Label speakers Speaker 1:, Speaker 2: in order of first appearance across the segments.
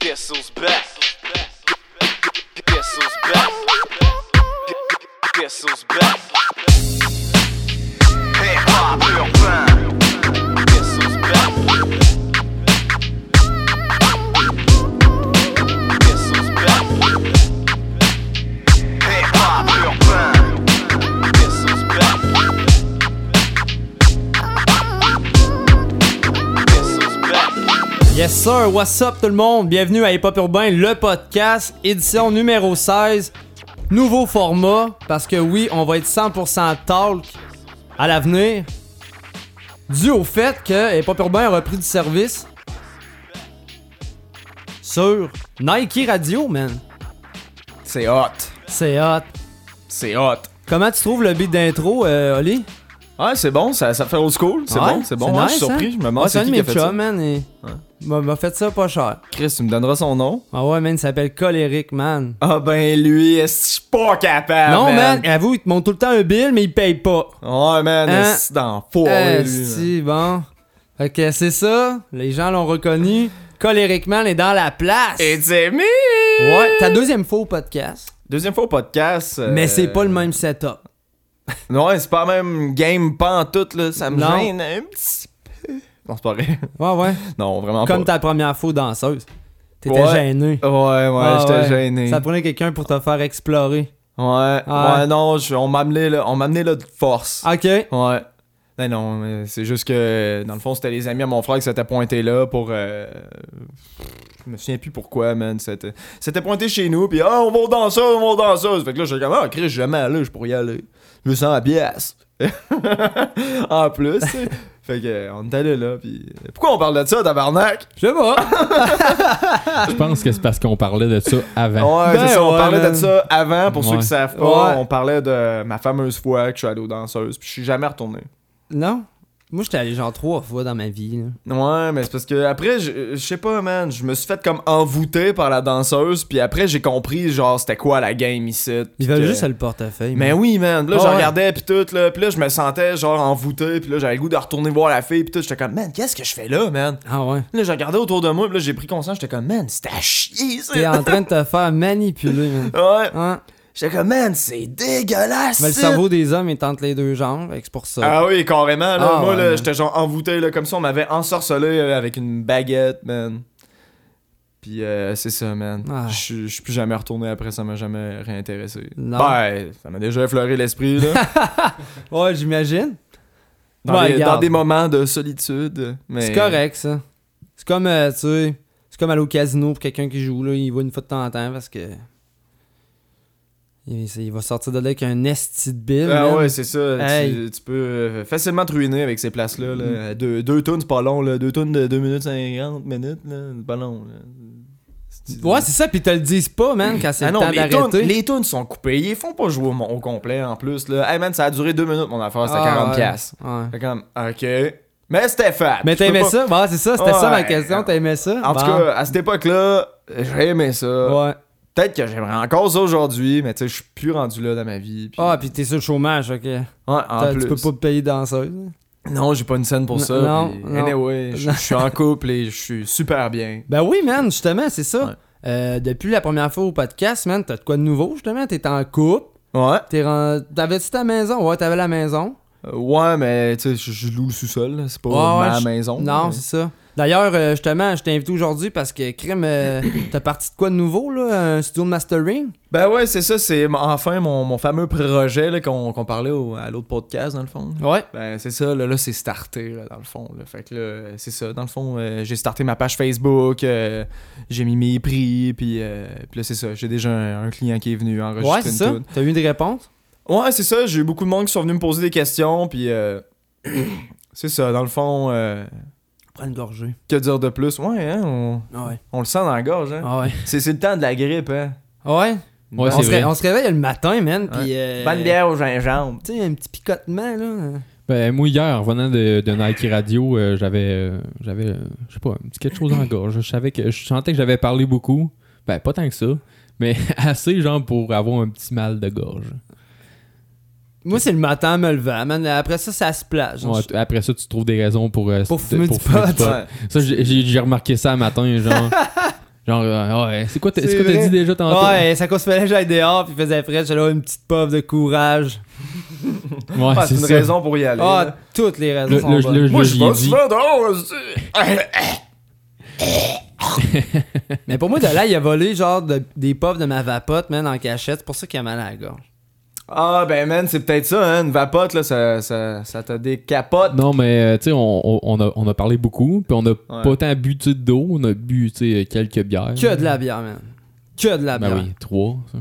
Speaker 1: Guess who's back? Guess who's back? Guess who's back? Hip hop urbain. Guess who's back? Guess who's back? Hip hop urbain. Guess who's back? Guess who's back?
Speaker 2: Yes sir, what's up tout le monde? Bienvenue à Hip Hop Urbain, le podcast, édition numéro 16. Nouveau format, parce que oui, on va être 100% talk à l'avenir. Dû au fait que Hip Hop Urbain a repris du service sur Nike Radio, man.
Speaker 3: C'est hot.
Speaker 2: C'est hot.
Speaker 3: C'est hot.
Speaker 2: Comment tu trouves le beat d'intro, euh, Oli?
Speaker 3: Ouais, Ah, c'est bon, ça, ça fait old school. C'est
Speaker 2: Ouais,
Speaker 3: bon, c'est bon. Ouais, je suis
Speaker 2: nice,
Speaker 3: surpris.
Speaker 2: hein?
Speaker 3: Je me demande
Speaker 2: Ouais, c'est
Speaker 3: c'est
Speaker 2: un de
Speaker 3: qui qui
Speaker 2: mes
Speaker 3: a fait
Speaker 2: chums,
Speaker 3: ça.
Speaker 2: man. et m'a- M'a fait ça pas cher.
Speaker 3: Chris, tu me donneras son nom.
Speaker 2: Ah ouais, man, il s'appelle Coléric, man.
Speaker 3: Ah ben lui, est-ce que je suis pas capable.
Speaker 2: Non, man, avoue, il te montre tout le temps un bill, mais il paye pas.
Speaker 3: Ouais, man,
Speaker 2: Hein?
Speaker 3: est-ce dans foire,
Speaker 2: Eh,
Speaker 3: lui. man.
Speaker 2: si, bon. Fait que c'est ça, les gens l'ont reconnu. Colériquement, elle est dans la place.
Speaker 3: It's a me!
Speaker 2: Ouais, ta deuxième fois au podcast.
Speaker 3: Deuxième fois au podcast. euh,
Speaker 2: Mais c'est pas le même setup.
Speaker 3: Ouais, c'est pas la même game pas en tout, là. Ça me
Speaker 2: Non.
Speaker 3: gêne un petit peu. Non, c'est pas vrai.
Speaker 2: Ouais, ouais.
Speaker 3: Non, vraiment
Speaker 2: Comme
Speaker 3: pas.
Speaker 2: ta première fois danseuse. T'étais
Speaker 3: Ouais.
Speaker 2: gêné.
Speaker 3: Ouais, ouais,
Speaker 2: Ah,
Speaker 3: j'étais
Speaker 2: ouais.
Speaker 3: gêné.
Speaker 2: Ça prenait quelqu'un pour te faire explorer.
Speaker 3: Ouais,
Speaker 2: Ah.
Speaker 3: ouais, non, je- on m'amenait là, on m'amenait là de force.
Speaker 2: Ok.
Speaker 3: Ouais. Non, non, mais c'est juste que dans le fond, c'était les amis à mon frère qui s'étaient pointés là pour. euh, Je me souviens plus pourquoi, man. C'était c'était pointé chez nous, puis ah, on va aux danseuses, on va aux danseuses. Fait que là, j'étais comme, ah, Chris, je suis jamais allé, je pourrais y aller. Je me sens à pièce. en plus, tu sais. Fait que, euh, on est allé là, puis. Pourquoi on parle de ça, tabarnak?
Speaker 2: Je sais pas.
Speaker 4: Je pense que c'est parce qu'on parlait de ça avant.
Speaker 3: Ouais,
Speaker 2: Ben
Speaker 3: c'est ça, on
Speaker 2: ouais,
Speaker 3: parlait
Speaker 2: man.
Speaker 3: de ça avant, pour ceux
Speaker 4: Ouais.
Speaker 3: qui savent pas.
Speaker 2: Ouais.
Speaker 3: On parlait de ma fameuse fois que je suis allé aux danseuses, puis je suis jamais retourné.
Speaker 2: Non. Moi, j'étais allé genre trois fois dans ma vie. là.
Speaker 3: Ouais, mais c'est parce que après, je je sais pas, man, je me suis fait comme envoûter par la danseuse, puis après, j'ai compris, genre, c'était quoi la game ici.
Speaker 2: Ils
Speaker 3: puis
Speaker 2: veulent
Speaker 3: que-
Speaker 2: juste le portefeuille.
Speaker 3: Mais
Speaker 2: man.
Speaker 3: oui, man, là,
Speaker 2: Ah
Speaker 3: je
Speaker 2: ouais.
Speaker 3: regardais, puis tout, là, puis là, je me sentais, genre, envoûté, puis là, j'avais le goût de retourner voir la fille, puis tout, j'étais comme, man, qu'est-ce que je fais là, man?
Speaker 2: Ah ouais.
Speaker 3: Là, j'ai regardé autour de moi, puis là, j'ai pris conscience, j'étais comme, man, c'était à chier, ça!
Speaker 2: T'es en train de te faire manipuler, man.
Speaker 3: Ouais,
Speaker 2: Hein?
Speaker 3: j'étais comme, man, c'est dégueulasse!
Speaker 2: Mais le
Speaker 3: ça.
Speaker 2: cerveau des hommes, il tente les deux jambes, fait que c'est pour ça.
Speaker 3: Ah oui, carrément, là,
Speaker 2: Ah
Speaker 3: moi,
Speaker 2: ouais,
Speaker 3: là,
Speaker 2: man.
Speaker 3: j'étais genre envoûté, là, comme ça, on m'avait ensorcelé là, avec une baguette, man. Puis euh, c'est ça, man.
Speaker 2: Ah.
Speaker 3: Je suis- je suis plus jamais retourné après, ça m'a jamais réintéressé.
Speaker 2: Non.
Speaker 3: Ben, ça m'a déjà effleuré l'esprit, là.
Speaker 2: Ouais, j'imagine.
Speaker 3: dans,
Speaker 2: Ouais,
Speaker 3: des,
Speaker 2: regarde.
Speaker 3: dans des moments de solitude. Mais...
Speaker 2: C'est correct, ça. C'est comme, euh, tu sais, c'est comme aller au casino pour quelqu'un qui joue, là, il va une fois de temps en temps parce que. Il, il va sortir de là avec un esti de bill.
Speaker 3: Ah
Speaker 2: man.
Speaker 3: ouais, c'est ça. Tu-
Speaker 2: Hey. Mm.
Speaker 3: Tu, peux euh, facilement te ruiner avec ces places-là. là. Deux, deux tonnes, c'est pas long, là. Deux tonnes de 2 minutes 50 minutes, là. C'est pas long, là. C'est-
Speaker 2: Ouais, c'est ça, pis te le disent pas, man, quand c'est
Speaker 3: Ah
Speaker 2: le
Speaker 3: non,
Speaker 2: temps
Speaker 3: les tunes,
Speaker 2: d'arrêter.
Speaker 3: les tunes sont coupées. Ils font pas jouer au, mon- au complet en plus. Là. Hey man, ça a duré deux minutes mon affaire, c'était
Speaker 2: Ah,
Speaker 3: 40$.
Speaker 2: ouais.
Speaker 3: piastres.
Speaker 2: Ouais.
Speaker 3: Fait comme, ok. Mais c'était fat.
Speaker 2: Mais
Speaker 3: Je peux
Speaker 2: t'aimais
Speaker 3: pas-
Speaker 2: ça? Bah, c'est ça, c'était ça ma
Speaker 3: Ouais.
Speaker 2: question, t'aimais ça?
Speaker 3: En tout
Speaker 2: Bon.
Speaker 3: cas, euh, à cette époque-là, j'ai aimé ça.
Speaker 2: Ouais.
Speaker 3: Peut-être que j'aimerais encore ça aujourd'hui, mais tu sais, je suis plus rendu là dans ma vie. puis-
Speaker 2: Ah, pis t'es sur le chômage, ok.
Speaker 3: Ouais, en
Speaker 2: T'as-
Speaker 3: plus.
Speaker 2: Tu peux pas te payer danseuse.
Speaker 3: Non, j'ai pas une scène pour
Speaker 2: Non,
Speaker 3: ça.
Speaker 2: non,
Speaker 3: puis
Speaker 2: non.
Speaker 3: Anyway, je
Speaker 2: Non.
Speaker 3: je suis en couple et je suis super bien.
Speaker 2: Ben oui, man, justement, c'est ça.
Speaker 3: Ouais.
Speaker 2: Euh, depuis la première fois au podcast, man, t'as de quoi de nouveau, justement? T'es en couple.
Speaker 3: Ouais.
Speaker 2: T'es rend- T'avais-tu ta maison? Ouais, t'avais la maison.
Speaker 3: Euh, Ouais, mais tu sais, je- je loue le sous-sol. là. C'est pas
Speaker 2: Ouais, Oh, ouais,
Speaker 3: ma
Speaker 2: je-
Speaker 3: maison.
Speaker 2: Non,
Speaker 3: mais-
Speaker 2: c'est ça. D'ailleurs, euh, justement, je t'ai invité aujourd'hui parce que, crime, euh, t'as parti de quoi de nouveau, là? Un studio de mastering?
Speaker 3: Ben ouais, c'est ça, c'est m- enfin mon, mon fameux projet là, qu'on qu'on parlait au- à l'autre podcast, dans le fond.
Speaker 2: Ouais.
Speaker 3: Ben c'est ça, là, là c'est starté, là, dans le fond. là. Fait que là, c'est ça, dans le fond, euh, j'ai starté ma page Facebook, euh, j'ai mis mes prix, puis, euh, puis là, c'est ça, j'ai déjà un, un client qui est venu enregistrer
Speaker 2: Ouais, c'est
Speaker 3: une
Speaker 2: ça.
Speaker 3: tune.
Speaker 2: T'as eu une réponse?
Speaker 3: Ouais, c'est ça, j'ai eu beaucoup de monde qui sont venus me poser des questions, puis euh, c'est ça, dans le fond, euh,
Speaker 2: Prends une gorgée.
Speaker 3: que dire de plus? Ouais, hein, on,
Speaker 2: Ah ouais.
Speaker 3: on le sent dans la gorge, hein.
Speaker 2: Ah ouais. Ah
Speaker 3: C'est c'est le temps de la grippe, hein.
Speaker 2: Ouais.
Speaker 4: Ouais,
Speaker 2: on,
Speaker 4: c'est
Speaker 2: se
Speaker 4: vrai.
Speaker 2: ré- on se réveille le matin, man,
Speaker 3: Ouais.
Speaker 2: pis... euh,
Speaker 3: Bonne bière au gingembre.
Speaker 2: Tu sais, un petit picotement, là.
Speaker 4: Ben, moi, hier, en revenant de, de Nike Radio, euh, j'avais, euh, j'avais, euh, je sais pas, un petit quelque chose en gorge. Je savais que, je sentais que j'avais parlé beaucoup. Ben, pas tant que ça, mais assez, genre, pour avoir un petit mal de gorge.
Speaker 2: Moi, c'est le matin en me levant, man. Après ça, ça se plage.
Speaker 4: Ouais, t- Après ça, tu trouves des raisons pour... euh,
Speaker 2: Pour
Speaker 4: de-
Speaker 2: fumer du pot.
Speaker 3: Ouais.
Speaker 4: Ça, j'ai- j'ai j'ai remarqué ça un matin, genre... Genre, euh, ouais, c'est quoi t'as
Speaker 2: C'est
Speaker 4: c'est quoi t'as
Speaker 2: vrai.
Speaker 4: dit déjà tantôt?
Speaker 2: Ouais, ça cause fallait que j'aille dehors, puis il faisait frais, j'avais là une petite puff de courage.
Speaker 4: Ouais,
Speaker 3: Ah, c'est
Speaker 4: c'est
Speaker 3: une
Speaker 4: ça.
Speaker 3: raison pour y aller.
Speaker 2: Ah, toutes les raisons
Speaker 4: Le-
Speaker 2: sont
Speaker 4: le-
Speaker 2: bonnes.
Speaker 4: le-
Speaker 3: Moi,
Speaker 4: le-
Speaker 3: je
Speaker 4: j'y ai
Speaker 3: vais
Speaker 4: dit.
Speaker 3: souvent dehors. aussi.
Speaker 2: Mais pour moi, de là, il a volé genre de- des puffs de ma vapote, man, en cachette. C'est pour ça qu'il a mal à la gorge.
Speaker 3: Ah, ben, man, c'est peut-être ça, hein. Une vapote, là, ça, ça, ça te décapote.
Speaker 4: Non, mais euh, tu sais, on, on- on a, on a parlé beaucoup, puis on a
Speaker 3: Ouais.
Speaker 4: pas tant bu tu sais, d'eau, on a bu tu sais, quelques bières.
Speaker 2: Que de la bière, man. Que de la bière.
Speaker 4: Ben oui, trois. ça.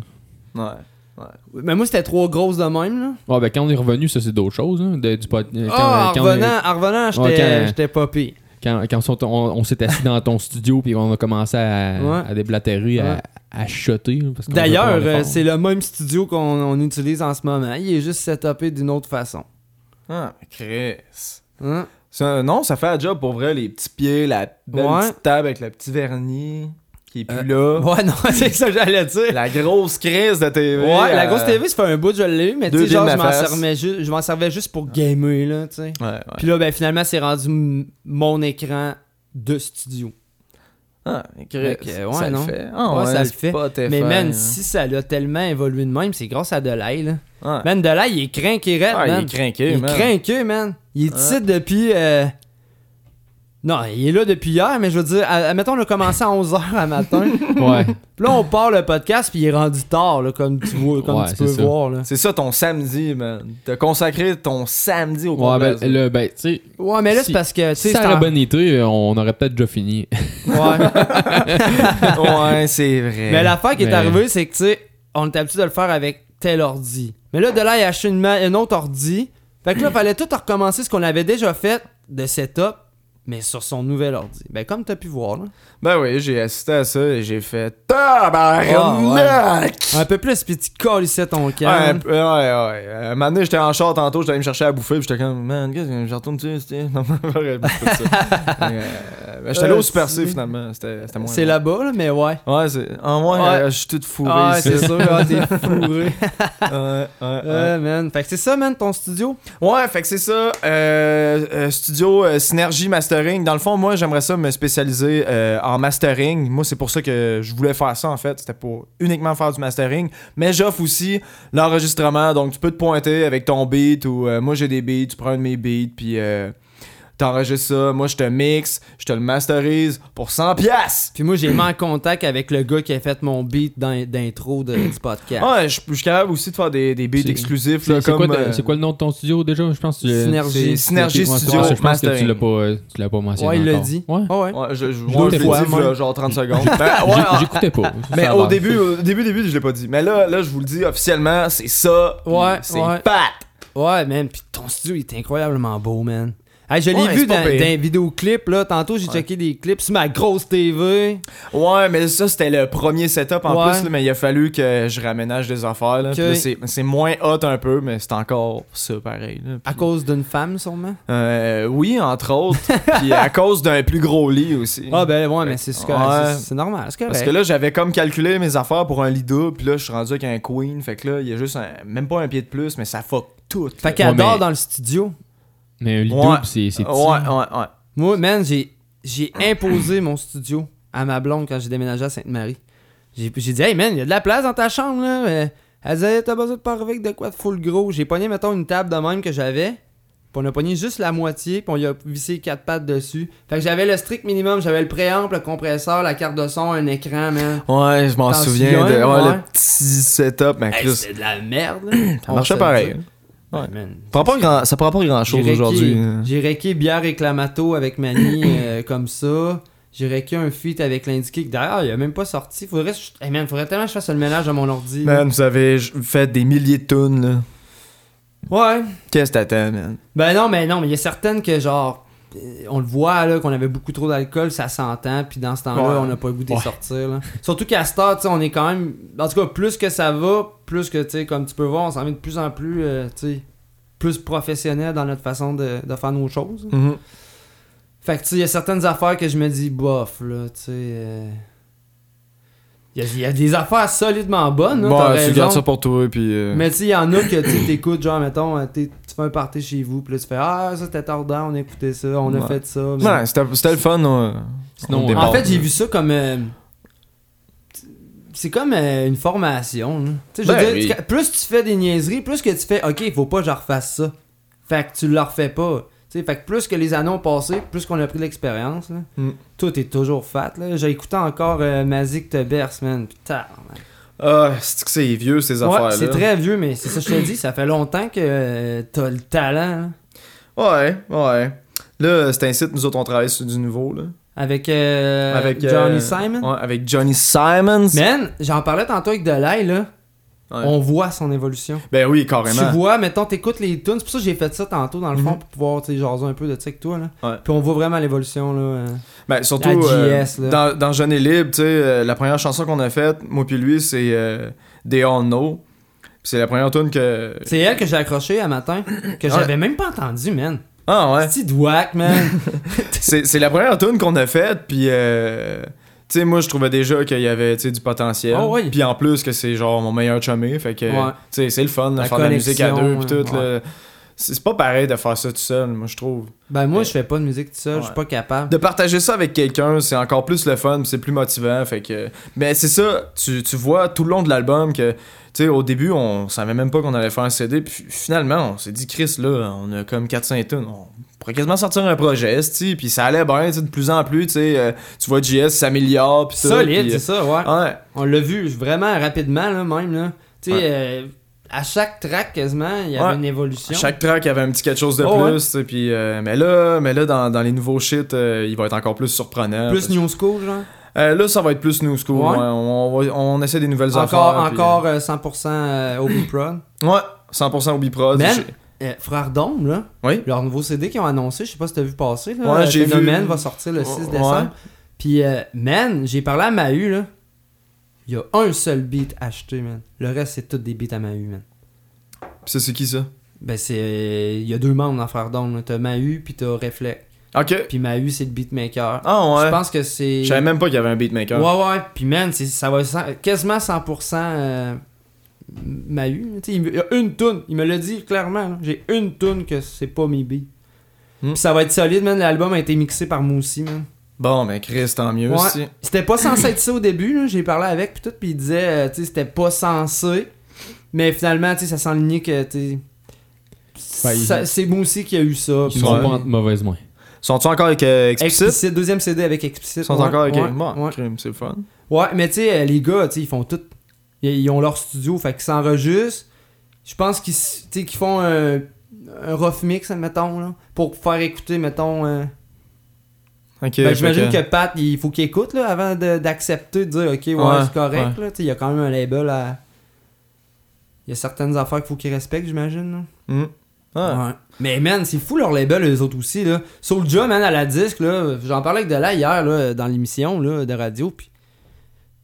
Speaker 3: Ouais.
Speaker 2: Mais moi, c'était trop grosse de même, là.
Speaker 4: Ouais, ben quand on est revenu, ça c'est d'autres choses. Hein, de- du pot- euh, quand,
Speaker 2: Ah,
Speaker 4: quand
Speaker 2: en
Speaker 4: on est-
Speaker 2: revenant, en revenant, j'étais
Speaker 4: Ouais, quand-
Speaker 2: j'étais pas pire.
Speaker 4: quand, quand on s'est- on, on s'est assis dans ton studio, puis on a commencé à,
Speaker 2: Ouais.
Speaker 4: à déblatérer, à,
Speaker 2: Ouais.
Speaker 4: à shotter. parce qu'on
Speaker 2: D'ailleurs,
Speaker 4: veut pas aller
Speaker 2: euh,
Speaker 4: fort.
Speaker 2: c'est le même studio qu'on on utilise en ce moment. Il est juste setupé d'une autre façon.
Speaker 3: Ah, Chris.
Speaker 2: Hein?
Speaker 3: Ça, non, ça fait un job pour vrai, les petits pieds, la belle
Speaker 2: Ouais. Euh,
Speaker 3: petite table avec le petit vernis qui est plus là.
Speaker 2: Ouais, non, c'est ça que j'allais dire.
Speaker 3: La grosse crise de TV.
Speaker 2: Ouais, la
Speaker 3: euh,
Speaker 2: grosse TV, ça fait un bout, je l'ai eu, mais tu
Speaker 3: deux
Speaker 2: sais, genre,
Speaker 3: billes
Speaker 2: je
Speaker 3: de ma
Speaker 2: m'en
Speaker 3: face.
Speaker 2: servais juste, je m'en servais juste pour gamer, là, tu sais.
Speaker 3: Ouais, ouais.
Speaker 2: Puis là, ben, finalement, c'est rendu m- mon écran de studio.
Speaker 3: Ah, Chris.
Speaker 2: Fait que, ouais,
Speaker 3: ça
Speaker 2: non.
Speaker 3: le fait. Ah,
Speaker 2: Ouais,
Speaker 3: ouais,
Speaker 2: ça le
Speaker 3: c'est
Speaker 2: fait.
Speaker 3: pas tes
Speaker 2: Mais
Speaker 3: fans,
Speaker 2: man,
Speaker 3: hein.
Speaker 2: si ça l'a tellement évolué de même, c'est grâce à Delay, là.
Speaker 3: Ouais.
Speaker 2: Man, Delay, il est crinqué raide,
Speaker 3: Ah,
Speaker 2: man.
Speaker 3: il est craqué,
Speaker 2: il est crinqué, man. Il est ici depuis... euh, Non, il est là depuis hier, mais je veux dire, à- admettons, on a commencé à 11h à matin.
Speaker 4: Ouais.
Speaker 2: Puis là, on part le podcast, puis il est rendu tard, là, comme tu, vois, comme
Speaker 4: Ouais,
Speaker 2: tu
Speaker 4: c'est
Speaker 2: peux
Speaker 4: ça.
Speaker 2: voir, là.
Speaker 3: C'est ça ton samedi, man. T'as consacré ton samedi au
Speaker 4: Ouais,
Speaker 3: Pont de
Speaker 4: ben,
Speaker 3: l'Azur.
Speaker 4: le- ben, tu sais,
Speaker 2: Ouais, mais là, c'est
Speaker 4: Si-
Speaker 2: parce que, tu sais,
Speaker 4: si
Speaker 2: c'est
Speaker 4: ça
Speaker 2: en-
Speaker 4: aurait
Speaker 3: ben-
Speaker 4: bon été, euh, on aurait peut-être déjà fini.
Speaker 2: Ouais.
Speaker 3: ouais, c'est vrai.
Speaker 2: Mais l'affaire qui est
Speaker 4: Mais-
Speaker 2: arrivée, c'est que, tu sais, on est habitué de le faire avec tel ordi. Mais là, de là, il a acheté une, ma- une autre ordi. Fait que là, fallait tout recommencer ce qu'on avait déjà fait de setup, mais sur son nouvel ordi. Ben, comme t'as pu voir, là.
Speaker 3: Ben oui, j'ai assisté à ça et j'ai fait Tabarnak!
Speaker 2: Un peu plus, puis tu colissais ton
Speaker 3: Ouais, un
Speaker 2: câble.
Speaker 3: peu- ouais, ouais. Euh, un moment donné, j'étais en char tantôt, j'étais allé me chercher à bouffer, puis j'étais comme, man, qu'est-ce que je retourne dessus, c'était. Non, mais j'aurais bouffé de ça. Mais, euh, ben, j'étais allé
Speaker 2: Euh,
Speaker 3: au Super
Speaker 2: c'est-
Speaker 3: C finalement, c'était c'était moins.
Speaker 2: c'est
Speaker 3: bon.
Speaker 2: là-bas, là, mais ouais.
Speaker 3: Ouais, c'est. En moins,
Speaker 2: Ouais.
Speaker 3: euh, je suis tout fourré
Speaker 2: Ah,
Speaker 3: ici.
Speaker 2: c'est sûr, ah, t'es fourré.
Speaker 3: Ouais, ouais, ouais.
Speaker 2: Euh, man. Fait que c'est ça, man, ton studio.
Speaker 3: Ouais, fait que c'est ça. euh, euh, studio euh, Synergie Mastering. Dans le fond, moi, j'aimerais ça me spécialiser euh, en mastering. Moi, c'est pour ça que je voulais faire ça, en fait. C'était pour uniquement faire du mastering. Mais j'offre aussi l'enregistrement. Donc, tu peux te pointer avec ton beat ou euh, moi, j'ai des beats. Tu prends un de mes beats, puis euh, t'enregistres ça. Moi, je te mixe, je te le masterise pour 100 piastres.
Speaker 2: Puis moi, j'ai mis en contact avec le gars qui a fait mon beat d'in- d'intro de- du podcast.
Speaker 3: Ouais, je je suis capable aussi de faire des, des beats
Speaker 4: C'est-
Speaker 3: exclusifs. là,
Speaker 4: C'est c'est
Speaker 3: comme,
Speaker 4: quoi, ta-
Speaker 3: euh,
Speaker 4: c'est quoi le nom de ton studio déjà Je pense que tu l'as-
Speaker 2: Synergie.
Speaker 3: c'est Synergie
Speaker 4: Ouais,
Speaker 3: Studio
Speaker 4: Je pense que tu
Speaker 3: Mastering.
Speaker 4: l'as pas, euh, tu l'as pas mentionné.
Speaker 2: Ouais, il l'a
Speaker 4: encore.
Speaker 2: dit.
Speaker 4: Ouais.
Speaker 2: Ah ouais.
Speaker 3: Ouais, je, je,
Speaker 4: Deux
Speaker 3: ouais, je l'ai
Speaker 4: fois,
Speaker 3: dit,
Speaker 4: même.
Speaker 3: là, genre 30 secondes. Ben, ouais,
Speaker 4: J'ai- J'écoutais pas. Ça,
Speaker 3: Mais
Speaker 4: ça
Speaker 3: au
Speaker 4: avance.
Speaker 3: début,
Speaker 2: euh,
Speaker 3: au début, début, je l'ai pas dit. Mais là, là, je vous le dis officiellement, c'est ça. puis
Speaker 2: Ouais,
Speaker 3: c'est
Speaker 2: ouais.
Speaker 3: fat.
Speaker 2: Ouais, man, pis ton studio il est incroyablement beau, man. Hey, je l'ai
Speaker 3: Ouais,
Speaker 2: vu
Speaker 3: c'est
Speaker 2: dans,
Speaker 3: pas
Speaker 2: dans
Speaker 3: pire.
Speaker 2: un vidéoclip, là. Tantôt, j'ai checké des clips sur ma grosse TV.
Speaker 3: Ouais, mais ça, c'était le premier setup en
Speaker 2: Ouais.
Speaker 3: plus, là, mais il a fallu que je raménage des affaires. là. Puis
Speaker 2: Ok.
Speaker 3: là, c'est, c'est moins hot un peu, mais c'est encore ça pareil. là.
Speaker 2: À cause d'une femme, sûrement.
Speaker 3: Euh, oui, entre autres. puis à cause d'un plus gros lit aussi.
Speaker 2: Ah, ben, ouais, mais c'est c'est correct,
Speaker 3: Ouais.
Speaker 2: c'est- C'est normal. C'est correct.
Speaker 3: Parce que là, j'avais comme calculé mes affaires pour un lit double, puis là, je suis rendu avec un queen. Fait que là, il y a juste un- même pas un pied de plus, mais ça fuck tout.
Speaker 2: fait
Speaker 3: là.
Speaker 2: qu'elle
Speaker 4: Ouais,
Speaker 2: dort
Speaker 4: mais-
Speaker 2: dans le studio.
Speaker 4: Mais le
Speaker 3: Ouais.
Speaker 4: double, c'est c'est petit.
Speaker 3: Ouais, ouais, ouais.
Speaker 2: Moi, man, j'ai j'ai imposé mon studio à ma blonde quand j'ai déménagé à Sainte-Marie. J'ai j'ai dit, hey, man, il y a de la place dans ta chambre, là. Mais Elle disait, t'as besoin de part avec de quoi de full gros. J'ai pogné, mettons, une table de même que j'avais. Puis on a pogné juste la moitié, puis on y a vissé quatre pattes dessus. Fait que j'avais le strict minimum, j'avais le préample, le compresseur, la carte de son, un écran, man.
Speaker 3: Ouais, je
Speaker 2: T'en
Speaker 3: m'en souviens de
Speaker 2: souviens,
Speaker 3: ouais,
Speaker 2: ouais.
Speaker 3: le petit setup, mais
Speaker 2: Hey,
Speaker 3: Chris,
Speaker 2: c'était de la merde, là. Ah
Speaker 3: ça
Speaker 2: On
Speaker 3: marchait
Speaker 2: se le
Speaker 3: pareil.
Speaker 2: dit.
Speaker 3: Ouais.
Speaker 2: Ouais, man.
Speaker 3: Prend pas grand- ça prend pas grand
Speaker 2: J'ai
Speaker 3: chose
Speaker 2: requé-
Speaker 3: aujourd'hui. hein.
Speaker 2: J'ai requé bière et clamato avec Manny euh, comme ça. J'ai requé un feat avec l'indiqué que d'ailleurs il a même pas sorti. Faudrait, hey man, faudrait tellement que je fasse le ménage à mon ordi. là.
Speaker 3: Man, vous avez j- fait des milliers de tunes, là.
Speaker 2: Ouais.
Speaker 3: Qu'est-ce que t'attends, man?
Speaker 2: Ben non, mais non, mais il y a certaines que genre euh, on le voit là qu'on avait beaucoup trop d'alcool, ça s'entend, puis dans ce temps-là,
Speaker 3: Ouais.
Speaker 2: on n'a pas le goût de
Speaker 4: Ouais.
Speaker 2: sortir. là. Surtout qu'à cette heure, tu sais, on est quand même. En tout cas, plus que ça va, plus que tu sais, comme tu peux voir, on s'en vient de plus en plus, euh, tu sais, plus professionnel dans notre façon de, de faire nos choses. Fait que, tu sais, il y a certaines affaires que je me dis, bof, là, tu sais. euh, Il y, a- il y a des affaires solidement bonnes, là,
Speaker 3: Bon,
Speaker 2: t'as
Speaker 3: tu
Speaker 2: raison.
Speaker 3: gardes ça pour toi, puis. euh,
Speaker 2: Mais tu sais, il y en a que tu sais, t'écoutes, genre, mettons, euh, t'es- tu fais un party chez vous, puis là, tu fais, ah, ça, c'était tardant, on écoutait ça, on a
Speaker 3: Ouais.
Speaker 2: fait ça. mais-
Speaker 3: Ouais, c'était c'était le fun, ouais.
Speaker 4: Sinon,
Speaker 3: On
Speaker 4: on-
Speaker 3: débarque.
Speaker 2: en fait, j'ai vu ça comme. euh, c'est comme euh, une formation. là. Tu sais, je veux
Speaker 3: Ben
Speaker 2: dire,
Speaker 3: oui.
Speaker 2: tu- plus tu fais des niaiseries, plus que tu fais, ok, faut pas que je refasse ça. Fait que tu le refais pas. Tu sais, fait que plus que les années ont passé, plus qu'on a pris de l'expérience, là,
Speaker 3: Mm.
Speaker 2: tout est toujours fat. là. J'ai écouté encore euh, Mazik te berce, man. Putain, man.
Speaker 3: Ah, c'est que c'est vieux ces
Speaker 2: Ouais,
Speaker 3: affaires-là.
Speaker 2: c'est très vieux, mais c'est ça, je te dis, ça fait longtemps que euh, t'as le talent. là.
Speaker 3: Ouais, ouais. Là, c'est un site, nous autres, on travaille sur du nouveau, là.
Speaker 2: Avec, euh,
Speaker 3: Avec, euh,
Speaker 2: Johnny Simon.
Speaker 3: Ouais, avec Johnny Simons.
Speaker 2: Man, j'en parlais tantôt avec Delay, là.
Speaker 3: Ouais.
Speaker 2: On voit son évolution.
Speaker 3: Ben oui, carrément.
Speaker 2: Tu vois, mettons, t'écoutes les tunes. C'est pour ça que j'ai fait ça tantôt, dans le fond,
Speaker 3: Mhm.
Speaker 2: pour pouvoir, tu sais, jaser un peu de ça avec toi, là.
Speaker 3: Ouais.
Speaker 2: Puis on voit vraiment l'évolution, là. euh.
Speaker 3: Ben, surtout
Speaker 2: La
Speaker 3: euh,
Speaker 2: JS, là.
Speaker 3: dans, dans Jeune et Libre, tu sais, euh, la première chanson qu'on a faite, moi puis lui, c'est euh, They All Know. Puis c'est la première tune que.
Speaker 2: C'est elle que j'ai accrochée à matin, que
Speaker 3: Ouais.
Speaker 2: j'avais même pas entendue, man.
Speaker 3: Ah ouais.
Speaker 2: Petit douac, man.
Speaker 3: C'est c'est la première tune qu'on a faite, puis euh, tu sais, moi je trouvais déjà qu'il y avait tu sais, du potentiel.
Speaker 2: Ah oui.
Speaker 3: Puis en plus que c'est genre mon meilleur chumé, fait que
Speaker 2: Ouais.
Speaker 3: tu sais, c'est le fun de
Speaker 2: La
Speaker 3: faire de la musique à deux,
Speaker 2: connexion,
Speaker 3: puis tout.
Speaker 2: ouais.
Speaker 3: là. C'est c'est pas pareil de faire ça tout seul, moi je trouve.
Speaker 2: ben, moi, je fais pas de musique tout seul, je suis
Speaker 3: Ouais.
Speaker 2: pas capable.
Speaker 3: De partager ça avec quelqu'un, c'est encore plus le fun, c'est plus motivant, fait que. Mais c'est ça, tu, tu vois tout le long de l'album que. Tu sais, au début, on savait même pas qu'on allait faire un CD, puis finalement, on s'est dit, Chris, là, on a comme 4-5 tonnes, on pourrait quasiment sortir un projet, tu puis ça allait bien, tu sais, de plus en plus, tu sais, euh, tu vois, JS s'améliore, puis ça.
Speaker 2: Solide,
Speaker 3: puis, ah.
Speaker 2: c'est ça, ouais.
Speaker 3: Ouais.
Speaker 2: On l'a vu vraiment rapidement, là, même, là. Tu sais,
Speaker 3: Ouais.
Speaker 2: euh, à chaque track, quasiment, il y avait
Speaker 3: Ouais.
Speaker 2: une évolution.
Speaker 3: Chaque track avait un petit quelque chose de
Speaker 2: Oh, ouais.
Speaker 3: plus, tu sais, puis. euh, mais là, mais là dans, dans les nouveaux shit, euh, il va être encore plus surprenant. parce
Speaker 2: Plus
Speaker 3: que-
Speaker 2: new school, genre.
Speaker 3: Euh, là, ça va être plus new school.
Speaker 2: Ouais.
Speaker 3: ouais, on, va- on essaie des nouvelles
Speaker 2: Encore,
Speaker 3: affaires. puis,
Speaker 2: encore euh, 100% euh, Obi Prod.
Speaker 3: Ouais, 100% Obi Prod.
Speaker 2: Ben,
Speaker 3: J'ai-
Speaker 2: Euh, Frère Dôme, là,
Speaker 3: Oui.
Speaker 2: leur nouveau CD qu'ils ont annoncé, je sais pas si t'as vu passer, là,
Speaker 3: Ouais,
Speaker 2: le
Speaker 3: j'ai vu.
Speaker 2: Phénomène va sortir le 6
Speaker 3: Ouais.
Speaker 2: décembre. Puis, euh, man, j'ai parlé à Mahu, là. Il y a un seul beat acheté, man. Le reste, c'est tous des beats à Mahu, man.
Speaker 3: Pis ça, c'est qui ça
Speaker 2: Ben, c'est. Il y a deux membres dans Frère Dôme, là. T'as Mahu, puis t'as Reflect.
Speaker 3: Ok.
Speaker 2: Puis Mahu, c'est le beatmaker.
Speaker 3: Ah ouais.
Speaker 2: Je pense que c'est.
Speaker 3: Je savais même pas qu'il y avait un beatmaker.
Speaker 2: Ouais, ouais. Puis, man, c'est- ça va cent- quasiment 100% euh, m'a eu. Tu sais, Il me- il y a une toune. Il me l'a dit clairement. là. J'ai une toune que c'est pas mes billes.
Speaker 3: Hmm.
Speaker 2: Puis ça va être solide, man. L'album a été mixé par Moussi, man.
Speaker 3: Bon, ben Chris, tant mieux.
Speaker 2: Ouais.
Speaker 3: si.
Speaker 2: C'était pas censé être ça au début. là. J'ai parlé avec, puis tout. Puis il disait, euh, tu sais, c'était pas censé. Mais finalement, tu sais, ça s'enlignait que, tu sais,
Speaker 4: Ben, il-
Speaker 2: ça- c'est Moussi qui a eu ça.
Speaker 4: Ils
Speaker 2: puis
Speaker 4: sont
Speaker 3: Ouais.
Speaker 4: pas en mauvaise main.
Speaker 3: Sont-ils encore avec euh, Explicit
Speaker 2: Explicit, deuxième CD avec Explicit.
Speaker 3: Ils sont
Speaker 2: ouais,
Speaker 3: encore avec.
Speaker 2: ouais,
Speaker 3: Bon,
Speaker 2: ouais.
Speaker 3: crime, c'est le fun.
Speaker 2: Ouais, mais tu sais, euh, les gars, tu sais, ils font tout. Ils, ils ont leur studio, fait qu'ils s'enregistrent. Je pense qu'ils s- tu sais, qu'ils font un, un rough mix, admettons, là, pour faire écouter, mettons. euh,
Speaker 3: Ok.
Speaker 2: ben,
Speaker 3: fait
Speaker 2: J'imagine
Speaker 3: que-
Speaker 2: que Pat, il faut qu'il écoute là, avant de- d'accepter, de, dire, ok, ouais,
Speaker 3: Ouais,
Speaker 2: c'est correct. là. Tu sais, il y a quand même un label à. Il y a certaines affaires qu'il faut qu'ils respectent, j'imagine. là.
Speaker 3: Hmm. Ah.
Speaker 2: Ouais. Mais man, c'est fou leur label, eux autres aussi. Là. Soulja, man, à la disque, là, j'en parlais avec Dela hier là, dans l'émission là, de radio, puis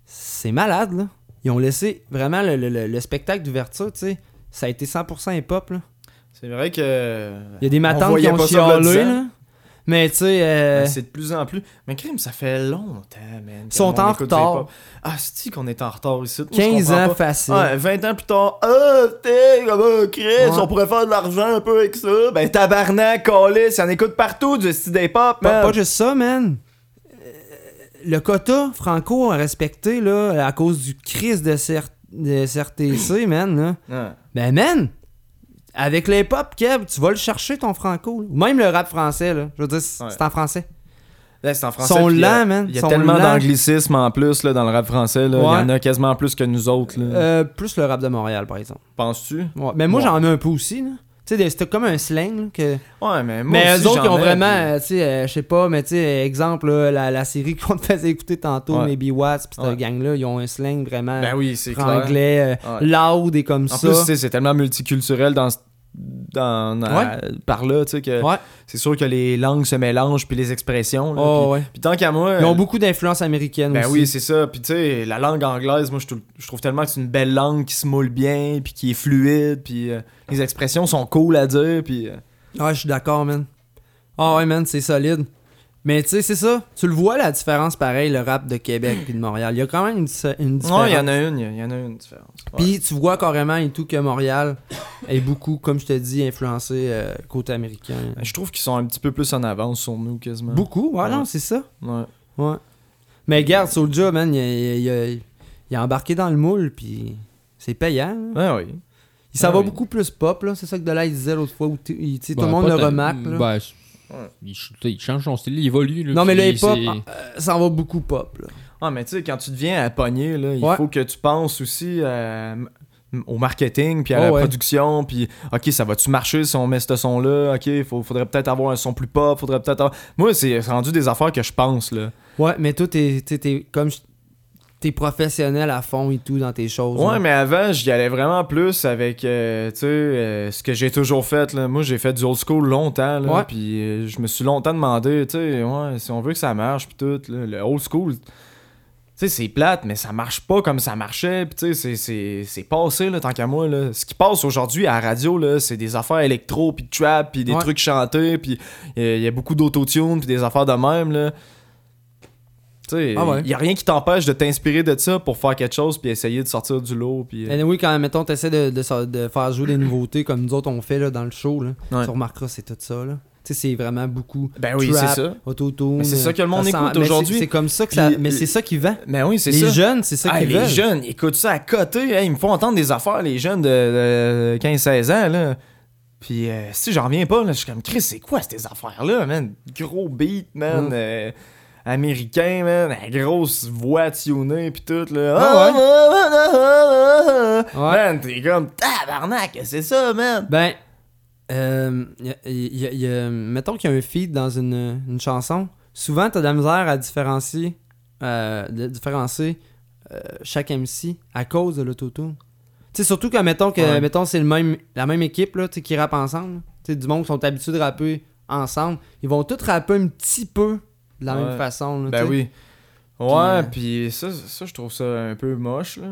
Speaker 2: c'est malade. Là. Ils ont laissé vraiment le, le- le- le spectacle d'ouverture, tu sais. Ça a été 100% hip-hop. là.
Speaker 3: C'est vrai que.
Speaker 2: Il y a des
Speaker 3: On
Speaker 2: matantes
Speaker 3: voyait
Speaker 2: qui ont
Speaker 3: pas ça v'là dix
Speaker 2: chialé.
Speaker 3: ans. Ben,
Speaker 2: là. Mais tu sais, euh,
Speaker 3: C'est de plus en plus. Mais crime, ça fait longtemps, man. que
Speaker 2: Sont
Speaker 3: le monde
Speaker 2: en
Speaker 3: écoute du
Speaker 2: retard.
Speaker 3: hip-hop. Ah, c'est qu'on est en retard ici. Moi, je
Speaker 2: 15
Speaker 3: comprends
Speaker 2: ans
Speaker 3: pas.
Speaker 2: facile.
Speaker 3: Ouais, 20 ans plus tard, ah, t'es, comme un Chris, on pourrait faire de l'argent un peu avec ça. Ben, tabarnak, calice, y'en écoute partout du style des pop,
Speaker 2: Pas,
Speaker 3: man.
Speaker 2: pas juste ça, man. Euh, Le quota franco à respecter là, à cause du crise de, CR- de CRTC, man. Là.
Speaker 3: Ouais.
Speaker 2: Ben man, avec les pop, Kev, tu vas le chercher ton franco. là. Ou même le rap français, là. Je veux dire, c'est
Speaker 3: Ouais.
Speaker 2: c'est en français.
Speaker 3: Là, c'est en français.
Speaker 2: Sont
Speaker 3: puis,
Speaker 2: lents,
Speaker 3: euh,
Speaker 2: man.
Speaker 3: Il y a
Speaker 2: Sont
Speaker 3: tellement
Speaker 2: lents.
Speaker 3: d'anglicisme en plus là, dans le rap français. là. Il
Speaker 2: Ouais.
Speaker 3: y en a quasiment plus que nous autres. là.
Speaker 2: Euh, plus le rap de Montréal, par exemple.
Speaker 3: Penses-tu?
Speaker 2: Ouais. Mais moi,
Speaker 3: Mm. Ouais.
Speaker 2: j'en ai un peu aussi, là. Tu sais, des- c'était comme un slang. là, que...
Speaker 3: Ouais, mais moi
Speaker 2: mais
Speaker 3: aussi,
Speaker 2: eux autres,
Speaker 3: j'en
Speaker 2: ils ont
Speaker 3: ai,
Speaker 2: vraiment,
Speaker 3: puis-
Speaker 2: euh, tu sais, euh, je sais pas, mais tu sais, exemple, là, la, la série qu'on te faisait écouter tantôt,
Speaker 3: Ouais.
Speaker 2: Maybe Watts, pis cette
Speaker 3: Ouais.
Speaker 2: gang-là, ils ont un slang vraiment
Speaker 3: Ben oui, c'est clair.
Speaker 2: anglais, euh,
Speaker 3: Ouais.
Speaker 2: loud et comme
Speaker 3: En
Speaker 2: ça.
Speaker 3: plus, tu sais, c'est tellement multiculturel dans, ce- dans, à- par là, tu sais, que
Speaker 2: Ouais.
Speaker 3: c'est sûr que les langues se mélangent, puis les expressions. là,
Speaker 2: Oh,
Speaker 3: puis,
Speaker 2: ouais.
Speaker 3: puis tant qu'à moi...
Speaker 2: Ils ont
Speaker 3: euh,
Speaker 2: beaucoup d'influence américaine
Speaker 3: Ben
Speaker 2: aussi.
Speaker 3: oui, c'est ça. Puis tu sais, la langue anglaise, moi, je trouve, je trouve tellement que c'est une belle langue qui se moule bien, puis qui est fluide, puis euh, les expressions sont cool à dire, puis... euh,
Speaker 2: Ah, je suis d'accord, man. Ah ouais, man, c'est solide. Mais tu sais, c'est ça. Tu le vois, la différence, pareil, le rap de Québec puis de Montréal. Il y a quand même une, di- une différence.
Speaker 3: Ouais, il y en a une, il y en a une différence. Ouais.
Speaker 2: Puis tu vois carrément et tout que Montréal est beaucoup, comme je te dis, influencé euh, côté américain.
Speaker 3: Ben, Je trouve qu'ils sont un petit peu plus en avance sur nous, quasiment.
Speaker 2: Beaucoup, ouais,
Speaker 3: Ouais.
Speaker 2: non, c'est ça.
Speaker 3: Ouais.
Speaker 2: Ouais. Mais regarde, Soulja, man, il y a- il y a- il y a- il est embarqué dans le moule, puis c'est payant. là.
Speaker 3: Ah oui.
Speaker 2: Il s'en
Speaker 3: Ah
Speaker 2: va
Speaker 3: oui. Bah,
Speaker 2: beaucoup plus pop, là. C'est ça que Delay disait l'autre fois, où t- il- tu sais, tout
Speaker 4: Ben,
Speaker 2: le monde
Speaker 4: pas
Speaker 2: le
Speaker 4: tant-
Speaker 2: remarque. là.
Speaker 4: ben, je- il, ch- tu sais, il change son style, il évolue. là,
Speaker 2: non, mais
Speaker 4: puis
Speaker 2: le hip-hop,
Speaker 4: c'est-
Speaker 2: euh, ça en va beaucoup pop, là.
Speaker 3: Ah, mais tu sais, quand tu deviens à pogner, là, il
Speaker 2: Ouais.
Speaker 3: faut que tu penses aussi à- m- au marketing, puis à
Speaker 2: Oh,
Speaker 3: la
Speaker 2: ouais.
Speaker 3: production, puis OK, ça va-tu marcher si on met ce son-là? OK, faut- faudrait peut-être avoir un son plus pop, faudrait peut-être avoir... Moi, c'est rendu des affaires que je pense, là.
Speaker 2: Ouais, mais toi, t'es, t'es- t'es- comme je- t'es professionnel à fond et tout dans tes choses.
Speaker 3: Ouais,
Speaker 2: là.
Speaker 3: mais avant, j'y allais vraiment plus avec, euh, tu sais, euh, ce que j'ai toujours fait, là. Moi, j'ai fait du old school longtemps, là,
Speaker 2: Ouais.
Speaker 3: puis euh, je me suis longtemps demandé, tu sais, ouais, si on veut que ça marche, puis tout, là, le old school... Tu sais, c'est plate, mais ça marche pas comme ça marchait. Puis tu sais, c'est- c'est- c'est passé, là, tant qu'à moi. Là. Ce qui passe aujourd'hui à la radio, là, c'est des affaires électro, puis trap, puis des
Speaker 2: Ouais.
Speaker 3: trucs chantés, puis euh, il y, a beaucoup d'autotune, puis des affaires de même. Là. Tu sais, il
Speaker 2: Ah ouais.
Speaker 3: y a rien qui t'empêche de t'inspirer de ça pour faire quelque chose, puis essayer de sortir du lot. Puis, euh,
Speaker 2: oui, quand, mettons, t'essaies de, de, sa- de faire jouer des nouveautés comme nous autres on fait là, dans le show, là,
Speaker 3: Ouais.
Speaker 2: tu remarqueras, c'est tout ça. Là. Tu sais, c'est vraiment beaucoup
Speaker 3: Ben oui,
Speaker 2: Trap.
Speaker 3: c'est ça.
Speaker 2: autotune.
Speaker 3: Mais c'est ça que le monde
Speaker 2: ça sent-
Speaker 3: écoute
Speaker 2: mais c'est-
Speaker 3: aujourd'hui.
Speaker 2: C'est comme ça que ça.
Speaker 3: Puis-
Speaker 2: Mais c'est ça qui vend.
Speaker 3: Mais Ben oui, c'est
Speaker 2: Les
Speaker 3: ça.
Speaker 2: jeunes, c'est ça
Speaker 3: Ah,
Speaker 2: qu'ils
Speaker 3: les
Speaker 2: veulent.
Speaker 3: jeunes, ils écoutent ça à côté. hein, ils me font entendre des affaires, les jeunes de, 15-16 ans. Là. Puis euh, si j'en reviens pas, là, je suis comme, Chris, c'est quoi ces affaires-là, man? Gros beat, man.
Speaker 2: Mm.
Speaker 3: euh, américain, man. La grosse voix tunée, puis tout. Là.
Speaker 2: Ah ouais.
Speaker 3: Ah, ah, ah, ah, ah.
Speaker 2: Ouais.
Speaker 3: Man, t'es comme, tabarnak, c'est ça, man.
Speaker 2: Ben, euh, y a- y a- y a- mettons qu'il y a un feed dans une, une chanson. Souvent, t'as de la misère à différencier, euh, de différencier euh, chaque MC à cause de l'autotune. Tu sais, surtout quand, mettons, que
Speaker 3: Ouais.
Speaker 2: mettons c'est le même, la même équipe là, tu sais, qui rappe ensemble. Tu sais, du monde qui sont habitués de rapper ensemble. Ils vont tous rapper un petit peu de la
Speaker 3: Ouais.
Speaker 2: même façon. là, tu
Speaker 3: Ben
Speaker 2: sais.
Speaker 3: oui. Ouais,
Speaker 2: euh,
Speaker 3: puis ça, ça, je trouve ça un peu moche, là.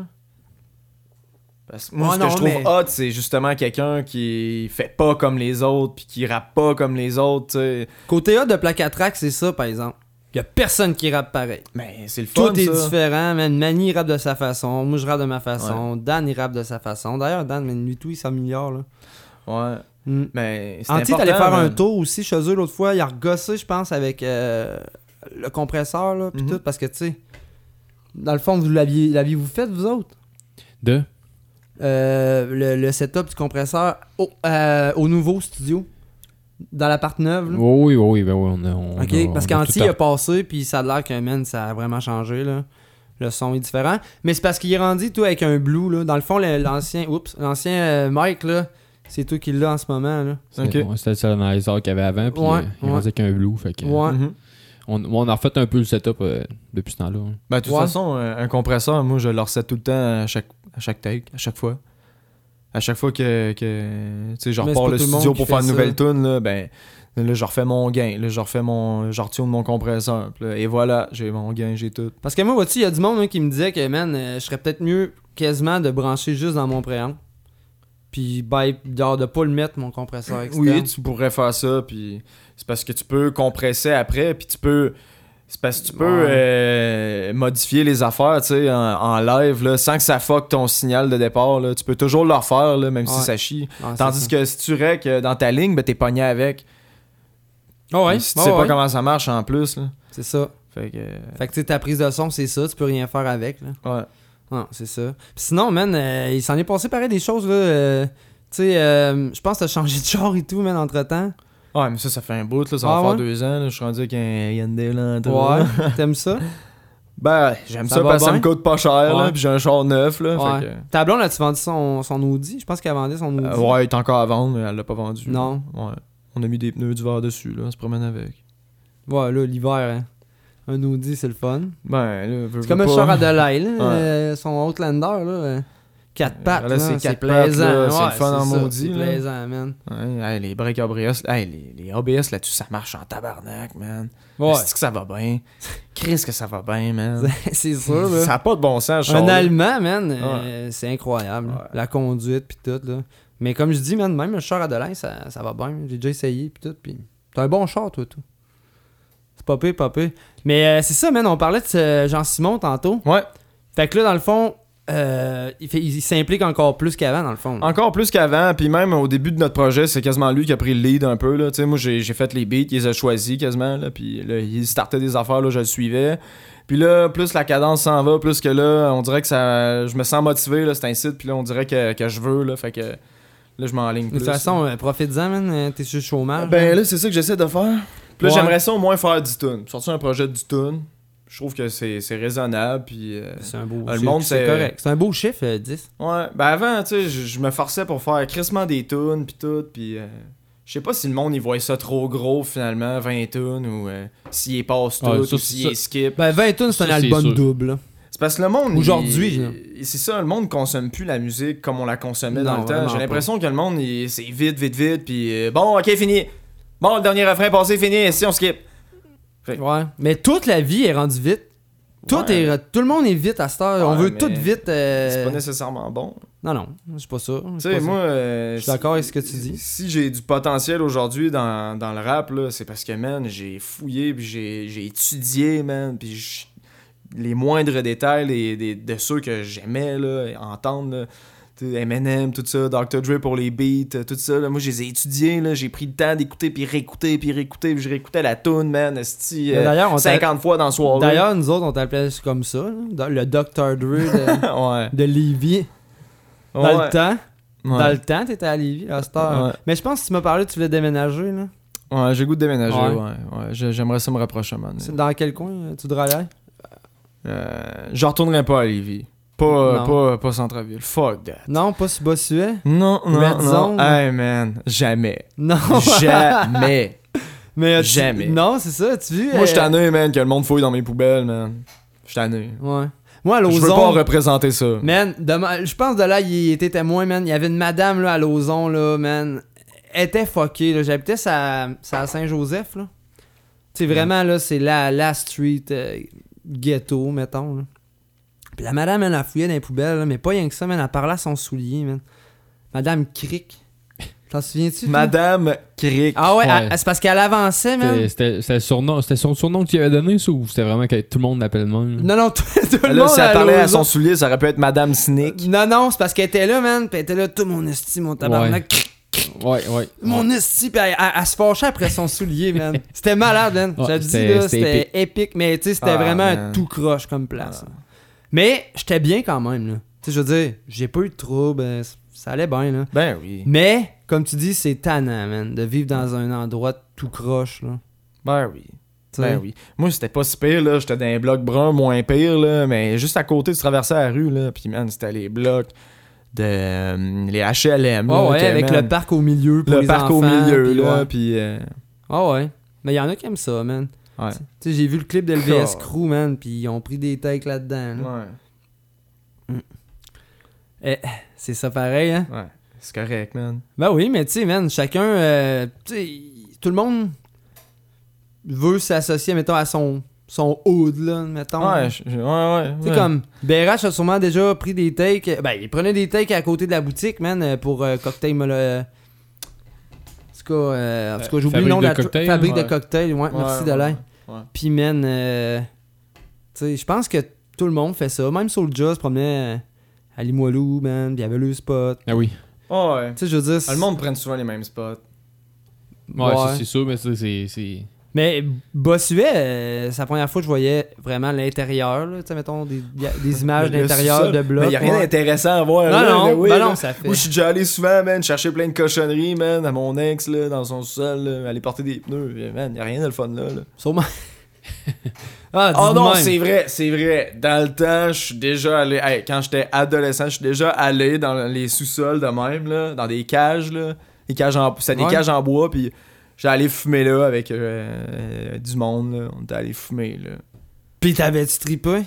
Speaker 3: Parce que moi,
Speaker 2: Ouais,
Speaker 3: ce
Speaker 2: non,
Speaker 3: que je trouve
Speaker 2: mais-
Speaker 3: hot, c'est justement quelqu'un qui fait pas comme les autres, puis qui rappe pas comme les autres, tu sais.
Speaker 2: Côté A de Placatrac, c'est ça, par exemple. Il y a personne qui rappe pareil.
Speaker 3: Mais c'est le fun,
Speaker 2: Tout est
Speaker 3: ça.
Speaker 2: différent, man. Manny il rappe de sa façon, moi je rappe de ma façon, Dan il rappe de sa façon. D'ailleurs, Dan, man, lui tout, il s'améliore là.
Speaker 3: Ouais,
Speaker 2: Mm.
Speaker 3: mais c'est
Speaker 2: Anti,
Speaker 3: important,
Speaker 2: t'allais faire un
Speaker 3: man.
Speaker 2: tour aussi chez eux l'autre fois, il a regossé, je pense, avec euh, le compresseur là, pis
Speaker 3: Mhm.
Speaker 2: tout, parce que tu sais, dans le fond, vous l'aviez, l'aviez-vous fait vous autres
Speaker 4: de...
Speaker 2: Euh, le, le setup du compresseur au, euh, au nouveau studio, dans l'appart neuve là.
Speaker 4: Oui, oui, oui, ben oui, on a. On
Speaker 2: Ok,
Speaker 4: a-
Speaker 2: parce
Speaker 4: on a tout
Speaker 2: qu'Anti il
Speaker 4: à-
Speaker 2: a passé, puis ça a l'air que man, ça a vraiment changé. Là. Le son est différent. Mais c'est parce qu'il est rendu tout avec un blue. Là. Dans le fond, le- l'ancien oups, l'ancien euh, mic, là, c'est tout qu'il l'a en ce moment. Là.
Speaker 4: C'était
Speaker 3: Ok.
Speaker 4: ouais, c'était le seul analyseur qu'il y avait avant, puis
Speaker 2: Ouais,
Speaker 4: euh, il
Speaker 2: ouais.
Speaker 4: faisait qu'un blue. Fait que,
Speaker 2: Ouais.
Speaker 3: Mhm.
Speaker 4: on, on a refait un peu le setup euh, depuis ce temps-là. hein.
Speaker 3: Ben, de toute
Speaker 2: Ouais.
Speaker 3: façon, un, un compresseur, moi, je le reset tout le temps à chaque, à chaque take, à chaque fois. À chaque fois que, que tu sais, je
Speaker 2: Mais c'est
Speaker 3: repars
Speaker 2: pas
Speaker 3: le
Speaker 2: tout le monde
Speaker 3: studio
Speaker 2: qui
Speaker 3: pour
Speaker 2: fait
Speaker 3: faire une
Speaker 2: ça.
Speaker 3: nouvelle tune, là, ben, là, je refais mon gain, là, je refais mon, je retune mon compresseur, puis là, et voilà, j'ai mon gain, j'ai tout.
Speaker 2: Parce que moi, vois-tu, il y a du monde hein, qui me disait que man, euh, je serais peut-être mieux quasiment de brancher juste dans mon préamp. Puis ben, genre, de pas le mettre, mon compresseur externe.
Speaker 3: Oui, tu pourrais faire ça, puis c'est parce que tu peux compresser après, puis tu peux. C'est parce que tu peux
Speaker 2: Ouais.
Speaker 3: euh, modifier les affaires, tu sais, en, en live, là, sans que ça fuck ton signal de départ, là. Tu peux toujours le refaire, là, même si
Speaker 2: Ouais.
Speaker 3: ça chie.
Speaker 2: Ah, c'est
Speaker 3: Tandis
Speaker 2: ça.
Speaker 3: que si tu rec euh, dans ta ligne, ben t'es pogné avec.
Speaker 2: Ah ouais,
Speaker 3: Puis si tu
Speaker 2: ah
Speaker 3: sais pas
Speaker 2: ouais,
Speaker 3: comment ça marche en plus, là.
Speaker 2: C'est ça.
Speaker 3: Fait que. euh,
Speaker 2: Fait que tu sais, ta prise de son, c'est ça, tu peux rien faire avec. Là.
Speaker 3: Ouais.
Speaker 2: Non, c'est ça. Puis sinon, man, euh, il s'en est passé pareil des choses, là. euh, tu sais, euh, je pense que t'as changé de genre et tout, man, entre-temps.
Speaker 3: Ouais, mais ça, ça fait un bout, là. Ça va
Speaker 2: Ah
Speaker 3: faire
Speaker 2: ouais?
Speaker 3: deux ans, là. Je suis rendu avec un Hyundai, là. tout,
Speaker 2: Ouais,
Speaker 3: là.
Speaker 2: t'aimes ça?
Speaker 3: Ben, j'aime
Speaker 2: Ça
Speaker 3: ça,
Speaker 2: va
Speaker 3: parce que ça
Speaker 2: bien?
Speaker 3: me coûte pas cher,
Speaker 2: Ouais.
Speaker 3: là. Puis j'ai un char neuf, là.
Speaker 2: Ouais.
Speaker 3: Fait que.
Speaker 2: Ta blonde, a-tu vendu son, son Audi? Je pense qu'elle vendait son Audi.
Speaker 3: Euh, ouais, elle est encore à vendre, mais elle l'a pas vendu.
Speaker 2: Non.
Speaker 3: Ouais. On a mis des pneus du verre dessus, là. On se promène avec.
Speaker 2: Ouais, là, l'hiver, hein. un Audi, c'est le fun.
Speaker 3: Ben, là, veux,
Speaker 2: C'est comme un
Speaker 3: char
Speaker 2: char à Delay, là,
Speaker 3: Ouais.
Speaker 2: euh, son Outlander, là. euh, Quatre pattes,
Speaker 3: là, c'est
Speaker 2: c'est
Speaker 3: quatre pattes,
Speaker 2: plaisant.
Speaker 3: là, c'est
Speaker 2: Ouais,
Speaker 3: le fun en
Speaker 2: ça,
Speaker 3: maudit,
Speaker 2: C'est
Speaker 3: là.
Speaker 2: plaisant, man.
Speaker 3: les breaks ABS, hey, les, les ABS là-dessus, ça marche en tabarnak, man.
Speaker 2: Ouais,
Speaker 3: Est-ce que ça va bien? Chris, que ça va bien, man.
Speaker 2: c'est sûr, là.
Speaker 3: ça n'a pas de bon sens, ce
Speaker 2: Un
Speaker 3: char-là.
Speaker 2: Allemand, man, euh, c'est incroyable.
Speaker 3: Ouais.
Speaker 2: La conduite, puis tout. Là. Mais comme je dis, man, même un char à Delin, ça, ça va bien. J'ai déjà essayé, puis tout. Puis t'as un bon char, toi, tout. C'est pas pire, pas pire. Mais euh, c'est ça, man, on parlait de ce Jean-Simon tantôt.
Speaker 3: Ouais.
Speaker 2: Fait que là, dans le fond, euh, il, fait- il s'implique encore plus qu'avant, dans le fond. là.
Speaker 3: Encore plus qu'avant, puis même au début de notre projet, c'est quasiment lui qui a pris le lead un peu. Là. Tu sais, Moi, j'ai j'ai fait les beats, il les a choisis quasiment, là, puis là, il startait des affaires, là, je le suivais. Puis là, plus la cadence s'en va, plus que là, on dirait que ça, je me sens motivé, là, c'est un site, puis là, on dirait que, que je veux, là, fait que là, je m'enligne
Speaker 2: De
Speaker 3: plus.
Speaker 2: toute façon, euh, profite-en, man. euh, T'es sur le chômage.
Speaker 3: ben là, c'est ça que j'essaie de faire. Puis là,
Speaker 2: Ouais.
Speaker 3: j'aimerais ça au moins faire 10 tonnes. Sortir un projet de 10 tonnes, je trouve que c'est c'est raisonnable, puis... euh,
Speaker 2: C'est un beau
Speaker 3: Ah, le monde, c'est-
Speaker 2: correct. C'est un beau chiffre, euh, 10.
Speaker 3: Ouais, ben avant, tu sais, je je me forçais pour faire crissement des tunes pis tout, pis euh, je sais pas si le monde y voit ça trop gros finalement, 20 tunes, ou euh, s'il les passe tout,
Speaker 4: Ah, ça,
Speaker 3: ou s'il
Speaker 4: ça-
Speaker 3: les skip.
Speaker 2: Ben, 20 tonnes, c'est
Speaker 4: Ça,
Speaker 2: un
Speaker 4: c'est
Speaker 2: album
Speaker 4: sûr.
Speaker 2: double. là.
Speaker 3: C'est parce que le monde.
Speaker 2: Aujourd'hui,
Speaker 3: il-
Speaker 2: là.
Speaker 3: il- C'est ça, le monde consomme plus la musique comme on la consommait dans
Speaker 2: Non,
Speaker 3: le temps.
Speaker 2: vraiment
Speaker 3: J'ai l'impression que le monde, il- c'est vite, vite, vite, pis euh, bon, ok, fini. Bon, le dernier refrain passé, fini, si on skip.
Speaker 2: Ouais. Mais toute la vie est rendue vite. Tout,
Speaker 3: Ouais.
Speaker 2: est, tout le monde est vite à cette heure. On
Speaker 3: Ouais,
Speaker 2: veut
Speaker 3: mais
Speaker 2: tout vite. euh,
Speaker 3: C'est pas nécessairement bon.
Speaker 2: Non, non, c'est pas ça.
Speaker 3: Tu
Speaker 2: c'est
Speaker 3: sais,
Speaker 2: pas ça.
Speaker 3: moi. euh,
Speaker 2: Je suis d'accord avec ce que tu dis.
Speaker 3: Si j'ai du potentiel aujourd'hui dans, dans le rap, là, c'est parce que, man, j'ai fouillé, puis j'ai, j'ai étudié, man, puis je- les moindres détails les- des- de ceux que j'aimais, là, et entendre, là, tu sais, Eminem, tout ça, Dr. Dre pour les beats, euh, tout ça, là, moi, je les ai étudiés, là, j'ai pris le temps d'écouter, puis réécouter, puis réécouter, puis je réécoutais la tune, man, esti,
Speaker 2: Mais
Speaker 3: euh,
Speaker 2: D'ailleurs, on t'a-
Speaker 3: 50 fois dans le soir.
Speaker 2: D'ailleurs, nous autres, on t'appelait comme ça. là, dans- Le Dr. Dre de,
Speaker 3: ouais.
Speaker 2: de Lévis. Dans
Speaker 3: Ouais.
Speaker 2: le temps.
Speaker 3: Ouais.
Speaker 2: Dans le temps, t'étais à Lévis, à cette heure.
Speaker 3: Ouais.
Speaker 2: Mais je pense que tu m'as parlé, tu voulais déménager. Là.
Speaker 3: Ouais, j'ai le goût de déménager,
Speaker 2: Ouais.
Speaker 3: ouais. ouais. J'ai- J'aimerais ça me rapprocher, man.
Speaker 2: C'est Dans quel coin euh, tu voudrais aller?
Speaker 3: Euh, je retournerai pas à Lévis. Pas, euh,
Speaker 2: Non.
Speaker 3: pas, pas centre-ville. Fuck that.
Speaker 2: Non, pas Subossuet?
Speaker 3: Non, non,
Speaker 2: Red
Speaker 3: non.
Speaker 2: zone.
Speaker 3: Hey, man. Jamais.
Speaker 2: Non.
Speaker 3: Jamais.
Speaker 2: Mais, euh, tu-
Speaker 3: Jamais.
Speaker 2: Non, c'est ça, tu vis.
Speaker 3: Moi, je suis
Speaker 2: euh,
Speaker 3: tanné, man, que le monde fouille dans mes poubelles, man. Je suis tanné.
Speaker 2: Ouais. Moi, à
Speaker 3: Je veux pas
Speaker 2: Lauson,
Speaker 3: représenter ça.
Speaker 2: man, demain- je pense de là, il était témoin, man. Il y avait une madame, là, à Lauson, là, man. Elle était fuckée, là. J'habitais ça à Saint-Joseph, là. Tu sais, vraiment, là, c'est la, la street euh, ghetto, mettons, là. Puis la madame, elle, a fouillé dans les poubelles, là, mais pas rien que ça, man. Elle parlait à son soulier, man. Madame Crick. T'en souviens-tu? toi?
Speaker 3: Madame Crick.
Speaker 2: Ah ouais,
Speaker 4: Ouais.
Speaker 2: elle- c'est parce qu'elle avançait, man.
Speaker 4: C'était- C'était c'était le surnom- c'était son surnom que tu lui avais donné, ça, ou c'était vraiment que tout le monde l'appelle le même?
Speaker 2: Non, non, tout, tout le
Speaker 3: Là,
Speaker 2: monde
Speaker 3: si elle
Speaker 2: à
Speaker 3: parlait à
Speaker 2: Lauson-
Speaker 3: son soulier, ça aurait pu être Madame Snick.
Speaker 2: Non, non, c'est parce qu'elle était là, man. Puis elle était là, tout mon esti, mon tabarnak. cric,
Speaker 4: Ouais, ouais.
Speaker 2: Mon esti. Puis elle, elle- elle se fâchait après son soulier, man. C'était malade, man.
Speaker 4: Ouais,
Speaker 2: Je te dis,
Speaker 4: c'était-
Speaker 2: là,
Speaker 4: c'était
Speaker 2: c'était épique. Mais tu sais, c'était
Speaker 3: Ah,
Speaker 2: vraiment
Speaker 3: man. Ah.
Speaker 2: tout croche comme place. hein. Mais j'étais bien quand même, là. Tu sais, je veux dire, j'ai pas eu de trouble. euh, Ça allait bien, là.
Speaker 3: Ben oui.
Speaker 2: Mais, comme tu dis, c'est tannant, man, de vivre dans un endroit tout croche, là.
Speaker 3: Ben oui.
Speaker 2: Tu sais.
Speaker 3: Ben oui. Moi, c'était pas si pire, là. J'étais dans un bloc brun, moins pire, là. Mais juste à côté, tu traversais la rue, là. Puis, man, c'était les blocs de. euh, les HLM.
Speaker 2: Ah
Speaker 3: là,
Speaker 2: ouais,
Speaker 3: que,
Speaker 2: avec
Speaker 3: man,
Speaker 2: le parc au milieu pour
Speaker 3: le
Speaker 2: les
Speaker 3: parc au
Speaker 2: enfants,
Speaker 3: milieu,
Speaker 2: puis
Speaker 3: là.
Speaker 2: ouais.
Speaker 3: Puis. euh,
Speaker 2: Ah ouais. Mais il y en a qui aiment ça, man.
Speaker 3: ouais.
Speaker 2: Tu sais, j'ai vu le clip de LVS
Speaker 3: Oh.
Speaker 2: Crew, man, puis ils ont pris des takes là-dedans. là.
Speaker 3: Ouais.
Speaker 2: C'est ça pareil, hein?
Speaker 3: Ouais. C'est correct, man.
Speaker 2: Ben oui, mais tu sais, man, chacun. euh, tu sais, tout le monde veut s'associer, mettons, à son, son hood, là, mettons.
Speaker 3: Ouais, je- je- ouais, ouais.
Speaker 2: Tu sais,
Speaker 3: ouais.
Speaker 2: comme. Bérach a sûrement déjà pris des takes. Ben, il prenait des takes à côté de la boutique, man, euh, pour euh, cocktail. molo- euh, en tout cas, euh, en tout cas, j'ai oublié le
Speaker 4: fabrique
Speaker 2: nom de
Speaker 4: de
Speaker 2: la tr-
Speaker 4: cocktail,
Speaker 2: fabrique de
Speaker 3: ouais.
Speaker 2: cocktail. Ouais,
Speaker 3: Ouais,
Speaker 2: merci
Speaker 3: ouais,
Speaker 2: Delain.
Speaker 3: ouais, ouais.
Speaker 2: Puis, man, euh, tu sais, je pense que tout le monde fait ça. Même Soulja se promenait euh, à Limoilou, man, puis il y avait le spot.
Speaker 4: Ah oui.
Speaker 3: Ah ouais.
Speaker 2: Tu sais, je veux dire.
Speaker 3: Ah, Le monde prenne souvent les mêmes spots.
Speaker 4: Ouais,
Speaker 2: Ouais.
Speaker 4: ça, c'est sûr, mais ça, c'est. c'est-
Speaker 2: Mais Bossuet, euh, c'est la première fois que je voyais vraiment l'intérieur, là, tu sais, mettons, des, y a des images
Speaker 3: Le- le
Speaker 2: d'intérieur
Speaker 3: sous-sol.
Speaker 2: de blocs.
Speaker 3: Mais y a rien
Speaker 2: ouais.
Speaker 3: d'intéressant à voir.
Speaker 2: Non,
Speaker 3: là,
Speaker 2: non,
Speaker 3: mais oui,
Speaker 2: ben
Speaker 3: là.
Speaker 2: non, ça fait.
Speaker 3: Moi, je suis déjà allé souvent, man, chercher plein de cochonneries, man, à mon ex, là, dans son sol, là, aller porter des pneus. Et, Man, y a rien de le fun, là. là.
Speaker 2: Sûrement. ah,
Speaker 3: Oh
Speaker 2: dis-le
Speaker 3: non,
Speaker 2: même.
Speaker 3: c'est vrai, c'est vrai. Dans le temps, je suis déjà allé. hey, quand j'étais adolescent, je suis déjà allé dans les sous-sols de même, là, dans des cages, là. Des cages en, c'était des
Speaker 2: Ouais.
Speaker 3: cages en bois, puis j'étais allé fumer là avec euh, euh, du monde, là. On était allé fumer, là.
Speaker 2: Puis t'avais-tu trippé?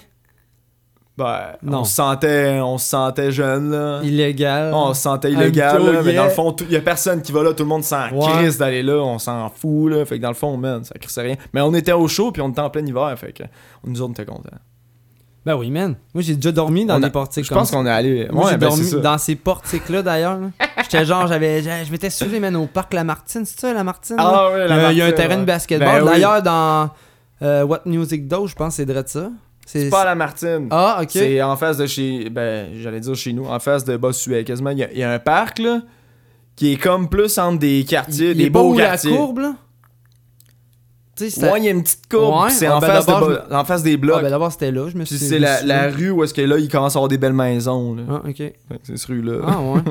Speaker 3: Ben,
Speaker 2: Non.
Speaker 3: on se sentait, on se sentait jeune, là. Oh,
Speaker 2: Illégal.
Speaker 3: On se sentait
Speaker 2: Un
Speaker 3: illégal,
Speaker 2: mytho,
Speaker 3: là, mais
Speaker 2: yeah.
Speaker 3: dans le fond, il y a personne qui va là, tout le monde s'en
Speaker 2: Ouais.
Speaker 3: crisse d'aller là, on s'en fout, là. Fait que dans le fond, man, ça crissait rien. Mais on était au chaud, puis on était en plein hiver, fait que nous autres, on était contents.
Speaker 2: Ben oui, man. Moi, j'ai déjà dormi dans
Speaker 3: On a-
Speaker 2: des portiques
Speaker 3: Je
Speaker 2: comme
Speaker 3: pense
Speaker 2: ça.
Speaker 3: qu'on est allé.
Speaker 2: Moi,
Speaker 3: ouais,
Speaker 2: j'ai
Speaker 3: ben,
Speaker 2: dormi
Speaker 3: c'est ça.
Speaker 2: dans ces portiques-là, d'ailleurs. là. J'étais genre, j'avais, j'avais- je m'étais saoulé, man, au parc Lamartine. C'est ça, Lamartine? là?
Speaker 3: Ah ouais,
Speaker 2: Il y
Speaker 3: la
Speaker 2: a- il y a un
Speaker 3: Martine,
Speaker 2: terrain de
Speaker 3: ouais.
Speaker 2: basketball.
Speaker 3: Ben oui.
Speaker 2: D'ailleurs, dans euh, What Music Do, je pense que c'est de ça. C'est
Speaker 3: pas à la Martine.
Speaker 2: Ah, ok.
Speaker 3: C'est en face de chez. Ben, j'allais dire chez nous, en face de Bossuet. Quasiment, il y a- il y, a un parc, là, qui est comme plus entre des quartiers,
Speaker 2: Il
Speaker 3: des
Speaker 2: est pas
Speaker 3: beaux
Speaker 2: où la
Speaker 3: quartiers.
Speaker 2: courbe, là? Tu sais, c'est-
Speaker 3: Ouais, il y a une petite courbe,
Speaker 2: Ouais,
Speaker 3: puis c'est
Speaker 2: ah,
Speaker 3: en,
Speaker 2: ben,
Speaker 3: face de
Speaker 2: d'abord,
Speaker 3: Bo- en face des blocs.
Speaker 2: Ah, ben d'abord, c'était là, je me suis
Speaker 3: puis c'est la, la rue où est-ce que là, il commence à avoir des belles maisons, là.
Speaker 2: Ah, ok.
Speaker 3: Fait que C'est cette rue-là.
Speaker 2: Ah, ouais.
Speaker 3: Ouais.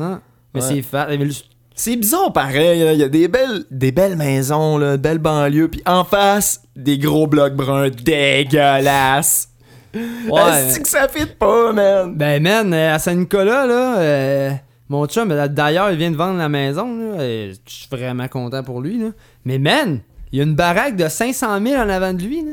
Speaker 2: Ah. Mais
Speaker 3: Ouais.
Speaker 2: c'est fat. Mais le-
Speaker 3: C'est bizarre pareil, là. il y a des belles, des belles maisons, là, de belles banlieues, puis en face, des gros blocs bruns dégueulasses. Ouais.
Speaker 2: Ouais.
Speaker 3: que ça fit pas, man?
Speaker 2: Ben, man, euh, à Saint-Nicolas, là, euh, mon chum, là, d'ailleurs, il vient de vendre la maison. là, et Je suis vraiment content pour lui. Là. Mais, man, il y a une baraque de 500 000 en avant de lui. Là.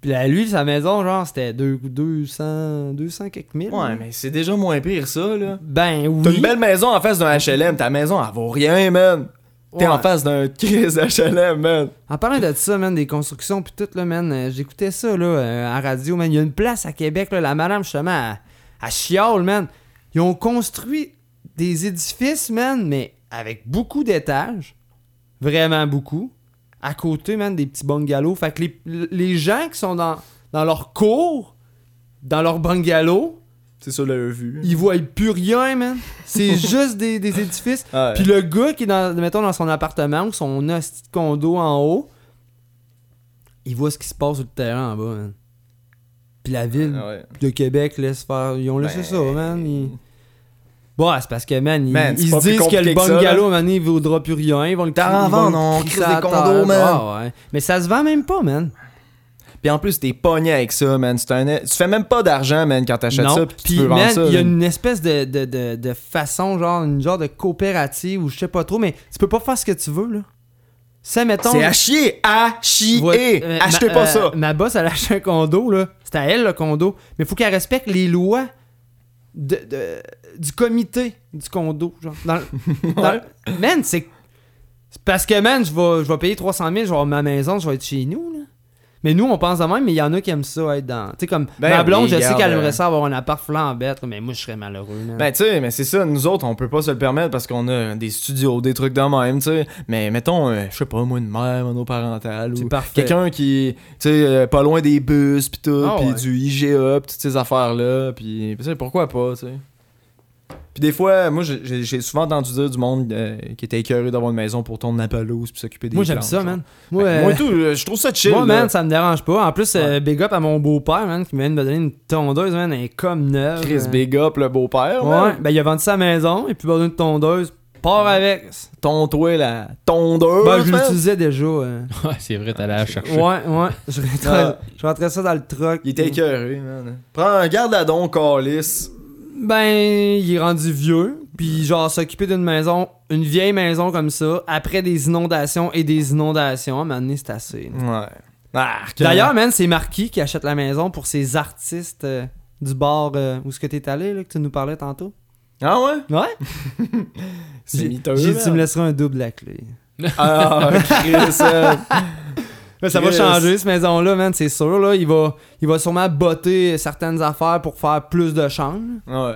Speaker 2: Puis là, lui, sa maison, genre, c'était deux- 200, 200 quelques mille. là.
Speaker 3: Ouais, mais c'est déjà moins pire, ça, là.
Speaker 2: Ben oui.
Speaker 3: T'as une belle maison en face d'un HLM, ta maison, elle vaut rien, man. T'es
Speaker 2: Ouais.
Speaker 3: en face d'un crise HLM, man.
Speaker 2: En parlant de ça, man, des constructions puis tout, là, man, euh, j'écoutais ça, là, euh, à radio, man. Il y a une place à Québec, là, la madame, justement, à, à Chiole, man. Ils ont construit des édifices, man, mais avec beaucoup d'étages. Vraiment beaucoup. À côté, man, des petits bungalows. Fait que les, les gens qui sont dans, dans leur cour, dans leur bungalow,
Speaker 3: C'est ça,
Speaker 2: E
Speaker 3: le vu.
Speaker 2: ils voient plus rien, man. C'est juste des, des édifices.
Speaker 3: Ouais.
Speaker 2: Puis le gars qui est dans, mettons, dans son appartement ou son hostie de condo en haut, il voit ce qui se passe sur le terrain en bas, man. Puis la ville
Speaker 3: Ah, Ouais.
Speaker 2: de Québec laisse faire. Ils ont laissé
Speaker 3: Ben,
Speaker 2: ça, man. Ils- Bon, ah, c'est parce que, man, ils,
Speaker 3: Man, c'est
Speaker 2: ils
Speaker 3: pas
Speaker 2: se
Speaker 3: plus
Speaker 2: disent que le
Speaker 3: compliqué que ça,
Speaker 2: bungalow, man, il vaudra plus rien. Ils vont le
Speaker 3: T'as en
Speaker 2: ils vont le
Speaker 3: vendre, on
Speaker 2: crisser
Speaker 3: crisse
Speaker 2: à
Speaker 3: des
Speaker 2: terre.
Speaker 3: condos, man.
Speaker 2: Ah, ouais. Mais ça se vend même pas, man.
Speaker 3: Puis en plus, t'es pogné avec ça, man. C'est un... Tu fais même pas d'argent, man, quand t'achètes
Speaker 2: Non.
Speaker 3: ça. Puis tu
Speaker 2: Puis,
Speaker 3: peux vendre
Speaker 2: man,
Speaker 3: ça.
Speaker 2: il y a
Speaker 3: man.
Speaker 2: une espèce de, de, de, de façon, genre, une genre de coopérative ou je sais pas trop, mais tu peux pas faire ce que tu veux, là. Ça, mettons.
Speaker 3: C'est à chier, à chier.
Speaker 2: Ouais, euh,
Speaker 3: E. Achetez
Speaker 2: ma-
Speaker 3: pas
Speaker 2: euh,
Speaker 3: ça.
Speaker 2: Ma boss, elle achète un condo, là. C'est à elle, le condo. Mais faut qu'elle respecte les lois de, de- du comité du condo. Genre. Dans- dans- man, c'est. c'est Parce que, man, je vais, je vais payer 300 000, je vais avoir ma maison, je vais être chez nous, là. Mais nous, on pense de même, mais il y en a qui aiment ça être dans. Tu sais, comme
Speaker 3: Ben
Speaker 2: ma blonde,
Speaker 3: oui,
Speaker 2: je sais
Speaker 3: regarde,
Speaker 2: qu'elle aimerait
Speaker 3: euh,
Speaker 2: ça avoir un appart flambette, mais moi, je serais malheureux, man.
Speaker 3: Ben, tu sais, mais c'est ça, nous autres, on peut pas se le permettre parce qu'on a des studios, des trucs dans même, tu sais. Mais mettons, euh, je sais pas, moi, une mère monoparentale
Speaker 2: C'est
Speaker 3: ou
Speaker 2: parfait.
Speaker 3: quelqu'un qui, tu sais, euh, pas loin des bus, pis tout,
Speaker 2: Ah
Speaker 3: pis
Speaker 2: ouais.
Speaker 3: du IGA, pis toutes ces affaires-là, pis, tu sais, pourquoi pas, tu sais. Pis des fois, moi, j'ai- j'ai j'ai souvent entendu dire du monde euh, qui était écœuré d'avoir une maison pour tourner la pelouse pis s'occuper des
Speaker 2: moi, j'aime
Speaker 3: plantes,
Speaker 2: ça,
Speaker 3: genre.
Speaker 2: man.
Speaker 3: Fait
Speaker 2: Moi,
Speaker 3: que
Speaker 2: euh,
Speaker 3: Moi, et tout, euh, je trouve ça chill.
Speaker 2: Moi,
Speaker 3: là.
Speaker 2: man, ça me dérange pas. En plus, euh, big up à mon beau-père, man, qui vient de me donner une tondeuse, man, elle est comme neuve.
Speaker 3: Chris
Speaker 2: Euh,
Speaker 3: Big Up, le beau-père,
Speaker 2: Ouais, ben il a vendu sa maison et puis il m'a donné une tondeuse. Part avec.
Speaker 3: Ton-toi la tondeuse.
Speaker 2: Ben, je
Speaker 3: man.
Speaker 2: l'utilisais déjà. euh.
Speaker 4: Ouais, c'est vrai, t'allais la chercher.
Speaker 2: Ouais, ouais. Je rentrais,
Speaker 3: Ah.
Speaker 2: je rentrais ça dans le truck.
Speaker 3: Il était écœuré, man. Prends, garde la don, Carlis.
Speaker 2: Ben, il est rendu vieux. Puis, genre, s'occuper d'une maison, une vieille maison comme ça, après des inondations et des inondations, à un moment donné, c'est assez. là.
Speaker 3: Ouais. Ah, que-
Speaker 2: D'ailleurs, man, c'est Marquis qui achète la maison pour ses artistes euh, du bar euh, où est-ce que t'es allé, là, que tu nous parlais tantôt.
Speaker 3: Ah ouais?
Speaker 2: Ouais?
Speaker 3: C'est
Speaker 2: J'ai-
Speaker 3: miteux.
Speaker 2: J'ai dit,
Speaker 3: man.
Speaker 2: tu me laisseras un double la clé.
Speaker 3: Ah, Chris. euh,
Speaker 2: Mais ça va
Speaker 3: Yes.
Speaker 2: changer, cette maison-là, man, c'est sûr. Là. Il, va, il va sûrement botter certaines affaires pour faire plus de chambres.
Speaker 3: ouais.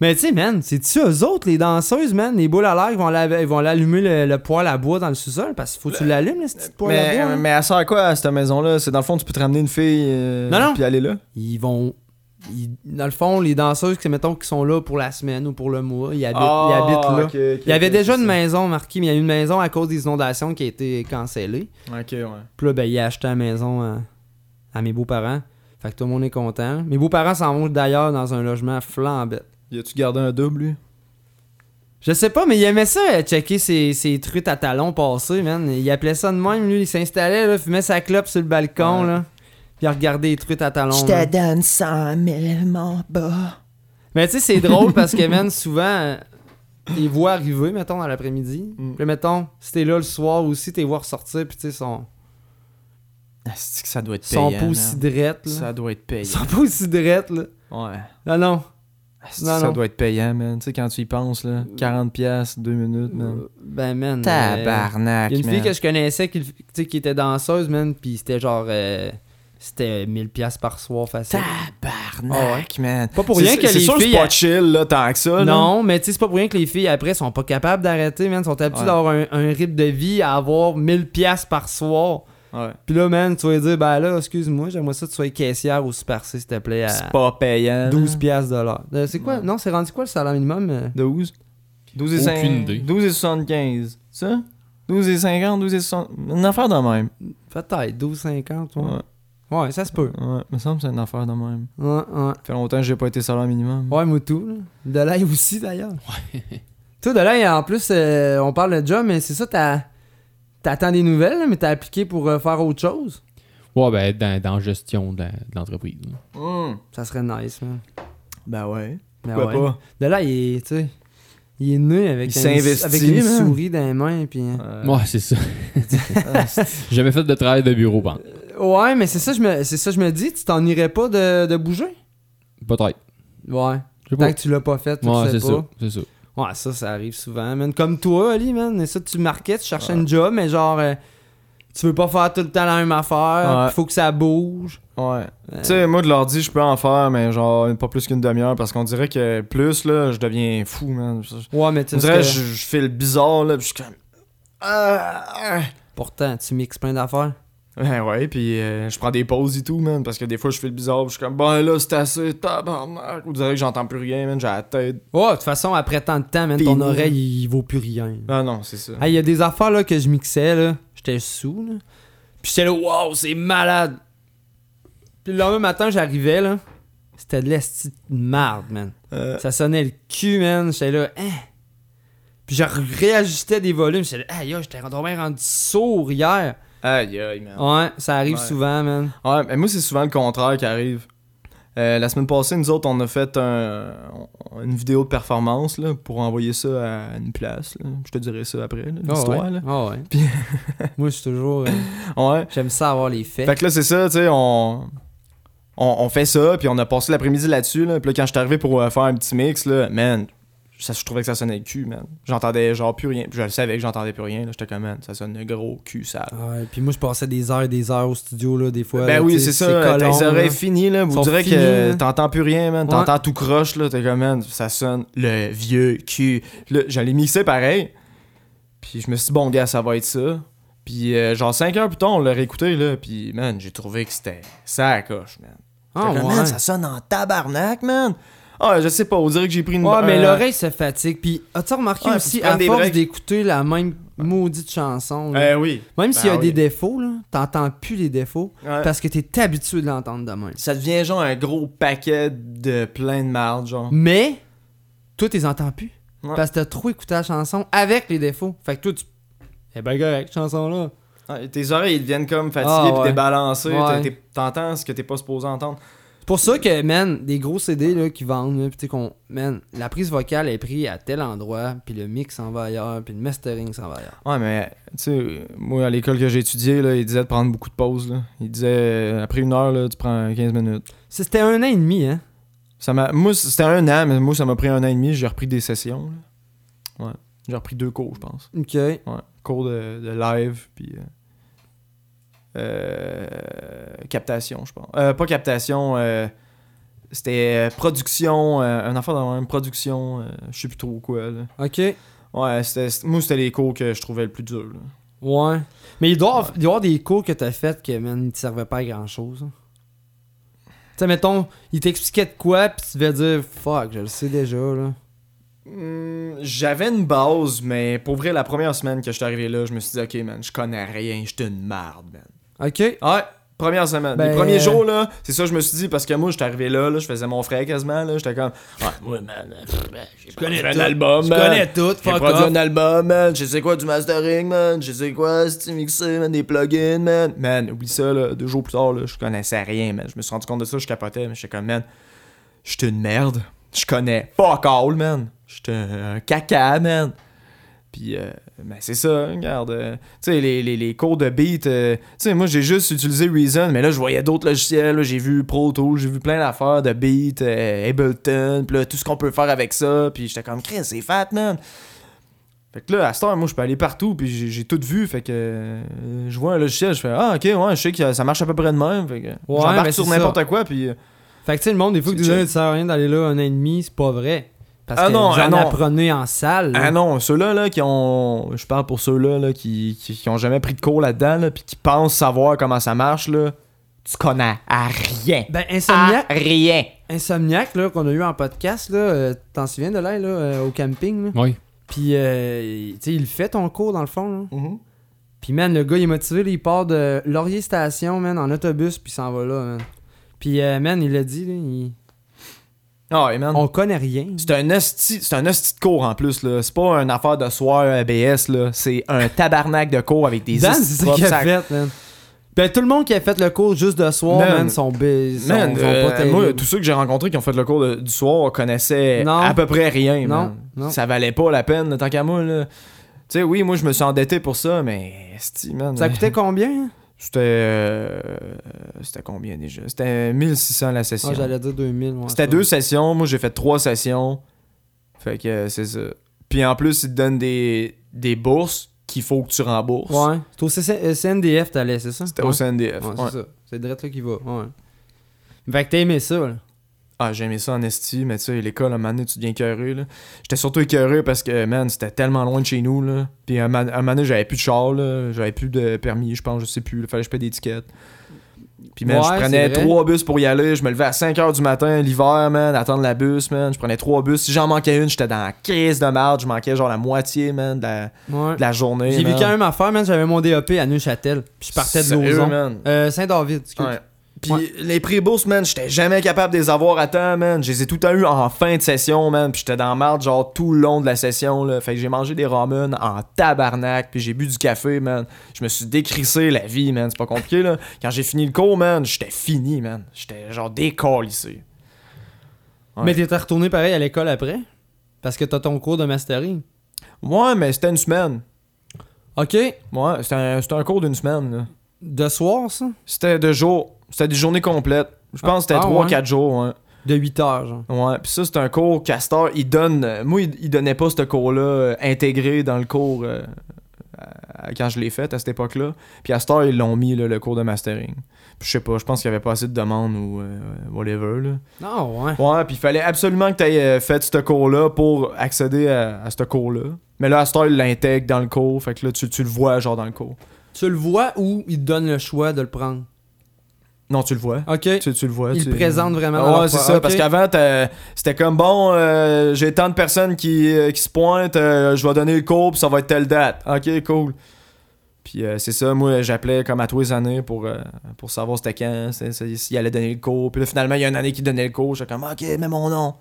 Speaker 2: Mais tu sais, man, c'est-tu eux autres, les danseuses, man, les boules à l'air, ils vont la- ils vont l'allumer le, le poêle à bois dans le sous-sol parce qu'il faut que tu l'allumes, le petit poêle à
Speaker 3: Mais, euh,
Speaker 2: bois. là.
Speaker 3: mais elle sert à quoi, cette maison-là? C'est dans le fond, tu peux te ramener une fille. euh,
Speaker 2: Non, non.
Speaker 3: Puis aller là?
Speaker 2: Ils vont. ils- dans le fond, les danseuses, qui, mettons, qui sont là pour la semaine ou pour le mois, ils habitent, ils
Speaker 3: Ah,
Speaker 2: habitent là.
Speaker 3: ok, ok,
Speaker 2: il y avait
Speaker 3: ok,
Speaker 2: déjà
Speaker 3: c'est
Speaker 2: une maison, Marquis, mais il y a eu une maison à cause des inondations qui a été cancellée.
Speaker 3: ça. Ok, ouais.
Speaker 2: Puis là, ben, il a acheté la maison à, à mes beaux-parents. Fait que tout le monde est content. Mes beaux-parents s'en vont d'ailleurs dans un logement flambette.
Speaker 3: Y a-tu gardé un double, lui?
Speaker 2: Je sais pas, mais il aimait ça, euh, checker ses, ses truites à talons passés, man. Il appelait ça de même, lui. Il s'installait, là, fumait sa clope sur le balcon,
Speaker 3: Ouais.
Speaker 2: là. Puis il regardait les truites à talons. là.
Speaker 3: donne
Speaker 2: Ah,
Speaker 3: 100 000 mon bas.
Speaker 2: Mais tu sais, c'est drôle parce que, man, souvent, euh, ils voient arriver, mettons, dans l'après-midi.
Speaker 3: Mm.
Speaker 2: Puis là, mettons, si t'es là le soir aussi, t'es voir sortir, puis tu sais, son,
Speaker 3: C'est que ça doit être
Speaker 2: son
Speaker 3: payant.
Speaker 2: peau
Speaker 3: man.
Speaker 2: si drette, là.
Speaker 3: Ça doit être payant.
Speaker 2: Son peau si drette, là.
Speaker 3: Ouais.
Speaker 2: Non, non.
Speaker 3: Asti que
Speaker 2: Non,
Speaker 3: Ça
Speaker 2: non.
Speaker 3: doit être payant, man. Tu sais, quand tu y penses, là, 40 piastres, 2 minutes, man.
Speaker 2: Euh, Ben, man. euh,
Speaker 3: Tabarnak,
Speaker 2: Il y a une fille
Speaker 3: man.
Speaker 2: que je connaissais qui, tu sais, qui était danseuse, man, puis c'était genre. euh, c'était 1000$ piastres par soir facile.
Speaker 3: Tabarnak, man.
Speaker 2: Pas pour
Speaker 3: C'est-
Speaker 2: rien que
Speaker 3: C'est
Speaker 2: les
Speaker 3: sûr que c'est
Speaker 2: filles-
Speaker 3: pas chill, là, tant que ça. là.
Speaker 2: Euh, non, mais tu sais, c'est pas pour rien que les filles après sont pas capables d'arrêter, man. Sont habituées
Speaker 3: Ouais.
Speaker 2: d'avoir un, un rythme de vie à avoir 1000$ piastres par soir.
Speaker 3: Ouais.
Speaker 2: Puis là, man, tu vas lui dire, ben là, excuse-moi, j'aimerais ça que tu sois caissière au Super C, s'il te
Speaker 4: Euh,
Speaker 2: plaît,
Speaker 3: C'est
Speaker 2: à
Speaker 3: pas payant.
Speaker 2: 12 piastres de l'heure. Euh, C'est quoi?
Speaker 3: Ouais.
Speaker 2: Non, c'est rendu quoi le salaire minimum? euh?
Speaker 3: 12. 12 et cinq-
Speaker 4: Aucune idée.
Speaker 3: 12 et 75. Ça? 12 et 50, 12 et 60. Une affaire de même.
Speaker 2: Peut-être 12,50, ouais.
Speaker 3: Ouais.
Speaker 2: ouais. ça se peut.
Speaker 3: Ouais, me semble que c'est une affaire de même.
Speaker 2: Ouais, ouais.
Speaker 3: Ça fait longtemps que j'ai pas été salaire minimum.
Speaker 2: Ouais, Moutou, là. Delaye aussi, d'ailleurs. Ouais. Toi, Delaye, en plus, euh, on parle de job, mais c'est ça, t'as... T'attends des nouvelles, là, mais t'as appliqué pour euh, faire autre chose.
Speaker 4: Ouais, ben, être dans, dans la gestion de la- de l'entreprise. là.
Speaker 3: Hmm.
Speaker 2: Ça serait nice, man.
Speaker 3: Ben ouais.
Speaker 2: Ben
Speaker 3: Pourquoi
Speaker 2: ouais.
Speaker 3: pas?
Speaker 2: Delaye, il est, tu sais, il est né avec,
Speaker 3: Il
Speaker 2: un-
Speaker 3: s'investit,
Speaker 2: avec une
Speaker 3: man.
Speaker 2: souris dans les mains, puis... euh,
Speaker 3: Euh,
Speaker 4: Ouais, c'est ça.
Speaker 3: Ah,
Speaker 4: J'ai jamais fait de travail de bureau, ben.
Speaker 2: Ouais, mais c'est ça, je me, c'est ça, je me dis, tu t'en irais pas de, de bouger?
Speaker 4: Peut-être.
Speaker 2: Ouais.
Speaker 4: Je sais
Speaker 2: Tant
Speaker 4: pas.
Speaker 2: que tu l'as pas fait, tu
Speaker 4: Ouais,
Speaker 2: le
Speaker 4: c'est
Speaker 2: sais pas.
Speaker 4: ça. C'est ça.
Speaker 2: Ouais, ça, ça arrive souvent, man. Comme toi, Ali, man. Et ça, tu marquais, tu cherchais une job, mais genre, euh, tu veux pas faire tout le temps la même affaire.
Speaker 3: Ouais.
Speaker 2: Il faut que ça bouge.
Speaker 3: Ouais.
Speaker 4: Euh.
Speaker 3: Tu sais, moi de l'ordi, je peux en faire, mais genre pas plus qu'une demi-heure parce qu'on dirait que plus, là, je deviens fou, man. Je- je-
Speaker 2: Ouais, mais
Speaker 3: On
Speaker 2: tu
Speaker 3: dirait
Speaker 2: sais,
Speaker 3: que je, je fais le bizarre, là, puis je suis comme. Ah, ah.
Speaker 2: pourtant, tu mixes plein d'affaires.
Speaker 3: Ouais, ouais, puis euh, je prends des pauses et tout, man, parce que des fois, je fais le bizarre, puis je suis comme, ben là, c'est assez, tabarnak. On dirait que j'entends plus rien, man, j'ai la tête.
Speaker 2: Ouais, de toute façon, après tant de temps, man, ton
Speaker 3: Pénible.
Speaker 2: oreille, il vaut plus rien.
Speaker 3: Ah non, c'est ça.
Speaker 2: Hey, il y a des affaires, là, que je mixais, là. J'étais sous, là. Puis j'étais là, wow, c'est malade. Puis le lendemain matin, j'arrivais, là. C'était de l'esti de marde, man.
Speaker 3: Euh,
Speaker 2: Ça sonnait le cul, man. J'étais là, hein. Puis je réajustais des volumes. J'étais là, aïe, aïe, j'étais rendu, bien rendu sourd hier.
Speaker 3: aïe, aïe, man.
Speaker 2: Ouais, ça arrive
Speaker 3: Ouais.
Speaker 2: souvent, man.
Speaker 3: Ouais, mais moi, c'est souvent le contraire qui arrive. Euh, la semaine passée, nous autres, on a fait un- on- une vidéo de performance là, pour envoyer ça à une place. là. Je te dirai ça après, là, l'histoire.
Speaker 2: ouais.
Speaker 3: là.
Speaker 2: Ah ouais.
Speaker 3: Puis-
Speaker 2: Moi, je suis toujours. euh,
Speaker 3: Ouais.
Speaker 2: J'aime ça avoir les faits.
Speaker 3: Fait que là, c'est ça, tu sais, on... on. on fait ça, puis on a passé l'après-midi là-dessus. Là. Puis là, quand je suis arrivé pour euh, faire un petit mix, là, man, ça, je trouvais que ça sonnait le cul, man. J'entendais genre plus rien. Puis je le savais que j'entendais plus rien. là. J'étais comme, man, ça sonne le gros cul, ça.
Speaker 2: Ouais, puis moi, je passais des heures et des heures au studio, là, des fois.
Speaker 3: ben
Speaker 2: là,
Speaker 3: oui,
Speaker 2: tu
Speaker 3: c'est
Speaker 2: sais,
Speaker 3: ça.
Speaker 2: colons,
Speaker 3: Tes
Speaker 2: là.
Speaker 3: oreilles finies, là. Vous
Speaker 2: Sont
Speaker 3: direz
Speaker 2: finies,
Speaker 3: que
Speaker 2: là.
Speaker 3: t'entends plus rien, man.
Speaker 2: Ouais.
Speaker 3: T'entends tout croche, là. T'es comme, man, ça sonne le vieux cul. Là, j'allais mixer pareil. Puis je me suis dit, bon, gars, ça va être ça. Puis euh, genre 5 heures plus tard, on l'a réécouté, là. Puis, man, j'ai trouvé que c'était ça à coche, man.
Speaker 2: Ah,
Speaker 3: J'étais comme,
Speaker 2: ouais.
Speaker 3: man, ça sonne en tabarnak, man. Ah, je sais pas, on dirait que j'ai pris une.
Speaker 2: Ouais, mais
Speaker 3: euh,
Speaker 2: l'oreille se fatigue. Puis, as-tu remarqué
Speaker 3: Ouais, faut
Speaker 2: aussi,
Speaker 3: prendre
Speaker 2: à
Speaker 3: des
Speaker 2: force
Speaker 3: breaks.
Speaker 2: d'écouter la même maudite chanson, là,
Speaker 3: Euh, oui.
Speaker 2: même s'il y a
Speaker 3: ben
Speaker 2: des
Speaker 3: oui.
Speaker 2: défauts, là, t'entends plus les défauts
Speaker 3: Ouais.
Speaker 2: parce que t'es habitué de l'entendre de même.
Speaker 3: Ça devient genre un gros paquet de plein de marde, genre.
Speaker 2: Mais, toi, t'es entends plus.
Speaker 3: Ouais.
Speaker 2: Parce que t'as trop écouté la chanson avec les défauts. Fait que toi, tu. Eh ben, gars, avec cette chanson-là.
Speaker 3: Ouais, Tes oreilles ils deviennent comme
Speaker 2: Ah,
Speaker 3: fatiguées puis
Speaker 2: ouais.
Speaker 3: débalancées.
Speaker 2: Ouais.
Speaker 3: T'es- t'es- T'entends ce que t'es pas supposé entendre.
Speaker 2: C'est pour ça que, man, des gros CD là, qui vendent, là, pis t'sais qu'on. Man, la prise vocale est prise à tel endroit, puis le mix s'en va ailleurs, puis le mastering s'en va ailleurs.
Speaker 3: Ouais, mais tu sais, moi à l'école que j'ai étudié, là, ils disaient de prendre beaucoup de pauses. Là. Ils disaient euh, après une heure, là, tu prends 15 minutes.
Speaker 2: Ça, C'était un an et demi, hein.
Speaker 3: Ça m'a, moi c- c'était un an, mais moi ça m'a pris un an et demi. J'ai repris des sessions. là. Ouais, j'ai repris deux cours, je pense.
Speaker 2: Ok.
Speaker 3: Ouais, cours de, de live puis euh, euh, captation, je pense. Euh, pas captation. euh, c'était euh, production, euh, un enfant dans la même production, euh, je sais plus trop quoi. Là.
Speaker 2: Ok.
Speaker 3: Ouais, c'était, c'était- moi, c'était les cours que je trouvais le plus dur. là.
Speaker 2: Ouais. Mais il doit y avoir- il doit y avoir des cours que t'as fait que, man, ils te servaient pas à grand chose. Tu sais, mettons, ils t'expliquaient de quoi, puis tu devais dire, fuck, je le sais déjà, là.
Speaker 3: Hmm, J'avais une base, mais pour vrai, la première semaine que je suis arrivé là, je me suis dit, OK, man, je connais rien, je suis une marde, man.
Speaker 2: Ok.
Speaker 3: Ouais, première semaine.
Speaker 2: Ben,
Speaker 3: Les premiers
Speaker 2: euh,
Speaker 3: jours, là, c'est ça, je me suis dit, parce que moi, je suis arrivé là, là, je faisais mon frère quasiment, là, j'étais comme, ouais, ouais, man, euh, pff, ben, j'ai produit
Speaker 2: tout.
Speaker 3: un album,
Speaker 2: Je
Speaker 3: man.
Speaker 2: connais tout,
Speaker 3: J'ai
Speaker 2: fuck
Speaker 3: produit
Speaker 2: off.
Speaker 3: un album, man. Je sais quoi du mastering, man. Je sais quoi, c'est mixé, man. Des plugins, man. Man, oublie ça, là. Deux jours plus tard, là, je connaissais rien, man. Je me suis rendu compte de ça, je capotais, mais j'étais comme, man, j'étais une merde. Je connais fuck all, man. J'étais un caca, man. Puis, euh, ben, c'est ça, regarde. euh, tu sais, les, les, les cours de beat, euh, tu sais, moi, j'ai juste utilisé Reason, mais là, je voyais d'autres logiciels. là. J'ai vu Pro Tools, j'ai vu plein d'affaires de beat, euh, Ableton, puis là, tout ce qu'on peut faire avec ça. Puis, j'étais comme, Chris, c'est fat, man. Fait que là, à cette heure, moi, je peux aller partout, puis j'ai, j'ai tout vu. Fait que euh, je vois un logiciel, je fais, ah, ok, ouais, je sais que ça marche à peu près de même. Fait que j'embarque
Speaker 2: mais
Speaker 3: sur
Speaker 2: c'est
Speaker 3: n'importe quoi, puis. euh,
Speaker 2: Fait que, tu sais, le monde, des fois,
Speaker 3: C'est
Speaker 2: que tu dis,
Speaker 3: chill.
Speaker 2: ça sert à rien d'aller là un an et demi, c'est pas vrai. Parce
Speaker 3: Ah
Speaker 2: que
Speaker 3: non,
Speaker 2: vous
Speaker 3: ah
Speaker 2: en
Speaker 3: non.
Speaker 2: apprenez en salle. là.
Speaker 3: Ah non, ceux-là là, qui ont. Je parle pour ceux-là là, qui, qui, qui ont jamais pris de cours là-dedans, là, puis qui pensent savoir comment ça marche, là. Tu connais à rien.
Speaker 2: Ben,
Speaker 3: À
Speaker 2: Insomniac,
Speaker 3: rien.
Speaker 2: Insomniac, là, qu'on a eu en podcast, là, euh, t'en souviens de l'air, là, euh, au camping, là?
Speaker 4: Oui.
Speaker 2: Puis, euh, tu sais, il fait ton cours, dans le fond, là. Puis, man, le gars, il est motivé, là, il part de Laurier Station, man, en autobus, puis il s'en va là, man. Puis, euh, man, il l'a dit, là, il-
Speaker 3: Ah ouais, man.
Speaker 2: on connaît rien.
Speaker 3: C'est un esti, c'est un esti de cours en plus là. C'est pas une affaire de soir ABS là. C'est un tabarnak de cours avec des
Speaker 2: Dan,
Speaker 3: esti
Speaker 2: c'est ça
Speaker 3: de profs
Speaker 2: qu'il a
Speaker 3: sac-
Speaker 2: fait, man. Ben, tout le monde qui a fait le cours juste de soir,
Speaker 3: Man.
Speaker 2: man, sont bi- sont-
Speaker 3: Man,
Speaker 2: sont
Speaker 3: euh,
Speaker 2: pas terribles.
Speaker 3: moi, tous ceux que j'ai rencontrés qui ont fait le cours de- du soir connaissaient
Speaker 2: Non.
Speaker 3: à peu près rien.
Speaker 2: Non,
Speaker 3: man.
Speaker 2: non.
Speaker 3: Ça valait pas la peine, tant qu'à moi. là. Tu sais, oui, moi, je me suis endetté pour ça, mais. esti, man,
Speaker 2: Ça coûtait combien? hein?
Speaker 3: C'était. euh, C'était combien déjà C'était 1600 la session.
Speaker 2: Ouais, j'allais dire 2000. ouais,
Speaker 3: C'était
Speaker 2: ça.
Speaker 3: deux sessions. Moi, j'ai fait trois sessions. Fait que euh, c'est ça. Puis en plus, ils te donnent des, des bourses qu'il faut que tu rembourses.
Speaker 2: Ouais. C'était au CC euh, CNDF, t'allais, c'est ça?
Speaker 3: C'était
Speaker 2: Ouais.
Speaker 3: au CNDF.
Speaker 2: Ouais,
Speaker 3: ouais.
Speaker 2: c'est ça. C'est direct là qui va. Ouais. Fait que t'as aimé ça, là.
Speaker 3: Ah, j'aimais ça en esti, mais tu sais, l'école, à un moment donné, tu deviens écœuré, là. J'étais surtout écœuré parce que, man, c'était tellement loin de chez nous, là. Puis à un ma- à un moment donné, j'avais plus de char, là. J'avais plus de permis, je pense, je sais plus. là. Fallait que je paie des tickets. Puis, man,
Speaker 2: Ouais,
Speaker 3: je
Speaker 2: c'est
Speaker 3: prenais
Speaker 2: vrai.
Speaker 3: trois bus pour y aller. Je me levais à 5h du matin, l'hiver, man, attendre la bus, man. Je prenais trois bus. Si j'en manquais une, j'étais dans la crise de marde. Je manquais genre la moitié, man, de la,
Speaker 2: Ouais.
Speaker 3: de la journée.
Speaker 2: J'ai vu
Speaker 3: man.
Speaker 2: quand même affaire, man. J'avais mon DAP à Neuchâtel. Puis je partais de
Speaker 3: Sérieux,
Speaker 2: Lauson.
Speaker 3: man.
Speaker 2: Euh, Saint-David, excuse.
Speaker 3: Ouais. Puis les prix bourses, man, j'étais jamais capable de les avoir à temps, man. Je les ai tout le temps eu en fin de session, man. Puis j'étais dans la marde, genre, tout le long de la session, là. Fait que j'ai mangé des ramen en tabarnak, puis j'ai bu du café, man. Je me suis décrissé la vie, man. C'est pas compliqué, là. Quand j'ai fini le cours, man, j'étais fini, man. J'étais genre ici. Ouais.
Speaker 2: Mais t'étais retourné pareil à l'école après? Parce que t'as ton cours de mastering.
Speaker 3: Ouais, mais c'était une semaine.
Speaker 2: OK.
Speaker 3: Ouais, c'était un, c'était un cours d'une semaine, là.
Speaker 2: De soir, ça?
Speaker 3: C'était de jours. C'était des journées complètes. Je pense que
Speaker 2: Ah,
Speaker 3: c'était
Speaker 2: ah,
Speaker 3: 3-4
Speaker 2: ouais.
Speaker 3: jours, ouais.
Speaker 2: De 8 heures, genre.
Speaker 3: Ouais, puis ça, c'est un cours Castor. Il donne. euh, Moi, il, il donnait pas ce cours-là euh, intégré dans le cours euh, à- à- quand je l'ai fait à cette époque-là. Puis à Star, ils l'ont mis, là, le cours de mastering. Puis je sais pas, je pense qu'il y avait pas assez de demandes ou euh, whatever. Là.
Speaker 2: Non, ouais.
Speaker 3: Ah, Ouais, puis il fallait absolument que tu aies fait ce cours-là pour accéder à, à ce cours-là. Mais là, à Star, il l'intègre dans le cours. Fait que là, tu, tu le vois, genre, dans le cours.
Speaker 2: Tu le vois ou il te donne le choix de le prendre?
Speaker 3: Non, tu le vois.
Speaker 2: OK.
Speaker 3: Tu, tu le vois.
Speaker 2: Il
Speaker 3: tu-
Speaker 2: le présente vraiment dans
Speaker 3: Ah ouais,
Speaker 2: leur
Speaker 3: c'est
Speaker 2: pro-
Speaker 3: ça,
Speaker 2: ok.
Speaker 3: parce qu'avant, t'as- c'était comme bon, euh, j'ai tant de personnes qui, euh, qui se pointent, euh, je vais donner le cours, puis ça va être telle date. Ok, cool. Puis euh, c'est ça, moi, j'appelais comme à tous les années pour, euh, pour savoir c'était quand, c'est- c'est- s'il allait donner le cours. Puis là, finalement, il y a une année qui donnait le cours, j'étais comme ok, mets mon nom.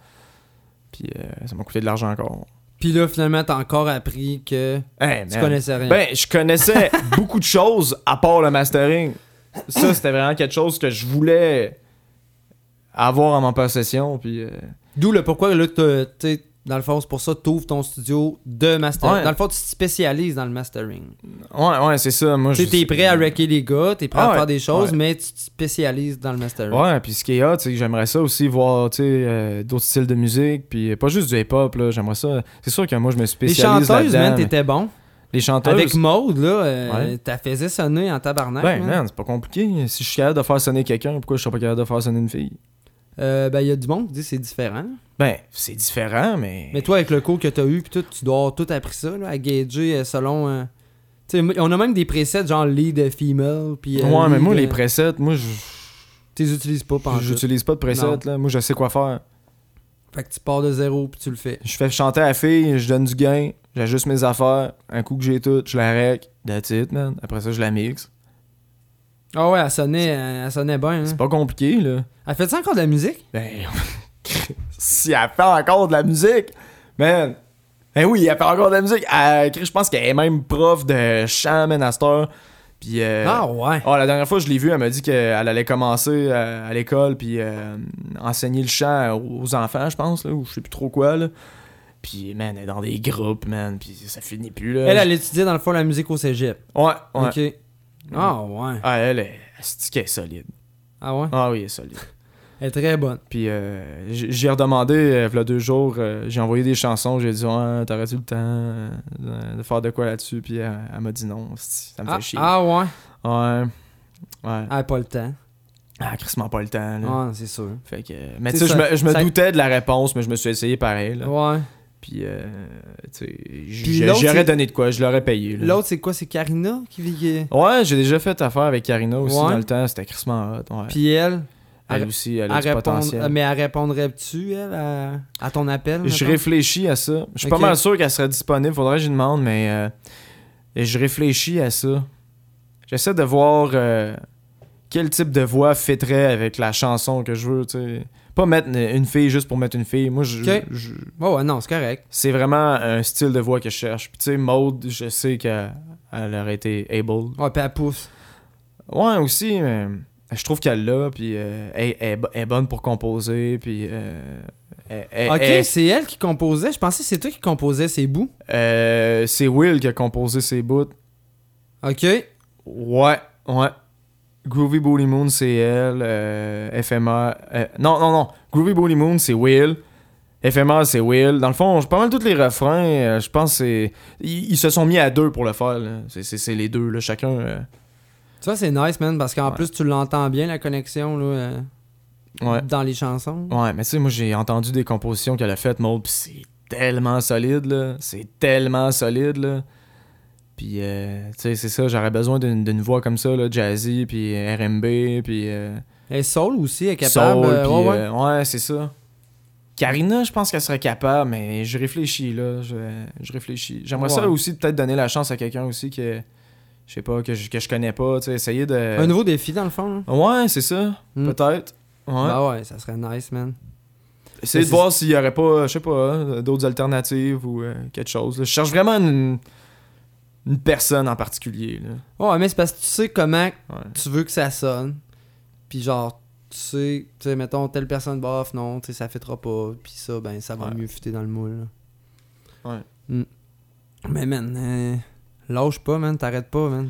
Speaker 3: Puis euh, ça m'a coûté de l'argent encore.
Speaker 2: Puis là, finalement, t'as encore appris que
Speaker 3: Hey,
Speaker 2: tu
Speaker 3: man.
Speaker 2: connaissais rien.
Speaker 3: Ben, je connaissais beaucoup de choses à part le mastering. Ça, c'était vraiment quelque chose que je voulais avoir en ma possession. Puis, euh,
Speaker 2: D'où le pourquoi, là, t'as- t'sais, dans le fond, c'est pour ça que t'ouvres ton studio de mastering.
Speaker 3: Ouais.
Speaker 2: Dans le fond, tu te spécialises dans le mastering.
Speaker 3: Ouais, ouais, c'est ça. Moi,
Speaker 2: Tu
Speaker 3: je-
Speaker 2: sais, t'es prêt à wrecker les gars, t'es prêt
Speaker 3: Ah
Speaker 2: à
Speaker 3: ouais,
Speaker 2: faire des choses,
Speaker 3: ouais.
Speaker 2: mais tu te spécialises dans le mastering.
Speaker 3: Ouais, puis ce qui est hot, c'est que j'aimerais ça aussi voir tu sais, euh, d'autres styles de musique, puis euh, pas juste du hip-hop, là. J'aimerais ça. C'est sûr que moi, je me
Speaker 2: Les
Speaker 3: spécialise
Speaker 2: chanteuses,
Speaker 3: là-dedans.
Speaker 2: man,
Speaker 3: mais-
Speaker 2: t'étais bon.
Speaker 3: Les chanteuses.
Speaker 2: Avec Maude, là, euh,
Speaker 3: Ouais.
Speaker 2: t'as faisais sonner en tabarnak.
Speaker 3: Ben,
Speaker 2: man.
Speaker 3: man, c'est pas compliqué. Si je suis capable de faire sonner quelqu'un, pourquoi je serais pas capable de faire sonner une fille?
Speaker 2: Euh, ben, il y a du monde qui dit que c'est différent.
Speaker 3: Ben, c'est différent, mais.
Speaker 2: Mais toi, avec le cours que t'as eu, pis tout, tu dois avoir tout appris ça, là, à gager euh, selon. euh, tu sais, on a même des presets genre lead female. Puis, euh,
Speaker 3: ouais, mais
Speaker 2: lead,
Speaker 3: moi, les
Speaker 2: euh,
Speaker 3: presets, moi, je-
Speaker 2: Tu les utilises pas pendant.
Speaker 3: j'utilise pas de
Speaker 2: Non.
Speaker 3: presets, là. Moi, je sais quoi faire.
Speaker 2: Fait que tu pars de zéro puis tu le fais.
Speaker 3: Je fais chanter à la fille, je donne du gain, j'ajuste mes affaires. Un coup que j'ai tout, je la rec. That's it, man. Après ça, je la mixe.
Speaker 2: Ah ouais, elle sonnait, elle sonnait bien.
Speaker 3: C'est
Speaker 2: Hein.
Speaker 3: pas compliqué, là.
Speaker 2: Elle fait ça encore de la musique?
Speaker 3: Ben, si elle fait encore de la musique, man. Ben oui, elle fait encore de la musique. Elle- je pense qu'elle est même prof de chant, man, à cette heure. Puis, euh,
Speaker 2: Ah ouais.
Speaker 3: oh, la dernière fois que je l'ai vue, elle m'a dit qu'elle allait commencer euh, à, l'école puis euh, enseigner le chant aux enfants, je pense, là, ou je sais plus trop quoi, là. Puis, man, elle est dans des groupes, man, puis ça finit plus, là.
Speaker 2: Elle, elle étudiait dans le fond la musique au cégep.
Speaker 3: Ouais, euh, ouais.
Speaker 2: Ok. Ah ouais.
Speaker 3: Ah, elle, est- c'est qu'elle est solide.
Speaker 2: Ah ouais.
Speaker 3: Ah oui, elle est solide.
Speaker 2: Elle est très bonne.
Speaker 3: Puis euh, j- j'ai redemandé, euh, il y a deux jours, euh, j'ai envoyé des chansons, j'ai dit, ouais, t'aurais-tu le temps euh, de- de faire de quoi là-dessus? Puis elle, elle m'a dit non, c'est- ça me
Speaker 2: Ah,
Speaker 3: fait chier.
Speaker 2: ah ouais.
Speaker 3: Ouais. Ouais.
Speaker 2: Elle a pas le temps.
Speaker 3: Ah, crissement pas le temps. Là.
Speaker 2: Ouais, c'est sûr.
Speaker 3: Fait que, mais
Speaker 2: C'est
Speaker 3: tu sais, je
Speaker 2: ça.
Speaker 3: me, je me
Speaker 2: Ça-
Speaker 3: doutais de la réponse, mais je me suis essayé pareil. Là.
Speaker 2: Ouais.
Speaker 3: Puis, euh, tu sais,
Speaker 2: Puis
Speaker 3: j-
Speaker 2: l'autre,
Speaker 3: j'aurais
Speaker 2: c'est-
Speaker 3: donné de quoi, je l'aurais payé. là.
Speaker 2: L'autre, c'est quoi C'est Karina qui vit.
Speaker 3: Ouais, j'ai déjà fait affaire avec Karina aussi
Speaker 2: Ouais.
Speaker 3: dans le temps, c'était crissement hot. ouais.
Speaker 2: Puis elle,
Speaker 3: elle
Speaker 2: elle-
Speaker 3: aussi, elle
Speaker 2: elle
Speaker 3: a du
Speaker 2: répond-
Speaker 3: potentiel.
Speaker 2: euh, mais elle répondrait-tu, elle, à, à ton appel
Speaker 3: Je
Speaker 2: mettons?
Speaker 3: réfléchis à ça. Je suis
Speaker 2: Ok.
Speaker 3: pas mal sûr qu'elle serait disponible. Faudrait que je lui demande, mais euh, je réfléchis à ça. J'essaie de voir euh, quel type de voix fitterait avec la chanson que je veux. tu sais. Pas mettre une- une fille juste pour mettre une fille. Moi, je-
Speaker 2: Ok.
Speaker 3: je-
Speaker 2: Oh, Ouais, ouais, non, c'est correct.
Speaker 3: c'est vraiment un style de voix que je cherche. Puis tu sais, Maude, je sais qu'elle elle aurait été able.
Speaker 2: Ouais, Oh, puis elle pousse.
Speaker 3: Ouais, aussi, mais je trouve qu'elle l'a. Puis euh, elle, elle est bo- elle est bonne pour composer. Puis euh, elle- elle-
Speaker 2: ok,
Speaker 3: elle-
Speaker 2: c'est elle qui composait. Je pensais que c'est toi qui composais ces bouts.
Speaker 3: euh, c'est Will qui a composé ses bouts.
Speaker 2: Ok.
Speaker 3: Ouais, ouais. Groovy Bully Moon, c'est elle. euh, FMR. euh, non, non, non. Groovy Bully Moon, c'est Will. FMR, c'est Will. Dans le fond, je- pas mal tous les refrains, euh, je pense, que c'est. Ils, ils se sont mis à deux pour le faire. là. C'est- C'est c'est les deux, là, chacun. euh,
Speaker 2: Ça, c'est nice, man, parce qu'en
Speaker 3: Ouais.
Speaker 2: plus, tu l'entends bien, la connexion, là, euh,
Speaker 3: Ouais.
Speaker 2: dans les chansons.
Speaker 3: Ouais, mais tu sais, moi, j'ai entendu des compositions qu'elle a faites, Maud, pis c'est tellement solide, là. C'est tellement solide, là. Puis, euh, tu sais, c'est ça, j'aurais besoin d'une d'une voix comme ça, là, jazzy, puis euh, R&B, puis... euh,
Speaker 2: Elle est soul aussi, elle est capable.
Speaker 3: Soul,
Speaker 2: euh,
Speaker 3: puis,
Speaker 2: ouais, ouais.
Speaker 3: euh, ouais, c'est ça. Karina, je pense qu'elle serait capable, mais je réfléchis, là. Je, je réfléchis. J'aimerais
Speaker 2: Ouais.
Speaker 3: ça aussi peut-être donner la chance à quelqu'un aussi que, je sais pas, que je, que je connais pas, tu sais, essayer de...
Speaker 2: Un nouveau défi, dans le fond. là.
Speaker 3: Ouais, c'est ça,
Speaker 2: Mm.
Speaker 3: peut-être. Ouais.
Speaker 2: Bah ouais, ça serait nice, man. Mais
Speaker 3: Essayer de
Speaker 2: c'est-
Speaker 3: voir s'il n'y aurait pas, je sais pas, euh, d'autres alternatives ou euh, quelque chose. là. Je cherche vraiment une, une personne en particulier. là.
Speaker 2: Ouais, mais c'est parce que tu sais comment
Speaker 3: Ouais.
Speaker 2: tu veux que ça sonne. Puis genre, tu sais, tu sais, mettons, telle personne, bof, non, tu sais, ça fêtera pas. Puis ça, ben, ça va
Speaker 3: Ouais.
Speaker 2: mieux fitter dans le moule. là.
Speaker 3: Ouais.
Speaker 2: Mm. Mais man, euh, lâche pas, man, t'arrêtes pas, man.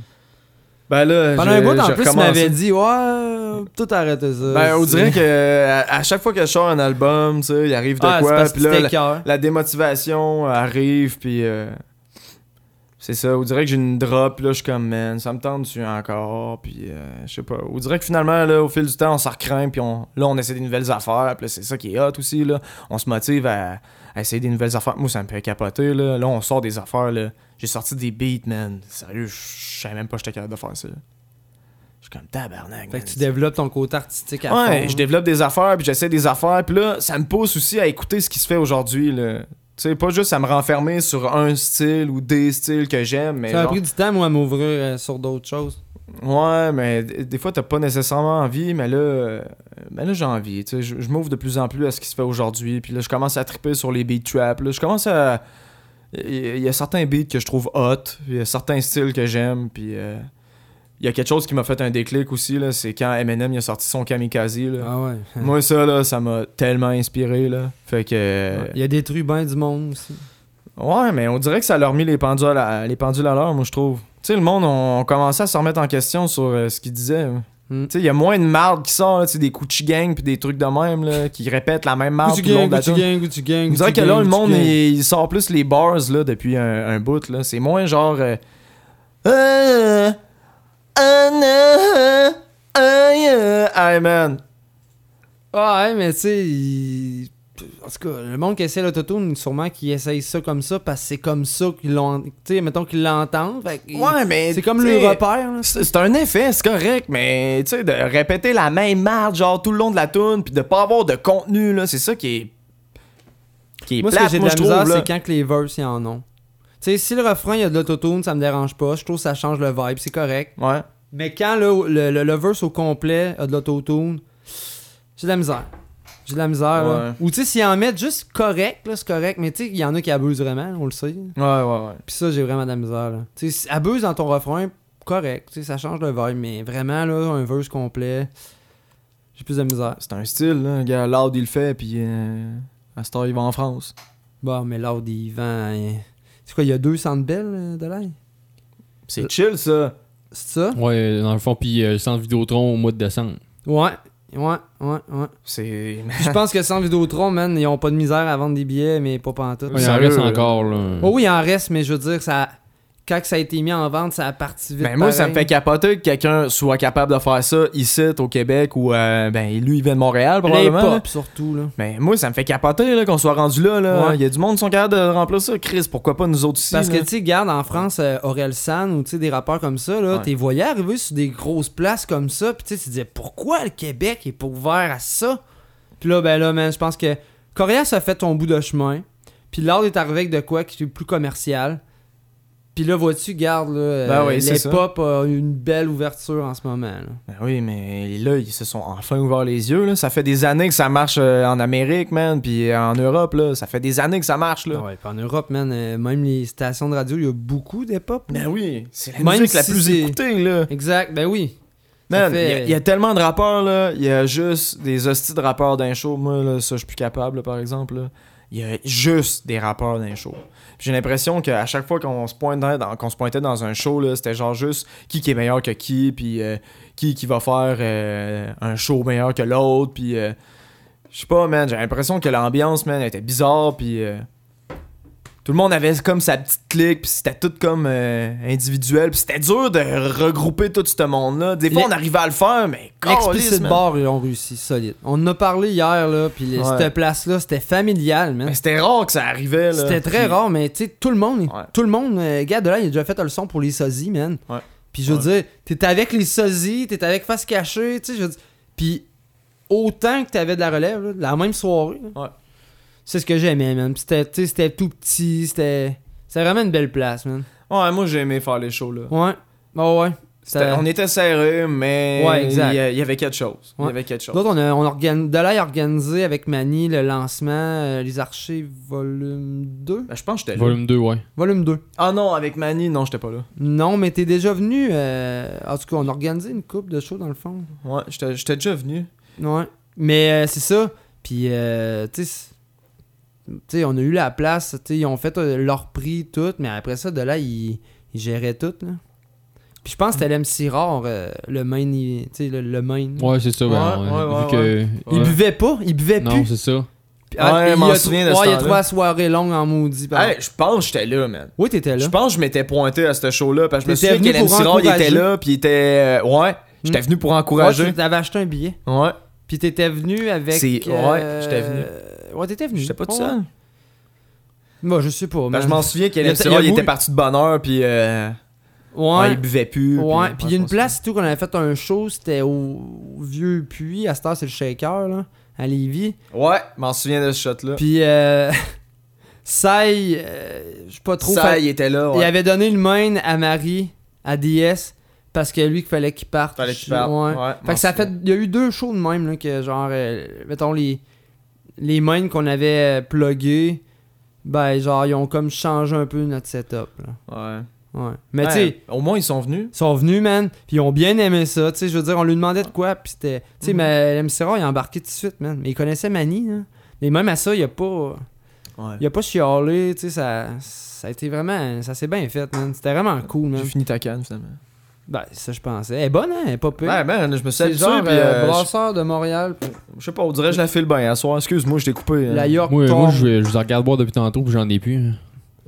Speaker 3: Ben là,
Speaker 2: Pendant
Speaker 3: je-
Speaker 2: un bout, en
Speaker 3: je
Speaker 2: plus, tu
Speaker 3: recommence
Speaker 2: m'avais
Speaker 3: ça.
Speaker 2: dit, ouais, euh, tout arrêter ça.
Speaker 3: Ben, on
Speaker 2: C'est-
Speaker 3: dirait que euh, à, à chaque fois que je sors un album, tu sais, il arrive de
Speaker 2: Ah, c'est
Speaker 3: quoi,
Speaker 2: parce que
Speaker 3: puis là, la,
Speaker 2: t'écœures.
Speaker 3: la démotivation euh, arrive, puis euh, c'est ça. On dirait que j'ai une drop, là, je suis comme, man, ça me tente dessus encore, puis euh, je sais pas. On dirait que finalement, là, au fil du temps, on s'en recraint, puis on, là, on essaie des nouvelles affaires, puis là, c'est ça qui est hot aussi, là. On se motive à, à essayer des nouvelles affaires. Moi, ça me fait capoter, là. Là, on sort des affaires, là. J'ai sorti des beats, man. Sérieux, je savais même pas que j'étais capable de faire ça. Je suis comme tabarnak.
Speaker 2: Fait
Speaker 3: man.
Speaker 2: que tu développes ton côté artistique à
Speaker 3: Ouais,
Speaker 2: fond.
Speaker 3: je développe des affaires, puis j'essaie des affaires, puis là, ça me pousse aussi à écouter ce qui se fait aujourd'hui. là. Tu sais, pas juste à me renfermer sur un style ou des styles que j'aime, mais.
Speaker 2: Ça m'a
Speaker 3: genre-
Speaker 2: pris du temps, moi, à m'ouvrir euh, sur d'autres choses.
Speaker 3: Ouais, mais d- des fois, t'as pas nécessairement envie, mais là, euh, mais là j'ai envie. Tu sais, je je m'ouvre de plus en plus à ce qui se fait aujourd'hui, puis là, je commence à triper sur les beat trap. là. Je commence à. Il y a certains beats que je trouve hot, il y a certains styles que j'aime, puis. euh, Il y a quelque chose qui m'a fait un déclic aussi, là, c'est quand Eminem il a sorti son Kamikaze. Là.
Speaker 2: Ah ouais.
Speaker 3: Moi, ça, là, ça m'a tellement inspiré, là. Fait que...
Speaker 2: Il y a détruit bien du monde aussi.
Speaker 3: Ouais, mais on dirait que ça leur mis les pendules à, la- les pendules à l'heure, moi, je trouve. Tu sais, le monde, on, on commençait à se remettre en question sur euh, ce qu'ils disaient. hein.
Speaker 2: Mm.
Speaker 3: Tu sais, il y a moins de marde qui sort, là, tu sais, des Gucci Gang puis des trucs de même, là, qui répètent la même marde
Speaker 2: Gucci
Speaker 3: tout le long
Speaker 2: gang,
Speaker 3: de la
Speaker 2: Gucci
Speaker 3: tune.
Speaker 2: gang, Gucci gang.
Speaker 3: On dirait
Speaker 2: Gucci
Speaker 3: que là,
Speaker 2: gang,
Speaker 3: le
Speaker 2: Gucci
Speaker 3: monde,
Speaker 2: gang.
Speaker 3: il, il sort plus les bars, là, depuis un, un bout, là. C'est moins genre... euh, Euh, euh, euh, euh, euh, hey, man.
Speaker 2: Ah, Ouais, mais tu sais, il- en tout cas, le monde qui essaie l'autotune, sûrement qu'ils essayent ça comme ça parce que c'est comme ça qu'ils l'ont. Tu sais, mettons qu'ils l'entendent. fait qu'ils-
Speaker 3: Ouais, mais...
Speaker 2: c'est comme
Speaker 3: tu
Speaker 2: le
Speaker 3: sais,
Speaker 2: repère. là.
Speaker 3: C'est c'est un effet, c'est correct, mais tu sais, de répéter la même marge genre tout le long de la tune, puis de pas avoir de contenu là, c'est ça qui est qui est
Speaker 2: Moi, ce que
Speaker 3: plate,
Speaker 2: j'ai de
Speaker 3: moi
Speaker 2: la
Speaker 3: je trouve
Speaker 2: misère,
Speaker 3: là.
Speaker 2: c'est quand que les verses, ils en ont. Tu sais, si le refrain, il y a de l'autotune, ça me dérange pas. Je trouve que ça change le vibe, c'est correct.
Speaker 3: Ouais.
Speaker 2: Mais quand le, le, le- le verse au complet a de l'autotune, j'ai de la misère. J'ai de la misère. là.
Speaker 3: Ouais.
Speaker 2: Ou tu sais, s'ils en mettent juste correct, là, c'est correct. Mais tu sais, il y en a qui abusent vraiment, on le sait.
Speaker 3: Ouais, ouais, ouais.
Speaker 2: Puis ça, j'ai vraiment de la misère. Là. Tu sais, si- abuse dans ton refrain, correct. Tu sais, ça change le vibe, mais vraiment, là, un verse complet, j'ai plus de misère.
Speaker 3: C'est un style, là. Le gars, Loud, il le fait, puis euh, à cette heure, il va en France.
Speaker 2: Bon, mais l'ordre, il vend. hein. C'est quoi, il y a 200 de belles euh, de l'ail
Speaker 3: C'est chill, ça.
Speaker 2: C'est ça
Speaker 4: Ouais, dans le fond, puis euh, le centre Vidéotron au mois de décembre.
Speaker 2: Ouais. Ouais, ouais, ouais.
Speaker 3: C'est.
Speaker 2: Puis je pense que sans Vidéotron, man, ils ont pas de misère à vendre des billets, mais pas pantoute.
Speaker 4: Ouais, il en
Speaker 3: Sérieux,
Speaker 4: reste
Speaker 3: là.
Speaker 4: encore, là.
Speaker 2: Oh oui, il en reste, mais je veux dire, ça. quand que ça a été mis en vente, ça a parti vite.
Speaker 3: Ben moi, ça me fait
Speaker 2: pareil.
Speaker 3: capoter que quelqu'un soit capable de faire ça ici, au Québec, ou euh, ben lui, il vient de Montréal,
Speaker 2: Les
Speaker 3: probablement. là.
Speaker 2: pop surtout, là.
Speaker 3: Mais moi, ça me fait capoter là, qu'on soit rendu là. là. Il
Speaker 2: Ouais.
Speaker 3: y a du monde qui sont capables de remplacer ça. Chris, pourquoi pas nous autres ici?
Speaker 2: Parce que,
Speaker 3: là?
Speaker 2: tu sais, garde en France, euh, Aurel San ou tu sais, des rappeurs comme ça, là,
Speaker 3: Ouais.
Speaker 2: t'es voyais arriver sur des grosses places comme ça, puis tu sais, tu disais pourquoi le Québec est pas ouvert à ça? Puis là, ben là, man, je pense que Corias a fait ton bout de chemin, puis l'art est arrivé avec de quoi qui est plus commercial. Puis là, vois-tu, garde, là, euh,
Speaker 3: Ben oui, c'est
Speaker 2: les
Speaker 3: ça.
Speaker 2: pop a une belle ouverture en ce moment. là.
Speaker 3: Ben oui, mais là, ils se sont enfin ouverts les yeux. Là. Ça fait des années que ça marche euh, en Amérique, man, puis euh, en Europe. Là. Ça fait des années que ça marche. Là.
Speaker 2: Ah ouais, puis en Europe, man, euh, même les stations de radio, il y a beaucoup des pop.
Speaker 3: Ben oui, c'est la
Speaker 2: Même
Speaker 3: musique la
Speaker 2: si
Speaker 3: plus
Speaker 2: c'est-
Speaker 3: écoutée. Là.
Speaker 2: Exact, ben oui. Ça
Speaker 3: Man, il
Speaker 2: fait-
Speaker 3: y a- il y, a tellement de rappeurs, là. Il y a juste des hosties de rappeurs d'un show. Moi, là, ça, je suis plus capable, là, par exemple. là. Il y a juste des rappeurs d'un show. Puis J'ai l'impression qu'à chaque fois qu'on se, pointait dans, qu'on se pointait dans un show, là, c'était genre juste qui, qui est meilleur que qui, puis euh, qui, qui va faire euh, un show meilleur que l'autre, puis... euh, je sais pas, man, j'ai l'impression que l'ambiance, man, était bizarre, puis... euh, tout le monde avait comme sa petite clique, puis c'était tout comme euh, individuel, puis c'était dur de regrouper tout ce monde-là. Des fois,
Speaker 2: Les-
Speaker 3: on arrivait à le faire, mais...
Speaker 2: Explicit
Speaker 3: câlisse, man.
Speaker 2: Bar, hein. ils ont réussi, solide. On en a parlé hier, là, puis les-
Speaker 3: Ouais.
Speaker 2: cette place-là, c'était familial, man.
Speaker 3: Mais c'était rare que ça arrivait, là.
Speaker 2: C'était très
Speaker 3: Puis-
Speaker 2: rare, mais tu sais, tout le monde,
Speaker 3: Ouais.
Speaker 2: tout le monde, euh, regarde, de là, il a déjà fait le son pour les sosies, man.
Speaker 3: Ouais.
Speaker 2: Puis je veux dire, t'es avec les sosies, t'es avec Face Cachée, tu sais, je veux dire. Puis autant que t'avais de la relève, là, la même soirée, là.
Speaker 3: Ouais.
Speaker 2: c'est ce que j'aimais, man. Puis c'était, tu sais, c'était tout petit, c'était. C'était vraiment une belle place, man.
Speaker 3: Ouais, moi, j'ai aimé faire les shows, là.
Speaker 2: Ouais. Ah ouais.
Speaker 3: C'était-
Speaker 2: Ça-
Speaker 3: On était serrés, mais
Speaker 2: Ouais,
Speaker 3: il
Speaker 2: exact.
Speaker 3: y a- il y, avait quelque chose. Il
Speaker 2: Ouais.
Speaker 3: y avait quelque chose.
Speaker 2: D'autres, on a, on organ- de là, il a organisé avec Mani le lancement euh, Les Archives volume 2.
Speaker 3: Ben, je pense que j'étais là.
Speaker 4: Volume 2, ouais.
Speaker 2: Volume 2.
Speaker 3: Ah non, avec Manny, non, j'étais pas là.
Speaker 2: Non, mais t'es déjà venu. euh, En tout cas, on a organisé une coupe de show dans le fond.
Speaker 3: Ouais, j'étais j'étais déjà venu.
Speaker 2: Ouais. Mais euh, c'est ça. Puis, euh, tu sais, c'est- tu sais, on a eu la place. tu sais, Ils ont fait euh, leur prix, tout. Mais après ça, de là, ils, ils géraient tout. Là. Puis je pense que c'était l'MC Rare, euh, le main. il- Tu sais, le, le main.
Speaker 4: Ouais, c'est ça. ben,
Speaker 3: Ouais,
Speaker 4: on-
Speaker 3: ouais,
Speaker 4: vu
Speaker 3: ouais,
Speaker 4: que-
Speaker 2: Il
Speaker 4: Ouais.
Speaker 2: buvait pas, il buvait
Speaker 4: Non,
Speaker 2: plus.
Speaker 4: c'est ça.
Speaker 2: Puis, ah,
Speaker 3: Ouais,
Speaker 2: il
Speaker 3: m'en
Speaker 2: a
Speaker 3: souviens de
Speaker 2: trois-
Speaker 3: ce
Speaker 2: ouais, il a
Speaker 3: temps-là.
Speaker 2: trois soirées longues en maudit. par-
Speaker 3: Hey, je pense que j'étais là, man.
Speaker 2: Oui, t'étais là.
Speaker 3: Je pense que je m'étais pointé à ce show-là parce que je me
Speaker 2: T'étais
Speaker 3: souviens
Speaker 2: venu
Speaker 3: qu'Hélène
Speaker 2: pour
Speaker 3: Sirard, il
Speaker 2: encourager. Hmm.
Speaker 3: était là, puis il était. euh, ouais, j'étais venu pour
Speaker 2: Ouais,
Speaker 3: encourager.
Speaker 2: tu t'avais acheté un billet.
Speaker 3: Ouais.
Speaker 2: Puis t'étais venu avec. euh,
Speaker 3: C'est- ouais, j'étais venu.
Speaker 2: Ouais, t'étais venu.
Speaker 3: J'étais pas tout
Speaker 2: Ouais.
Speaker 3: seul.
Speaker 2: Moi, je sais pas.
Speaker 3: Ben,
Speaker 2: man.
Speaker 3: je m'en souviens qu'Hélène
Speaker 2: Il y a-
Speaker 3: Sirard,
Speaker 2: il
Speaker 3: il
Speaker 2: y a
Speaker 3: était
Speaker 2: beaucoup-
Speaker 3: parti de bonne heure, puis euh, ah,
Speaker 2: Ouais.
Speaker 3: il buvait plus.
Speaker 2: Ouais, puis il y a
Speaker 3: je
Speaker 2: une
Speaker 3: pense
Speaker 2: place et tout qu'on avait fait un show, c'était au vieux puits, à cette heure c'est le shaker là, à Lévis.
Speaker 3: que- Ouais, m'en souviens de ce shot-là.
Speaker 2: Puis euh, Sai, euh, je suis pas trop
Speaker 3: Ça,
Speaker 2: fa-
Speaker 3: il était là.
Speaker 2: Il
Speaker 3: Ouais.
Speaker 2: avait donné le main à Marie, à DS, parce que lui qu'il fallait qu'il parte.
Speaker 3: Fallait qu'il parte,
Speaker 2: Ouais.
Speaker 3: ouais,
Speaker 2: fait
Speaker 3: m'en
Speaker 2: que ça a fait.
Speaker 3: souviens.
Speaker 2: Il y a eu deux shows de même, là, que genre, euh, mettons, les, les mains qu'on avait euh, pluggés, ben, genre, ils ont comme changé un peu notre setup, là.
Speaker 3: Ouais.
Speaker 2: Ouais. Mais
Speaker 3: Ouais,
Speaker 2: tu sais.
Speaker 3: Au moins, ils sont venus.
Speaker 2: Ils sont venus, man, puis ils ont bien aimé ça. Tu sais, je veux dire, on lui demandait de quoi, puis c'était. Tu sais, mais MC Rare, il a embarqué tout de suite, man. Mais il connaissait Manny, hein. Mais même à ça, il a pas.
Speaker 3: Ouais.
Speaker 2: Il a pas chialé, tu sais, ça. Ça a été vraiment. Ça s'est bien fait, man. C'était vraiment cool, man.
Speaker 3: J'ai fini ta canne, finalement.
Speaker 2: Ben, ça, je pensais. Elle est bonne, hein? Elle est pas pire.
Speaker 3: Ouais, man, je me suis
Speaker 2: c'est
Speaker 3: Ben, habitué,
Speaker 2: genre
Speaker 3: puis,
Speaker 2: euh,
Speaker 3: euh,
Speaker 2: brasseur de Montréal,
Speaker 3: je- Je sais pas, on dirait que je la file bien à soir. Excuse-moi, je t'ai coupé. hein.
Speaker 2: la York.
Speaker 4: Moi,
Speaker 2: Town.
Speaker 4: moi je, vais- je vous en regarde boire depuis tantôt, puis j'en ai plus.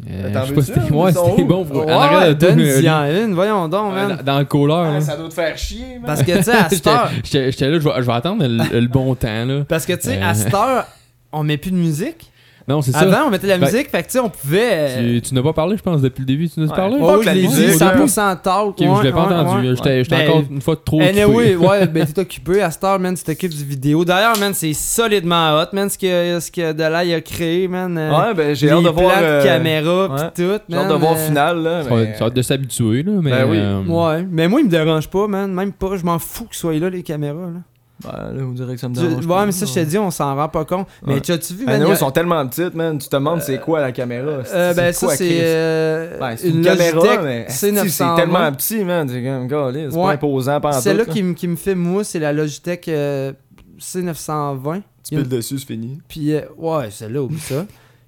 Speaker 4: Euh,
Speaker 3: t'en
Speaker 4: je
Speaker 3: veux-tu,
Speaker 4: sais pas si c'était
Speaker 3: hein?
Speaker 4: ouais,
Speaker 3: Ils sont
Speaker 4: c'était
Speaker 3: où?
Speaker 4: bon. pour- en
Speaker 2: Ouais,
Speaker 4: arrière de toi,
Speaker 2: donne-y
Speaker 4: euh,
Speaker 2: en une, voyons donc,
Speaker 4: euh,
Speaker 2: man.
Speaker 4: dans, dans le couleur.
Speaker 3: Ah,
Speaker 4: là.
Speaker 3: Ça doit te faire chier, man.
Speaker 2: Parce que, tu sais, à cette
Speaker 4: J'étais
Speaker 2: heure.
Speaker 4: j'étais- j'étais là, je vais- je vais attendre le, le bon temps. là.
Speaker 2: Parce que, tu sais,
Speaker 4: Euh.
Speaker 2: à cette heure, on met plus de musique.
Speaker 4: Non, c'est ça.
Speaker 2: Avant, on mettait de la
Speaker 4: Ben,
Speaker 2: musique, fait que, tu sais, on pouvait. euh,
Speaker 4: Tu, tu n'as pas parlé, je pense, depuis le début. Tu n'as
Speaker 3: Ouais.
Speaker 4: parlé?
Speaker 3: Oh,
Speaker 4: Ok,
Speaker 2: Oh, je
Speaker 3: la
Speaker 2: l'ai
Speaker 3: musique,
Speaker 2: dit,
Speaker 4: là.
Speaker 2: 100% talk.
Speaker 4: je
Speaker 2: ouais,
Speaker 4: l'ai pas
Speaker 2: ouais,
Speaker 4: entendu.
Speaker 2: ouais.
Speaker 4: J'étais j'étais
Speaker 2: Ben,
Speaker 4: encore une fois trop
Speaker 2: Anyway,
Speaker 4: occupé.
Speaker 2: ouais, ben t'es occupé à cette heure, man, tu t'occupes du vidéo. D'ailleurs, man, c'est solidement hot, man, ce que, ce que Delay a créé, man. euh,
Speaker 3: Ouais, ben, j'ai
Speaker 2: les
Speaker 3: hâte de voir.
Speaker 2: plans de
Speaker 3: euh,
Speaker 2: caméra, pis
Speaker 3: ouais.
Speaker 2: tout, man.
Speaker 3: J'ai hâte de voir
Speaker 2: euh,
Speaker 3: final, là.
Speaker 4: Ça va-
Speaker 3: mais-
Speaker 4: ça va être de s'habituer, là, mais...
Speaker 3: Ben oui.
Speaker 4: euh,
Speaker 2: Ouais, mais moi, il me dérange pas, man. Même pas, je m'en fous que soient là, les caméras, là.
Speaker 3: Ben, là, on dirait que ça me
Speaker 2: Tu-
Speaker 3: dérange.
Speaker 2: ouais,
Speaker 3: pas.
Speaker 2: mais ça, je t'ai dit, on s'en rend pas compte. Mais
Speaker 3: Ouais.
Speaker 2: tu as-tu vu,
Speaker 3: Ah
Speaker 2: man?
Speaker 3: non,
Speaker 2: y a-
Speaker 3: ils sont tellement petites, man. Tu te demandes c'est quoi la caméra. c'est-
Speaker 2: euh, ben,
Speaker 3: c'est
Speaker 2: ça,
Speaker 3: quoi, Chris?
Speaker 2: c'est euh,
Speaker 3: Ben, c'est
Speaker 2: une,
Speaker 3: une, caméra,
Speaker 2: Logitech
Speaker 3: mais asti, c'est
Speaker 2: C920.
Speaker 3: tellement petit, man. C'est comme, golly, c'est
Speaker 2: Ouais.
Speaker 3: pas imposant pendant
Speaker 2: Celle-là
Speaker 3: tout,
Speaker 2: qui, me- qui me fait moi, c'est la Logitech euh, C920.
Speaker 3: Tu piles dessus, c'est fini.
Speaker 2: Puis, euh, ouais, celle-là, oublie ça.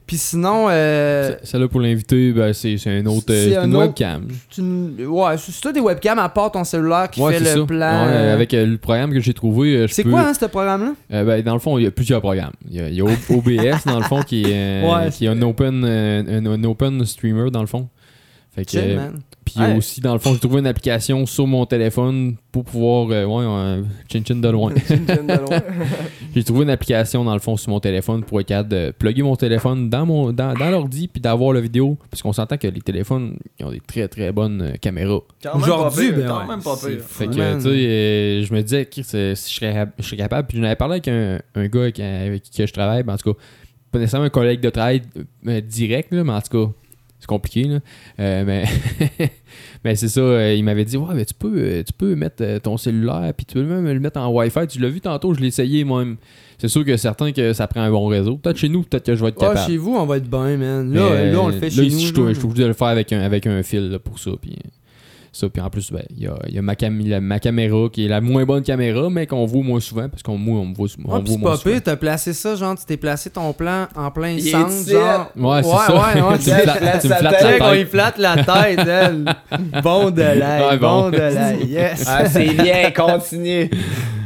Speaker 2: Puis sinon, euh,
Speaker 4: ça- Celle-là, pour l'inviter, ben, c'est c'est un autre... euh,
Speaker 2: C'est
Speaker 4: C'est
Speaker 2: un
Speaker 4: une
Speaker 2: autre-
Speaker 4: webcam.
Speaker 2: c'est une- ouais, c'est ça des webcams à part ton cellulaire qui
Speaker 4: Ouais,
Speaker 2: fait
Speaker 4: c'est
Speaker 2: le
Speaker 4: ça.
Speaker 2: plan.
Speaker 4: Ouais,
Speaker 2: euh,
Speaker 4: avec euh, le programme que j'ai trouvé, euh, je
Speaker 2: C'est
Speaker 4: peux-
Speaker 2: quoi, hein, ce programme-là?
Speaker 4: Euh, ben, dans le fond, il y a plusieurs programmes. Il y a, il y a O- OBS, dans le fond, qui est, euh,
Speaker 2: Ouais,
Speaker 4: qui est un, open, euh, un, un open streamer, dans le fond. Fait que,
Speaker 2: Chill,
Speaker 4: euh,
Speaker 2: man.
Speaker 4: puis
Speaker 2: Ouais.
Speaker 4: aussi, dans le fond, j'ai trouvé une application sur mon téléphone pour pouvoir. euh, ouais, euh, chin chin de loin. j'ai trouvé une application, dans le fond, sur mon téléphone pour être capable de plugger mon téléphone dans, mon, dans, dans l'ordi puis d'avoir la vidéo. Parce qu'on s'entend que les téléphones, ils ont des très très bonnes euh, caméras.
Speaker 3: Quand même
Speaker 2: Aujourd'hui,
Speaker 3: pas pire,
Speaker 2: ben
Speaker 3: quand
Speaker 2: ouais,
Speaker 3: même pas
Speaker 2: c'est
Speaker 3: pire.
Speaker 4: Fait que,
Speaker 2: Ouais.
Speaker 4: tu sais, euh, je me disais, Chris, euh, si je serais, je serais capable, puis j'en avais parlé avec un, un gars avec, avec qui que je travaille, ben, en tout cas, pas nécessairement un collègue de travail euh, direct, là, mais en tout cas, c'est compliqué, là. Euh, mais mais c'est ça, euh, il m'avait dit, ouais, mais tu peux, euh, tu peux mettre euh, ton cellulaire, puis tu peux même le mettre en Wi-Fi. Tu l'as vu tantôt, je l'ai essayé moi-même. C'est sûr que certains que ça prend un bon réseau. Peut-être chez nous, peut-être que je vais être
Speaker 2: Ah,
Speaker 4: capable.
Speaker 2: chez vous, on va être bien, man.
Speaker 4: Mais,
Speaker 2: Là,
Speaker 4: euh,
Speaker 2: là, on le fait
Speaker 4: là,
Speaker 2: chez
Speaker 4: ici,
Speaker 2: nous.
Speaker 4: Je trouve,
Speaker 2: là.
Speaker 4: je trouve que de le faire avec un, avec un fil là, pour ça. Puis, ça, puis en plus, ben, il y a, il y a ma, cam- la- ma caméra qui est la moins bonne caméra, mais qu'on voit moins souvent parce qu'on moi, on me voit, sou- on
Speaker 2: Ouais,
Speaker 4: me
Speaker 2: pis Ah,
Speaker 4: voit
Speaker 2: c'est
Speaker 4: moins
Speaker 2: pas
Speaker 4: souvent.
Speaker 2: pire, t'as placé ça, genre, tu t'es placé ton plan en plein
Speaker 3: Il est
Speaker 2: centre,
Speaker 3: ici,
Speaker 2: genre.
Speaker 4: Ouais, c'est
Speaker 2: ouais,
Speaker 4: ça.
Speaker 2: Ouais, ouais,
Speaker 4: tu me flattes, tu me
Speaker 3: sa
Speaker 4: flattes
Speaker 2: Check, on
Speaker 4: la
Speaker 2: y
Speaker 4: tête.
Speaker 2: flatte la tête, elle. Bon de l'ail,
Speaker 4: Ouais,
Speaker 2: bon.
Speaker 4: bon.
Speaker 2: de l'ail, yes.
Speaker 3: Ah, c'est bien, continue.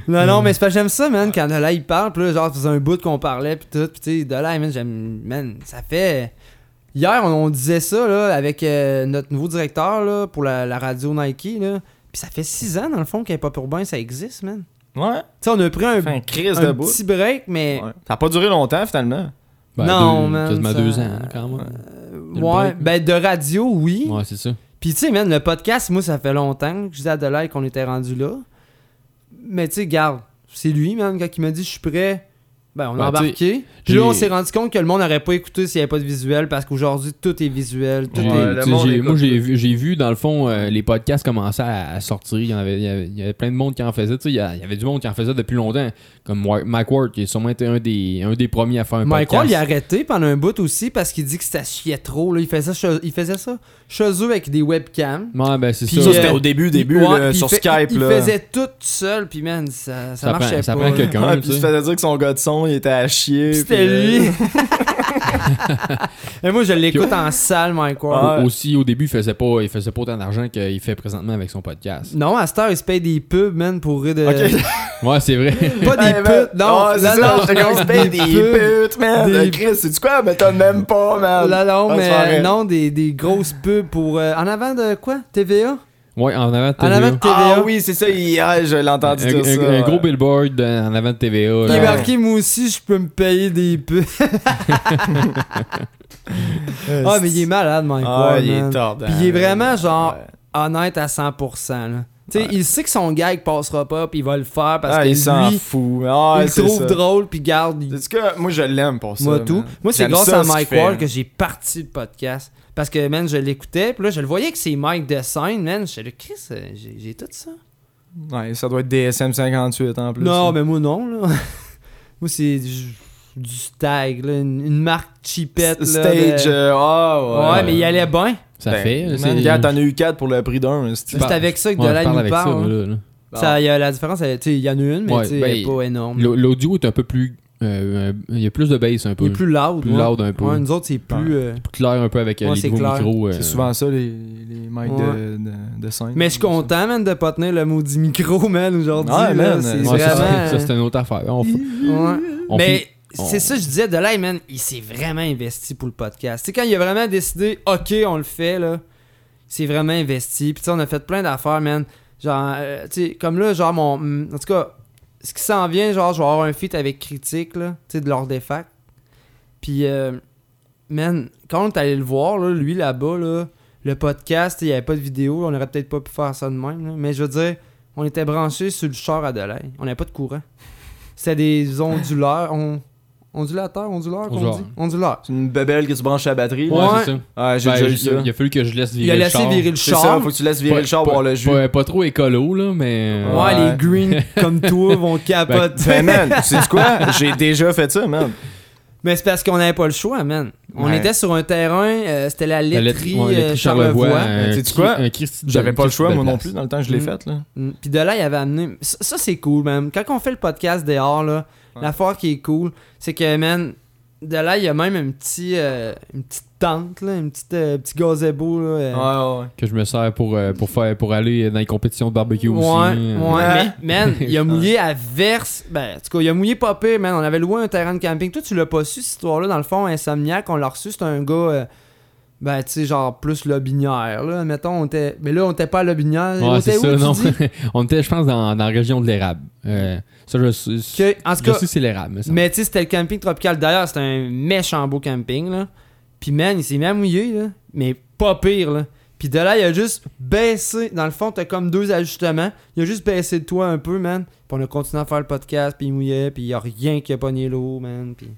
Speaker 2: Non, non, mais c'est parce que j'aime ça, man, quand de l'ail il parle, pis là, genre, ça faisait un bout qu'on parlait, pis tout, pis tu sais, de l'ail, man, j'aime, man, ça fait... Hier, on, on disait ça, là, avec euh, notre nouveau directeur, là, pour la, la radio Nike, là, pis ça fait six ans, dans le fond, qu'un pop urbain, ça existe, man.
Speaker 3: Ouais,
Speaker 2: Tu sais, on a pris un,
Speaker 3: fait un crise
Speaker 2: un
Speaker 3: de bout.
Speaker 2: petit break, mais...
Speaker 3: Ouais. Ça a pas duré longtemps, finalement.
Speaker 4: Ben,
Speaker 2: Non,
Speaker 4: deux-
Speaker 2: man,
Speaker 4: Quasiment
Speaker 2: ça-
Speaker 4: deux ans, quand même. Le
Speaker 2: Ouais,
Speaker 4: break. hein?
Speaker 2: ben de radio, oui.
Speaker 4: Ouais, c'est ça.
Speaker 2: Puis tu sais, man, le podcast, moi, ça fait longtemps que je disais à Delay qu'on était rendu là. Mais tu sais, garde, c'est lui, man, quand il m'a dit je suis prêt, ben on a
Speaker 4: Ben,
Speaker 2: embarqué. Puis là,
Speaker 4: j'ai-
Speaker 2: on s'est rendu compte que le monde n'aurait pas écouté s'il n'y avait pas de visuel parce qu'aujourd'hui, tout est visuel. Tout
Speaker 4: Ouais,
Speaker 2: est...
Speaker 3: le
Speaker 4: tu sais,
Speaker 3: monde
Speaker 4: j'ai-
Speaker 3: écoute.
Speaker 4: moi, j'ai vu, j'ai vu, dans le fond, euh, les podcasts commençaient à, à sortir. Il y, en avait, il, y avait, il y avait plein de monde qui en faisait. Tu sais, Il y, a- il y avait du monde qui en faisait depuis longtemps. Comme Wa- Mike Ward, qui a sûrement été un des, un des premiers à faire un
Speaker 2: Mike Wall,
Speaker 4: podcast.
Speaker 2: il a arrêté pendant un bout aussi parce qu'il dit que ça chiait trop. Là. Il, faisait che- il faisait ça chez eux avec des webcams.
Speaker 4: Ouais, ben, c'est
Speaker 2: Puis,
Speaker 4: ça.
Speaker 2: euh,
Speaker 3: Ça, c'était au début, début,
Speaker 2: Ouais,
Speaker 3: là,
Speaker 2: puis il
Speaker 3: sur
Speaker 2: fait-
Speaker 3: Skype.
Speaker 2: Il, il
Speaker 3: là.
Speaker 2: faisait tout seul, puis man, ça, ça,
Speaker 4: Ça prend-
Speaker 2: marchait
Speaker 4: ça
Speaker 2: pas.
Speaker 4: prend
Speaker 2: là.
Speaker 4: quelqu'un.
Speaker 3: Ouais,
Speaker 4: tu
Speaker 3: puis il se
Speaker 4: sais.
Speaker 3: faisait dire que son gars de son, il était à chier.
Speaker 2: C'était
Speaker 3: puis, euh,
Speaker 2: lui. Mais moi, je l'écoute en salle, Mike Ward.
Speaker 3: Ouais.
Speaker 4: Aussi, au début, il faisait pas, il faisait pas autant d'argent qu'il fait présentement avec son podcast.
Speaker 2: Non, à cette heure, il se paye des pubs, man, pour rire de.
Speaker 3: Ok.
Speaker 4: Ouais, c'est vrai.
Speaker 2: Pas des
Speaker 3: Ouais, ben-
Speaker 2: putes, non.
Speaker 3: Ouais, c'est
Speaker 2: non,
Speaker 3: ça,
Speaker 2: non,
Speaker 3: j'étais comme,
Speaker 2: non,
Speaker 3: c'était des putes, man.
Speaker 2: Des-
Speaker 3: Chris, c'est-tu quoi? Mais t'en même pas, man.
Speaker 2: Non, non,
Speaker 3: Ah, c'est
Speaker 2: mais
Speaker 3: vrai.
Speaker 2: non, des, des grosses pubs pour. euh, en avant de quoi TVA
Speaker 4: Ouais, en avant de
Speaker 2: En
Speaker 4: TVA.
Speaker 2: avant de TVA.
Speaker 3: Ah oui, c'est ça, il- ah, je l'ai entendu
Speaker 4: un,
Speaker 3: dire
Speaker 4: un-
Speaker 3: ça.
Speaker 4: un
Speaker 3: ouais.
Speaker 4: gros billboard euh, en avant de TVA.
Speaker 2: Il est
Speaker 4: là.
Speaker 2: marqué, moi aussi, je peux me payer des pubs. ah, mais il est malade, Mike
Speaker 3: Ah,
Speaker 2: Ward,
Speaker 3: il est
Speaker 2: man.
Speaker 3: tordant.
Speaker 2: Puis il est vraiment genre
Speaker 3: Ouais.
Speaker 2: honnête à 100%. Là. Tu sais, Il sait que son gag passera pas, puis il va le faire parce
Speaker 3: Ah,
Speaker 2: que
Speaker 3: il s'en
Speaker 2: lui,
Speaker 3: fout. Ah,
Speaker 2: il le
Speaker 3: c'est
Speaker 2: trouve
Speaker 3: ça.
Speaker 2: drôle, puis garde, il-
Speaker 3: C'est-tu que moi, je l'aime pour ça.
Speaker 2: Moi tout.
Speaker 3: man.
Speaker 2: Moi c'est
Speaker 3: J'aime
Speaker 2: grâce
Speaker 3: ça,
Speaker 2: à
Speaker 3: ce qu'il
Speaker 2: Mike
Speaker 3: fait.
Speaker 2: Ward que j'ai parti le podcast. Parce que man, je l'écoutais, puis là je le voyais que c'est Mike de scène, man. Je le Chris, euh, j'ai j'ai tout ça.
Speaker 3: Ouais, ça doit être DSM-58 en plus.
Speaker 2: non,
Speaker 3: hein.
Speaker 2: mais moi non, là. moi c'est du, du stag, là, une, une marque cheapette. là,
Speaker 3: Stage,
Speaker 2: de-
Speaker 3: euh, ah,
Speaker 2: Ouais,
Speaker 3: ouais.
Speaker 2: mais il allait bien.
Speaker 4: Ça
Speaker 3: Ben,
Speaker 4: fait.
Speaker 3: Man, gars, t'en as eu 4 pour le prix d'un. hein, c'est-
Speaker 4: Bah,
Speaker 2: C'est avec ça que
Speaker 4: Ouais,
Speaker 2: Delay
Speaker 4: je parle
Speaker 2: nous
Speaker 4: avec ça,
Speaker 2: parle.
Speaker 4: moi,
Speaker 2: hein.
Speaker 4: là, là.
Speaker 2: Ça, il y a la différence, elle- tu sais, il y en a une, mais
Speaker 4: Ouais,
Speaker 2: tu sais, elle est
Speaker 4: ben,
Speaker 2: pas énorme.
Speaker 4: L'au- L'audio est un peu plus. euh, euh, Il y a plus de bass un peu.
Speaker 2: Il est plus loud.
Speaker 4: plus
Speaker 2: ouais.
Speaker 4: loud un peu.
Speaker 2: Ouais, nous autres, c'est plus. euh,
Speaker 4: Plus clair un peu avec euh,
Speaker 2: Ouais,
Speaker 4: les
Speaker 2: c'est
Speaker 4: nouveaux
Speaker 2: clair.
Speaker 4: micros. euh,
Speaker 3: C'est souvent ça, les, les mics de, de, de scène.
Speaker 2: Mais je suis content, man, de pas tenir le maudit micro, man, aujourd'hui.
Speaker 3: Ouais,
Speaker 2: là.
Speaker 3: man,
Speaker 2: C'est
Speaker 3: ouais,
Speaker 4: ouais, ça,
Speaker 2: vraiment. euh,
Speaker 4: c'est- ça, c'est une autre affaire. On fait-
Speaker 2: Ouais.
Speaker 4: on
Speaker 2: Mais
Speaker 4: on-
Speaker 2: c'est ça, je disais, de là, man, il s'est vraiment investi pour le podcast. Tu sais, quand il a vraiment décidé, OK, on le fait, là, il s'est vraiment investi. Puis, tu sais, on a fait plein d'affaires, man. Genre, euh, tu sais, comme là, genre, mon. mm, En tout cas, ce qui s'en vient, genre, je vais avoir un feat avec Critique, là, tu sais, de l'Ordéfact. Puis, euh, man, quand on est allé le voir, là, lui là-bas, là, le podcast, il n'y avait pas de vidéo, on aurait peut-être pas pu faire ça de même, là. mais je veux dire, on était branchés sur le char à Delay, on n'avait pas de courant. C'était des onduleurs, on... ondulateurs, onduleurs, qu'on
Speaker 4: Onduleurs.
Speaker 2: dit Onduleurs.
Speaker 3: C'est une bebelle que tu branches à la batterie.
Speaker 4: Ouais,
Speaker 3: là.
Speaker 2: Ouais.
Speaker 4: c'est ça.
Speaker 3: Ouais, j'ai
Speaker 4: Ben,
Speaker 3: déjà
Speaker 4: il-
Speaker 3: eu ça.
Speaker 4: il a fallu que je laisse virer
Speaker 2: Il a
Speaker 4: le
Speaker 2: laissé
Speaker 4: char.
Speaker 2: virer le
Speaker 3: C'est
Speaker 2: char.
Speaker 3: ça, faut que tu laisses virer
Speaker 4: Pas-
Speaker 3: le char
Speaker 4: pas-
Speaker 3: boire le jus.
Speaker 4: Pas, pas trop écolo, là, mais.
Speaker 2: Ouais,
Speaker 4: euh,
Speaker 2: les greens comme toi vont capoter.
Speaker 3: Ben, man, c'est quoi? J'ai déjà fait ça, man.
Speaker 2: Mais c'est parce qu'on n'avait pas le choix, man. On
Speaker 3: Ouais.
Speaker 2: était sur un terrain, euh, c'était la
Speaker 4: la
Speaker 2: laiterie,
Speaker 4: ouais,
Speaker 2: euh,
Speaker 4: laiterie
Speaker 2: Charlevoix.
Speaker 4: euh,
Speaker 3: Sais-tu
Speaker 4: qui-
Speaker 3: quoi?
Speaker 4: un Christi de-
Speaker 3: J'avais pas le
Speaker 4: Christi
Speaker 3: choix,
Speaker 4: de
Speaker 3: moi non
Speaker 4: place.
Speaker 3: plus, dans le temps que je l'ai
Speaker 2: Mm.
Speaker 3: fait, là.
Speaker 2: Mm. Puis de là, il avait amené. Ça, ça, c'est cool, man. Quand on fait le podcast dehors, là,
Speaker 3: Ouais.
Speaker 2: l'affaire qui est cool, c'est que, man, de là, il y a même un petit, euh, une petite tente, là, un petit, euh, petit gazebo. Là, euh.
Speaker 3: ouais.
Speaker 4: que je me sers pour, euh, pour, faire, pour aller dans les compétitions de barbecue
Speaker 2: ouais,
Speaker 4: aussi.
Speaker 2: ouais,
Speaker 4: hein.
Speaker 3: Ouais.
Speaker 2: mais, euh, man, il a mouillé à verse. Ben, en tout cas, il a mouillé pas pire, man. On avait loué un terrain de camping. Toi, tu l'as pas su, cette histoire-là. Dans le fond, Insomniac, on l'a reçu. C'est un gars. euh, Ben, tu sais, genre plus Lobinière, là. Mettons, on était. Mais là, on était pas à Lobinière. on
Speaker 4: Ouais,
Speaker 2: était
Speaker 4: c'est
Speaker 2: où,
Speaker 4: ça,
Speaker 2: tu
Speaker 4: non.
Speaker 2: dis?
Speaker 4: on était, je pense, dans, dans la région de l'érable. Euh, ça, je sais.
Speaker 2: Que- en tout
Speaker 4: je
Speaker 2: cas,
Speaker 4: sais, c'est l'érable. me semble.
Speaker 2: mais tu sais, c'était le camping tropical. D'ailleurs, c'était un méchant beau camping, là. Puis, man, il s'est même mouillé, là. Mais pas pire, là. Puis de là, il a juste baissé. Dans le fond, t'as comme deux ajustements. Il a juste baissé le toit un peu, man. Puis on a continué à faire le podcast, puis il mouillait, puis il y a rien qui a pogné l'eau, man. Puis...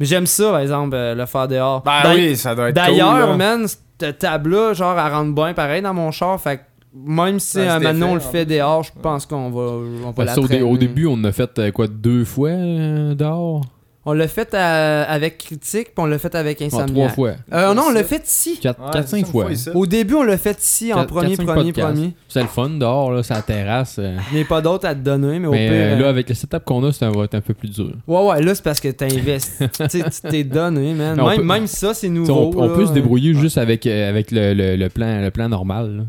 Speaker 2: Mais j'aime ça, par exemple, euh, le faire dehors.
Speaker 3: Ben
Speaker 2: Dans-
Speaker 3: oui, ça doit être
Speaker 2: D'ailleurs,
Speaker 3: cool, là.
Speaker 2: man, cette table-là, genre, elle rentre bien pareil dans mon char. Fait que même si
Speaker 3: Ouais,
Speaker 2: euh,
Speaker 3: c'était
Speaker 2: maintenant
Speaker 3: Ben, fait,
Speaker 2: on le
Speaker 3: en
Speaker 2: fait
Speaker 3: plus. Ben,
Speaker 2: dehors, je pense qu'on va, on va
Speaker 4: Ouais,
Speaker 2: la
Speaker 4: ça, au, dé-
Speaker 2: traîner.
Speaker 4: au début, on a fait euh, quoi deux fois euh, dehors
Speaker 2: On l'a fait à- avec Critique, puis on l'a fait avec
Speaker 4: Non,
Speaker 2: Insomniac.
Speaker 4: Trois fois.
Speaker 2: Euh, non, on l'a fait ici.
Speaker 4: Quatre,
Speaker 3: Ouais,
Speaker 4: quatre,
Speaker 3: c'est
Speaker 4: cinq
Speaker 3: ça,
Speaker 4: fois.
Speaker 3: une ici.
Speaker 2: Au début, on l'a fait ici en
Speaker 4: Quatre-
Speaker 2: premier,
Speaker 4: quatre, cinq
Speaker 2: premier,
Speaker 4: podcasts.
Speaker 2: premier.
Speaker 4: C'est le fun dehors, là, c'est la terrasse. euh.
Speaker 2: Il n'y a pas d'autre à te donner, mais au
Speaker 4: Mais
Speaker 2: pire.
Speaker 4: euh, là,
Speaker 2: euh,
Speaker 4: avec le setup qu'on a, ça va être un peu plus dur.
Speaker 2: Ouais, ouais, là, c'est parce que t'investis. tu sais, tu t'es donné, man.
Speaker 4: Mais on
Speaker 2: Même,
Speaker 4: peut-
Speaker 2: même ça, c'est
Speaker 4: Tu sais,
Speaker 2: nouveau.
Speaker 4: on, on
Speaker 2: là,
Speaker 4: peut se
Speaker 2: euh.
Speaker 4: débrouiller juste avec, euh, avec le, le- le plan, le plan normal. là.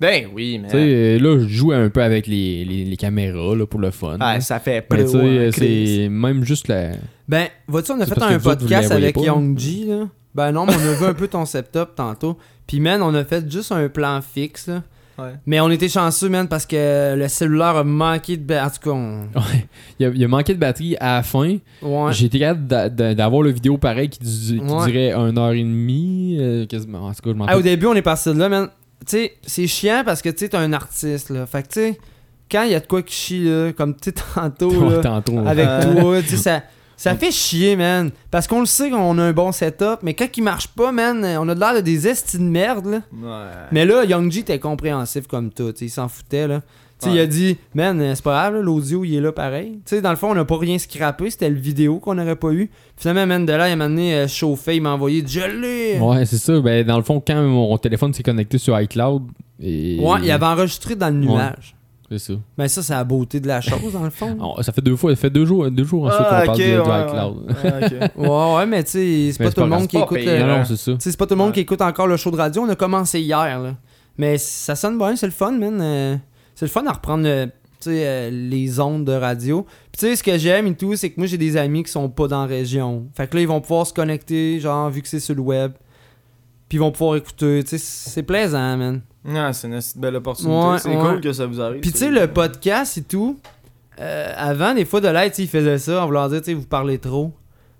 Speaker 3: Ben oui, mais.
Speaker 4: Tu sais, euh, là, je joue un peu avec les, les- les caméras là, pour le fun.
Speaker 3: Ah,
Speaker 4: là.
Speaker 3: ça fait
Speaker 4: Mais tu sais,
Speaker 2: ouais,
Speaker 4: euh,
Speaker 2: Chris.
Speaker 4: c'est même juste la.
Speaker 2: Ben, vois-tu, on a
Speaker 4: C'est
Speaker 2: fait
Speaker 4: parce que
Speaker 2: un
Speaker 4: vous autres, vous
Speaker 2: podcast
Speaker 4: la voyez
Speaker 2: avec
Speaker 4: pas, là.
Speaker 2: Young G, là. Ben non, mais on a vu un peu ton setup tantôt. Puis, man, on a fait juste un plan fixe, là.
Speaker 3: Ouais.
Speaker 2: Mais on était chanceux, man, parce que le cellulaire a manqué de. ba- En tout cas, on...
Speaker 4: Ouais. Il, a, il a manqué de batterie à la fin.
Speaker 2: ouais.
Speaker 4: J'ai été capable d'a- d'a- d'avoir le vidéo pareil qui, du- qui
Speaker 2: Ouais.
Speaker 4: durait une heure et demie. euh, quasiment. En tout cas, je m'en
Speaker 2: Ah, au
Speaker 4: rappelle.
Speaker 2: début, on est parti de là, man. Tu sais, c'est chiant parce que tu sais, t'es un artiste, là. Fait que tu sais, quand il y a de quoi qui chie, là, comme tu sais, tantôt, là,
Speaker 4: Tantôt.
Speaker 2: avec
Speaker 3: Ouais.
Speaker 2: toi, tu sais, ça, ça fait chier, man. Parce qu'on le sait qu'on a un bon setup, mais quand il marche pas, man, on a de l'air de des estis de merde, là.
Speaker 3: Ouais.
Speaker 2: Mais là, Young G était compréhensif comme tout, tu sais, il s'en foutait, là. Tu sais, il a dit, man, euh, c'est pas grave, là, l'audio, il est là pareil. Tu sais, dans le fond, on n'a pas rien scrappé, c'était le vidéo qu'on n'aurait pas eu. Finalement, man, de là, il m'a amené euh, chauffé, il m'a envoyé du gelé.
Speaker 4: Ouais, c'est ça. Ben, dans le fond, quand mon téléphone s'est connecté sur iCloud. Et...
Speaker 2: Ouais, il avait enregistré dans le
Speaker 4: Ouais.
Speaker 2: nuage.
Speaker 4: C'est ça.
Speaker 2: Mais ça, c'est la beauté de la chose, dans le fond.
Speaker 4: Oh, ça fait deux fois, ça fait deux jours, deux jours ensuite
Speaker 3: Ah,
Speaker 4: qu'on
Speaker 3: ok,
Speaker 4: parle de- de,
Speaker 3: ouais,
Speaker 4: iCloud.
Speaker 3: ouais. Ah, ok.
Speaker 2: ouais, ouais, mais tu sais, c'est
Speaker 4: Mais
Speaker 2: pas
Speaker 4: c'est
Speaker 2: tout le
Speaker 4: pas grave,
Speaker 2: monde qui
Speaker 3: c'est pas
Speaker 2: écoute.
Speaker 3: pire,
Speaker 2: euh,
Speaker 4: Non,
Speaker 3: Ouais.
Speaker 4: non, c'est ça.
Speaker 2: tu sais, c'est pas tout le monde
Speaker 3: Ouais.
Speaker 2: qui écoute encore le show de radio. On a commencé hier, là. Mais ça sonne bien, c'est le fun, man. Euh, c'est le fun à reprendre le- tu sais, euh, les ondes de radio. Puis tu sais, ce que j'aime et tout, c'est que moi, j'ai des amis qui sont pas dans la région. Fait que là, ils vont pouvoir se connecter, genre, vu que c'est sur le web. Puis ils vont pouvoir écouter. Tu sais, c'est plaisant, man.
Speaker 3: Ah, c'est une assez belle opportunité.
Speaker 2: Ouais,
Speaker 3: c'est
Speaker 2: ouais.
Speaker 3: cool que ça vous arrive.
Speaker 2: Puis tu
Speaker 3: ça.
Speaker 2: sais, le podcast et tout, euh, avant, des fois, de l'aide, il faisait ça en voulant dire, tu sais, vous parlez trop.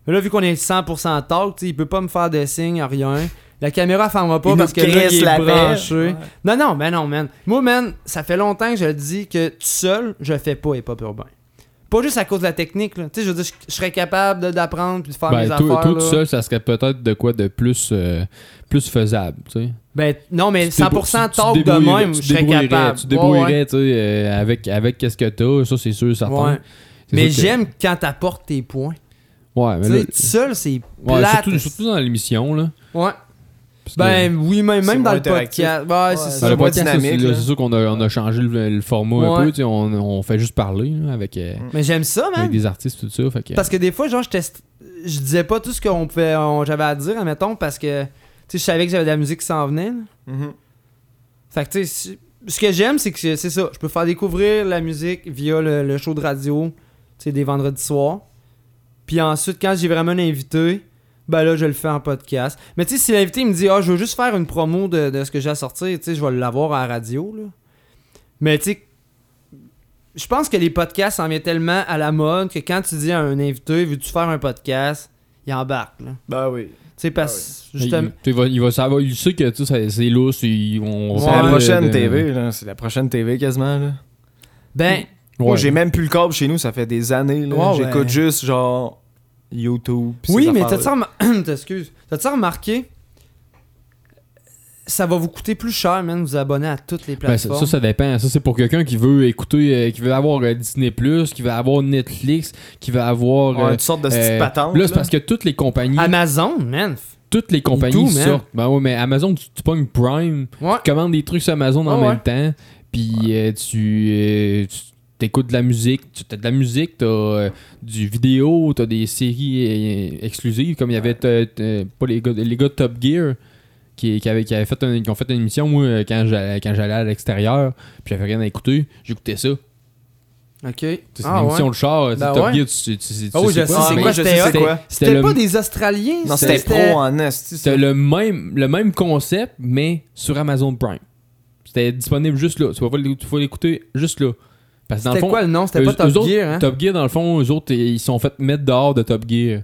Speaker 2: Mais là, vu qu'on est 100% talk, tu sais, il peut pas me faire de signes, rien. La caméra ferme pas
Speaker 3: Il
Speaker 2: parce que
Speaker 3: nous
Speaker 2: là,
Speaker 3: crisse
Speaker 2: il
Speaker 3: la
Speaker 2: est
Speaker 3: paix.
Speaker 2: branché.
Speaker 3: Ouais.
Speaker 2: Non, non, mais non, man. Moi, man, ça fait longtemps que je le dis que tout seul, je fais pas hip-hop urbain. Pas juste à cause de la technique, là. Tu sais, je veux dire, je- je serais capable de- d'apprendre puis de faire
Speaker 4: Ben,
Speaker 2: mes
Speaker 4: toi,
Speaker 2: affaires,
Speaker 4: toi tout
Speaker 2: là.
Speaker 4: seul, ça serait peut-être de quoi de plus, euh, plus faisable. tu sais.
Speaker 2: Ben, non, mais
Speaker 4: Tu te débrou-
Speaker 2: 100%
Speaker 4: tu- tu
Speaker 2: talk
Speaker 4: te
Speaker 2: de
Speaker 4: débrouillerais-
Speaker 2: même,
Speaker 4: tu
Speaker 2: je
Speaker 4: te
Speaker 2: serais
Speaker 4: débrouillerais,
Speaker 2: capable.
Speaker 4: Tu te
Speaker 2: Ouais, ouais.
Speaker 4: débrouillerais tu sais, euh, avec, avec qu'est-ce que t'as, ça c'est sûr, certain.
Speaker 2: Ouais.
Speaker 4: C'est
Speaker 2: Mais
Speaker 4: sûr que-
Speaker 2: j'aime quand t'apportes tes points.
Speaker 4: Ouais, mais
Speaker 2: Tu
Speaker 4: là-
Speaker 2: sais, tout seul, c'est
Speaker 4: ouais,
Speaker 2: plate.
Speaker 4: surtout, surtout dans l'émission, là.
Speaker 2: Ouais.
Speaker 4: Parce que-
Speaker 2: Ben oui, même,
Speaker 3: C'est
Speaker 2: même dans
Speaker 3: moins
Speaker 2: le podcast. Ouais, c'est
Speaker 3: Ouais,
Speaker 4: Ben,
Speaker 2: ça.
Speaker 4: le
Speaker 3: c'est moins
Speaker 4: podcast, ça, c'est
Speaker 3: dynamique,
Speaker 4: là,
Speaker 3: là.
Speaker 4: c'est sûr qu'on a, on a changé le, le format un
Speaker 2: Ouais.
Speaker 4: peu. tu sais, On, on fait juste parler là, avec, euh,
Speaker 2: Mais j'aime ça, man.
Speaker 4: avec des artistes, tout ça. Fait que,
Speaker 2: Parce que des fois, genre, je teste. Je disais pas tout ce qu'on pouvait. on- J'avais à dire, admettons, parce que. Tu sais, je savais que j'avais de la musique qui s'en venait. là.
Speaker 3: Mhm.
Speaker 2: Fait que, tu sais, si- ce que j'aime, c'est que c'est c'est ça. Je peux faire découvrir la musique via le, le show de radio, tu sais, des vendredis soirs. Puis ensuite, quand j'ai vraiment un invité, ben là, je le fais en podcast. Mais tu sais, si l'invité il me dit, ah, je veux juste faire une promo de, de ce que j'ai à sortir, tu sais, je vais l'avoir à la radio, là. Mais tu sais, je pense que les podcasts en viennent tellement à la mode que quand tu dis à un invité, veux-tu faire un podcast, il embarque, là.
Speaker 3: Ben oui.
Speaker 2: Tu sais, parce
Speaker 4: il-
Speaker 2: justement.
Speaker 4: tu sais, il, va, il va savoir, il sait que tu sais, ça- c'est lousse. il- on
Speaker 3: C'est
Speaker 4: va
Speaker 3: la
Speaker 4: parler
Speaker 3: prochaine
Speaker 4: de-
Speaker 3: TV, là. C'est la prochaine TV quasiment, là.
Speaker 2: Ben,
Speaker 4: Ouais.
Speaker 3: Moi, j'ai même plus le câble chez nous, ça fait des années, là.
Speaker 2: Ouais,
Speaker 3: J'écoute
Speaker 2: ouais.
Speaker 3: juste, genre, YouTube. pis
Speaker 2: Oui,
Speaker 3: ces
Speaker 2: mais
Speaker 3: affaires-là.
Speaker 2: t'as-tu remar- t'excuses. T'as-tu remarqué? Ça va vous coûter plus cher, man, vous abonner à toutes les
Speaker 4: Ben, ça,
Speaker 2: plateformes.
Speaker 4: ça, ça dépend. Ça, c'est pour quelqu'un qui veut écouter, euh, qui veut avoir euh, Disney, qui veut avoir Netflix, qui veut avoir.
Speaker 3: Ouais,
Speaker 4: euh,
Speaker 3: une sorte de petite
Speaker 4: euh,
Speaker 3: patente.
Speaker 4: Là, c'est
Speaker 3: là.
Speaker 4: parce que toutes les compagnies,
Speaker 2: Amazon, man. f-
Speaker 4: toutes les compagnies
Speaker 2: tout, man.
Speaker 4: sortent. Ben ouais, mais Amazon, tu, tu pognes Prime,
Speaker 2: Ouais.
Speaker 4: tu commandes des trucs sur Amazon en
Speaker 2: Ouais,
Speaker 4: même temps, puis euh, tu, euh, tu écoutes de la musique, tu as de la musique, t'as euh, du vidéo, t'as des séries euh, exclusives comme il y avait euh, euh, pas les gars, les gars de Top Gear. Qui, qui, avaient- qui, avaient fait un- qui ont fait une émission, moi, euh, quand j'allais quand j'allais à l'extérieur, puis j'avais rien à écouter, j'écoutais ça.
Speaker 2: Ok.
Speaker 4: C'est
Speaker 2: Ah,
Speaker 4: une émission
Speaker 2: ouais.
Speaker 4: de char. tu sais,
Speaker 2: Ben
Speaker 4: Top
Speaker 2: ouais.
Speaker 4: Gear, tu, sais- tu sais- tu
Speaker 2: Oh,
Speaker 4: sais
Speaker 2: je sais
Speaker 4: pas,
Speaker 2: c'est
Speaker 4: mais
Speaker 2: quoi,
Speaker 3: Ah je
Speaker 2: c'était
Speaker 3: sais
Speaker 2: hot.
Speaker 3: c'est quoi.
Speaker 2: C'était
Speaker 4: le-
Speaker 2: pas des Australiens?
Speaker 3: Non, c'était pro hein. en esti. ça.
Speaker 4: C'était le même, le même concept, mais sur Amazon Prime. C'était disponible juste là. Tu vas pas l'é- tu vas l'écouter juste là. Parce que dans le
Speaker 2: C'était
Speaker 4: fond,
Speaker 2: quoi le nom? C'était pas
Speaker 4: eux- eux
Speaker 2: Top
Speaker 4: autres,
Speaker 2: Gear, hein?
Speaker 4: Top Gear, dans le fond, eux autres, ils sont fait mettre dehors de Top Gear.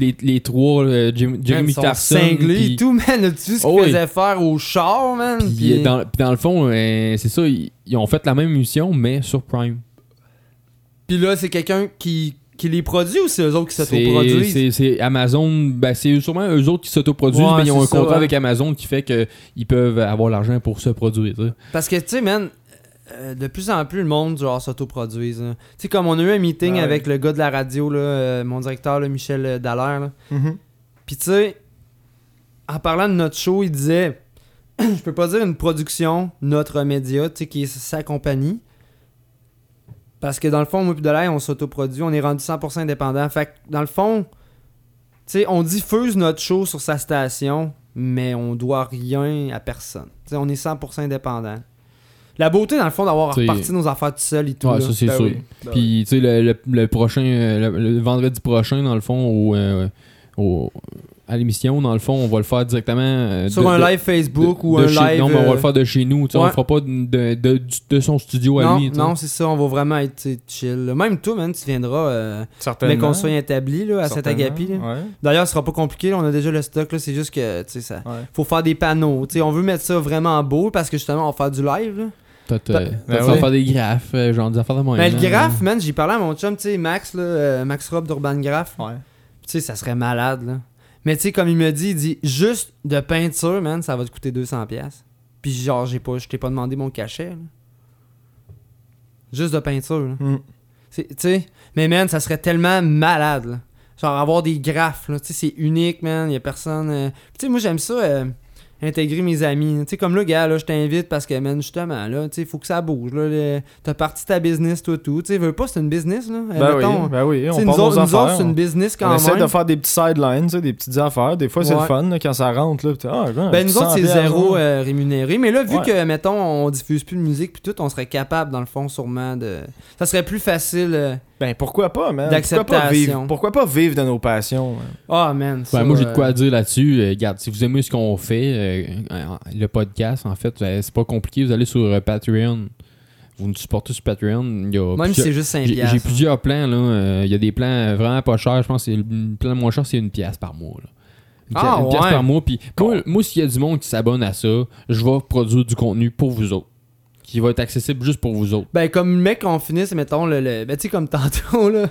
Speaker 4: Les, les trois, euh, Jim- Jeremy
Speaker 2: Ils sont
Speaker 4: Clarkson.
Speaker 2: cinglés
Speaker 4: puis-
Speaker 2: et tout, man. As-tu vu ce
Speaker 4: Oh,
Speaker 2: qu'ils
Speaker 4: oui.
Speaker 2: faisaient faire au char, man?
Speaker 4: Puis
Speaker 2: Puis-
Speaker 4: dans, puis dans le fond, euh, c'est ça, ils, ils ont fait la même émission, mais sur Prime.
Speaker 2: Puis là, c'est quelqu'un qui, qui les produit ou c'est eux autres qui
Speaker 4: C'est-
Speaker 2: s'autoproduisent?
Speaker 4: C'est c'est Amazon, ben c'est sûrement eux autres qui s'autoproduisent,
Speaker 2: Ouais,
Speaker 4: mais ils ont
Speaker 2: c'est
Speaker 4: un
Speaker 2: ça,
Speaker 4: contrat
Speaker 2: ouais.
Speaker 4: avec Amazon qui fait qu'ils peuvent avoir l'argent pour se produire. tu sais.
Speaker 2: Parce que, tu sais, man, euh, de plus en plus, le monde, genre, s'autoproduise. là. hein. Tu sais, comme on a eu un meeting
Speaker 3: Ouais.
Speaker 2: avec le gars de la radio, là, euh, mon directeur, là, Michel euh, Dallaire, là.
Speaker 3: Mhm.
Speaker 2: Puis, tu sais, en parlant de notre show, il disait, je peux pas dire une production, notre média, tu sais, qui est sa compagnie. Parce que dans le fond, moi puis Dallaire, on s'autoproduit, on est rendu 100% indépendant. Fait que, dans le fond, tu sais, on diffuse notre show sur sa station, mais on doit rien à personne. Tu sais, on est 100% indépendant. La beauté, dans le fond, d'avoir
Speaker 4: C'est-
Speaker 2: reparti nos affaires tout seul et tout. là.
Speaker 4: Ouais, ça c'est
Speaker 3: Ben
Speaker 4: sûr.
Speaker 3: oui. Ben oui.
Speaker 4: Puis, tu sais, le, le- le prochain, euh, le, le vendredi prochain, dans le fond, au, euh, au- à l'émission, dans le fond, on va le faire directement. euh,
Speaker 2: sur
Speaker 4: de-
Speaker 2: un
Speaker 4: de-
Speaker 2: live Facebook
Speaker 4: de-
Speaker 2: ou
Speaker 4: de
Speaker 2: un
Speaker 4: chez-
Speaker 2: live.
Speaker 4: Non, mais on va
Speaker 2: euh,
Speaker 4: le faire de chez nous, tu sais, on
Speaker 2: ouais.
Speaker 4: le fera pas de, de- du- de son studio à
Speaker 2: non,
Speaker 4: lui. tu sais.
Speaker 2: non, c'est ça, on va vraiment être tu sais, chill. là. Même toi, man, tu viendras, euh,
Speaker 3: Certainement.
Speaker 2: mais qu'on soit établi là, à Saint-Agapi. là.
Speaker 3: Ouais.
Speaker 2: D'ailleurs, ce sera pas compliqué, là, on a déjà le stock, là, c'est juste que, tu sais, ça...
Speaker 3: Ouais.
Speaker 2: Faut faire des panneaux, tu sais, on veut mettre ça vraiment beau parce que justement, on va faire du live, là.
Speaker 4: T'as- t'as-
Speaker 2: Ben
Speaker 4: t'as-
Speaker 3: ouais.
Speaker 4: vas faire des graphes, euh, genre des affaires de moyenne.
Speaker 2: Mais le graphe, man, j'ai parlé à mon chum, tu sais, Max, là, euh, Max Rob d'Urban Graph,
Speaker 3: Ouais.
Speaker 2: tu sais, ça serait malade, là. Mais tu sais, comme il me dit, il dit, juste de peinture, man, ça va te coûter 200$. piastres. Puis genre, j'ai pas, je t'ai pas demandé mon cachet, là. Juste de peinture, là.
Speaker 3: Mm.
Speaker 2: C'est- Tu sais, mais man, ça serait tellement malade, là. Genre avoir des graphes, là. Tu sais, c'est unique, man. Y a personne. euh, Tu sais, moi, j'aime ça, euh, intégrer mes amis. Tu sais, comme là, gars, là, je t'invite parce que, man, justement, là, tu sais, faut que ça bouge, là. le- T'as parti ta business, toi, tout. Tu sais, veux pas, c'est une business, là. euh,
Speaker 3: Ben
Speaker 2: mettons.
Speaker 3: oui, ben oui,
Speaker 2: Tu
Speaker 3: on
Speaker 2: sais, nous
Speaker 3: parle
Speaker 2: autres,
Speaker 3: nos
Speaker 2: nous autres,
Speaker 3: affaires.
Speaker 2: c'est une business quand
Speaker 3: on essaie
Speaker 2: même.
Speaker 3: de faire des petites sidelines, tu sais, des petites affaires. Des fois, c'est
Speaker 2: Ouais.
Speaker 3: le fun là, quand ça rentre. Là, puis t'es, ah, ouais,
Speaker 2: Ben, nous autres,
Speaker 3: 100
Speaker 2: c'est
Speaker 3: piastres,
Speaker 2: zéro
Speaker 3: ouais.
Speaker 2: euh, rémunéré. Mais là, vu
Speaker 3: Ouais.
Speaker 2: que, mettons, on diffuse plus de musique puis tout, on serait capable, dans le fond, sûrement, de. Ça serait plus facile. euh,
Speaker 3: Ben, pourquoi pas, man? Pourquoi
Speaker 2: d'acceptation.
Speaker 3: pas, vivre, pourquoi pas vivre de nos passions? man?
Speaker 2: Ah, man. ça,
Speaker 4: Ben, moi, j'ai
Speaker 2: euh,
Speaker 4: de quoi à dire là-dessus. Euh, regarde, si vous aimez ce qu'on fait, euh, euh, le podcast, en fait, euh, c'est pas compliqué. Vous allez sur euh, Patreon. Vous nous supportez sur Patreon. Il y a
Speaker 2: Même si
Speaker 4: plusieurs-
Speaker 2: c'est juste 5
Speaker 4: j'ai-
Speaker 2: piastres.
Speaker 4: J'ai plusieurs plans. là. Euh, Il y a des plans euh, vraiment pas chers. Je pense que c'est le le plan le moins cher, c'est une pièce par mois. là. Une, pi-
Speaker 2: Ah,
Speaker 4: une pièce
Speaker 2: ouais.
Speaker 4: par mois. Puis moi, moi, s'il y a du monde qui s'abonne à ça, je vais produire du contenu pour vous autres. Qui va être accessible juste pour vous autres.
Speaker 2: Ben, comme le mec, on finisse, mettons, le. le- Ben, tu sais, comme tantôt, là.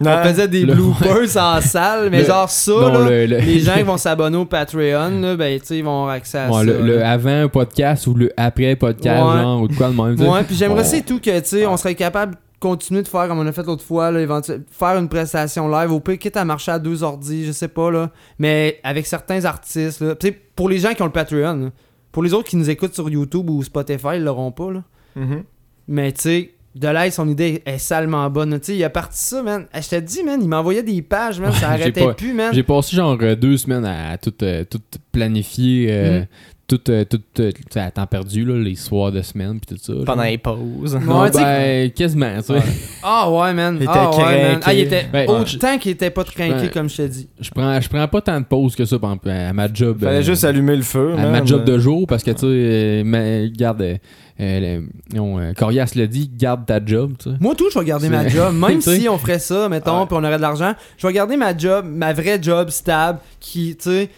Speaker 3: Non.
Speaker 2: on faisait des
Speaker 4: Le-
Speaker 2: bloopers en salle, mais
Speaker 4: Le-
Speaker 2: genre ça,
Speaker 4: Non,
Speaker 2: là,
Speaker 4: le- le-
Speaker 2: les gens qui vont s'abonner au Patreon, là, ben, tu sais, ils vont avoir accès à
Speaker 4: Ouais,
Speaker 2: ça.
Speaker 4: le,
Speaker 2: là.
Speaker 4: le avant podcast ou le après podcast,
Speaker 2: Ouais.
Speaker 4: genre, ou de quoi de même. tu sais.
Speaker 2: Ouais, puis j'aimerais
Speaker 4: On-
Speaker 2: c'est tout que tu sais, on serait capable de continuer de faire comme on a fait l'autre fois là, éventu- faire une prestation live au pire quitte à marcher à deux ordi, je sais pas là, mais avec certains artistes là, Tu sais, pour les gens qui ont le Patreon, là. pour les autres qui nous écoutent sur YouTube ou Spotify, ils l'auront pas là.
Speaker 3: Mhm.
Speaker 2: Mais tu sais, de l'aide, son idée est salement bonne. Tu sais, il a parti ça, man. Eh, Je te dis, man, il m'envoyait des pages, man. ça
Speaker 4: Ouais, j'ai
Speaker 2: arrêtait
Speaker 4: pas-
Speaker 2: plus, man.
Speaker 4: J'ai passé genre euh, deux semaines à tout, euh, tout planifier, euh,
Speaker 2: Mm.
Speaker 4: tout, euh, tout, euh, tu sais, à temps perdu, là, les soirs de semaine, puis tout ça. genre.
Speaker 3: Pendant les pauses.
Speaker 2: Ouais,
Speaker 4: Non,
Speaker 2: tu sais,
Speaker 4: ben, quasiment, tu sais.
Speaker 2: Ah ouais, man.
Speaker 3: Il était
Speaker 2: ah, ouais, man.
Speaker 3: craqué.
Speaker 2: Ah, il était
Speaker 4: Ben,
Speaker 2: autant qu'il était pas trinqué,
Speaker 4: Ben,
Speaker 2: comme je te dis.
Speaker 4: Je prends, je prends pas tant de pauses que ça, par exemple, à ma job.
Speaker 3: Fallait
Speaker 2: Ben,
Speaker 4: euh,
Speaker 3: juste allumer le feu.
Speaker 4: à
Speaker 3: man.
Speaker 4: ma job de jour, parce que, tu sais, euh, ma- garde, euh, euh, le- non, euh, Corias le dit, garde ta job, tu sais.
Speaker 2: Moi, tout, je vais garder ma
Speaker 4: C'est-
Speaker 2: job. Même
Speaker 4: Tu sais.
Speaker 2: si on ferait ça, mettons,
Speaker 3: Ouais.
Speaker 2: puis on aurait de l'argent, je vais garder ma job, ma vraie job stable, qui, tu sais,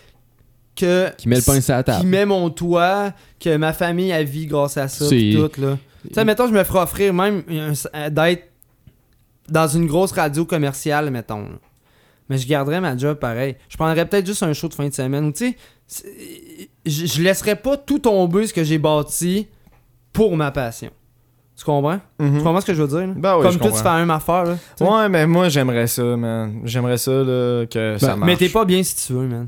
Speaker 2: que.
Speaker 4: Qui met le pain sur la table.
Speaker 2: Qui met mon toit, que ma famille a vie grâce à ça, pis
Speaker 4: C'est-
Speaker 2: tout, là. Tu sais, mettons, je me ferais offrir même un- d'être dans une grosse radio commerciale, mettons. là. Mais je garderais ma job pareil. Je prendrais peut-être juste un show de fin de semaine. ou Tu sais, c'est- je je laisserais pas tout tomber ce que j'ai bâti pour ma passion. Tu comprends?
Speaker 3: Mhm.
Speaker 2: Tu comprends ce que je veux dire? là?
Speaker 3: Ben oui,
Speaker 2: Comme
Speaker 3: je
Speaker 2: toi, tu
Speaker 3: comprends.
Speaker 2: fais un affaire. Là, tu sais.
Speaker 3: Ouais, mais moi, j'aimerais ça, man. J'aimerais ça là, que ça marche.
Speaker 2: Ben, mais t'es pas bien situé, man.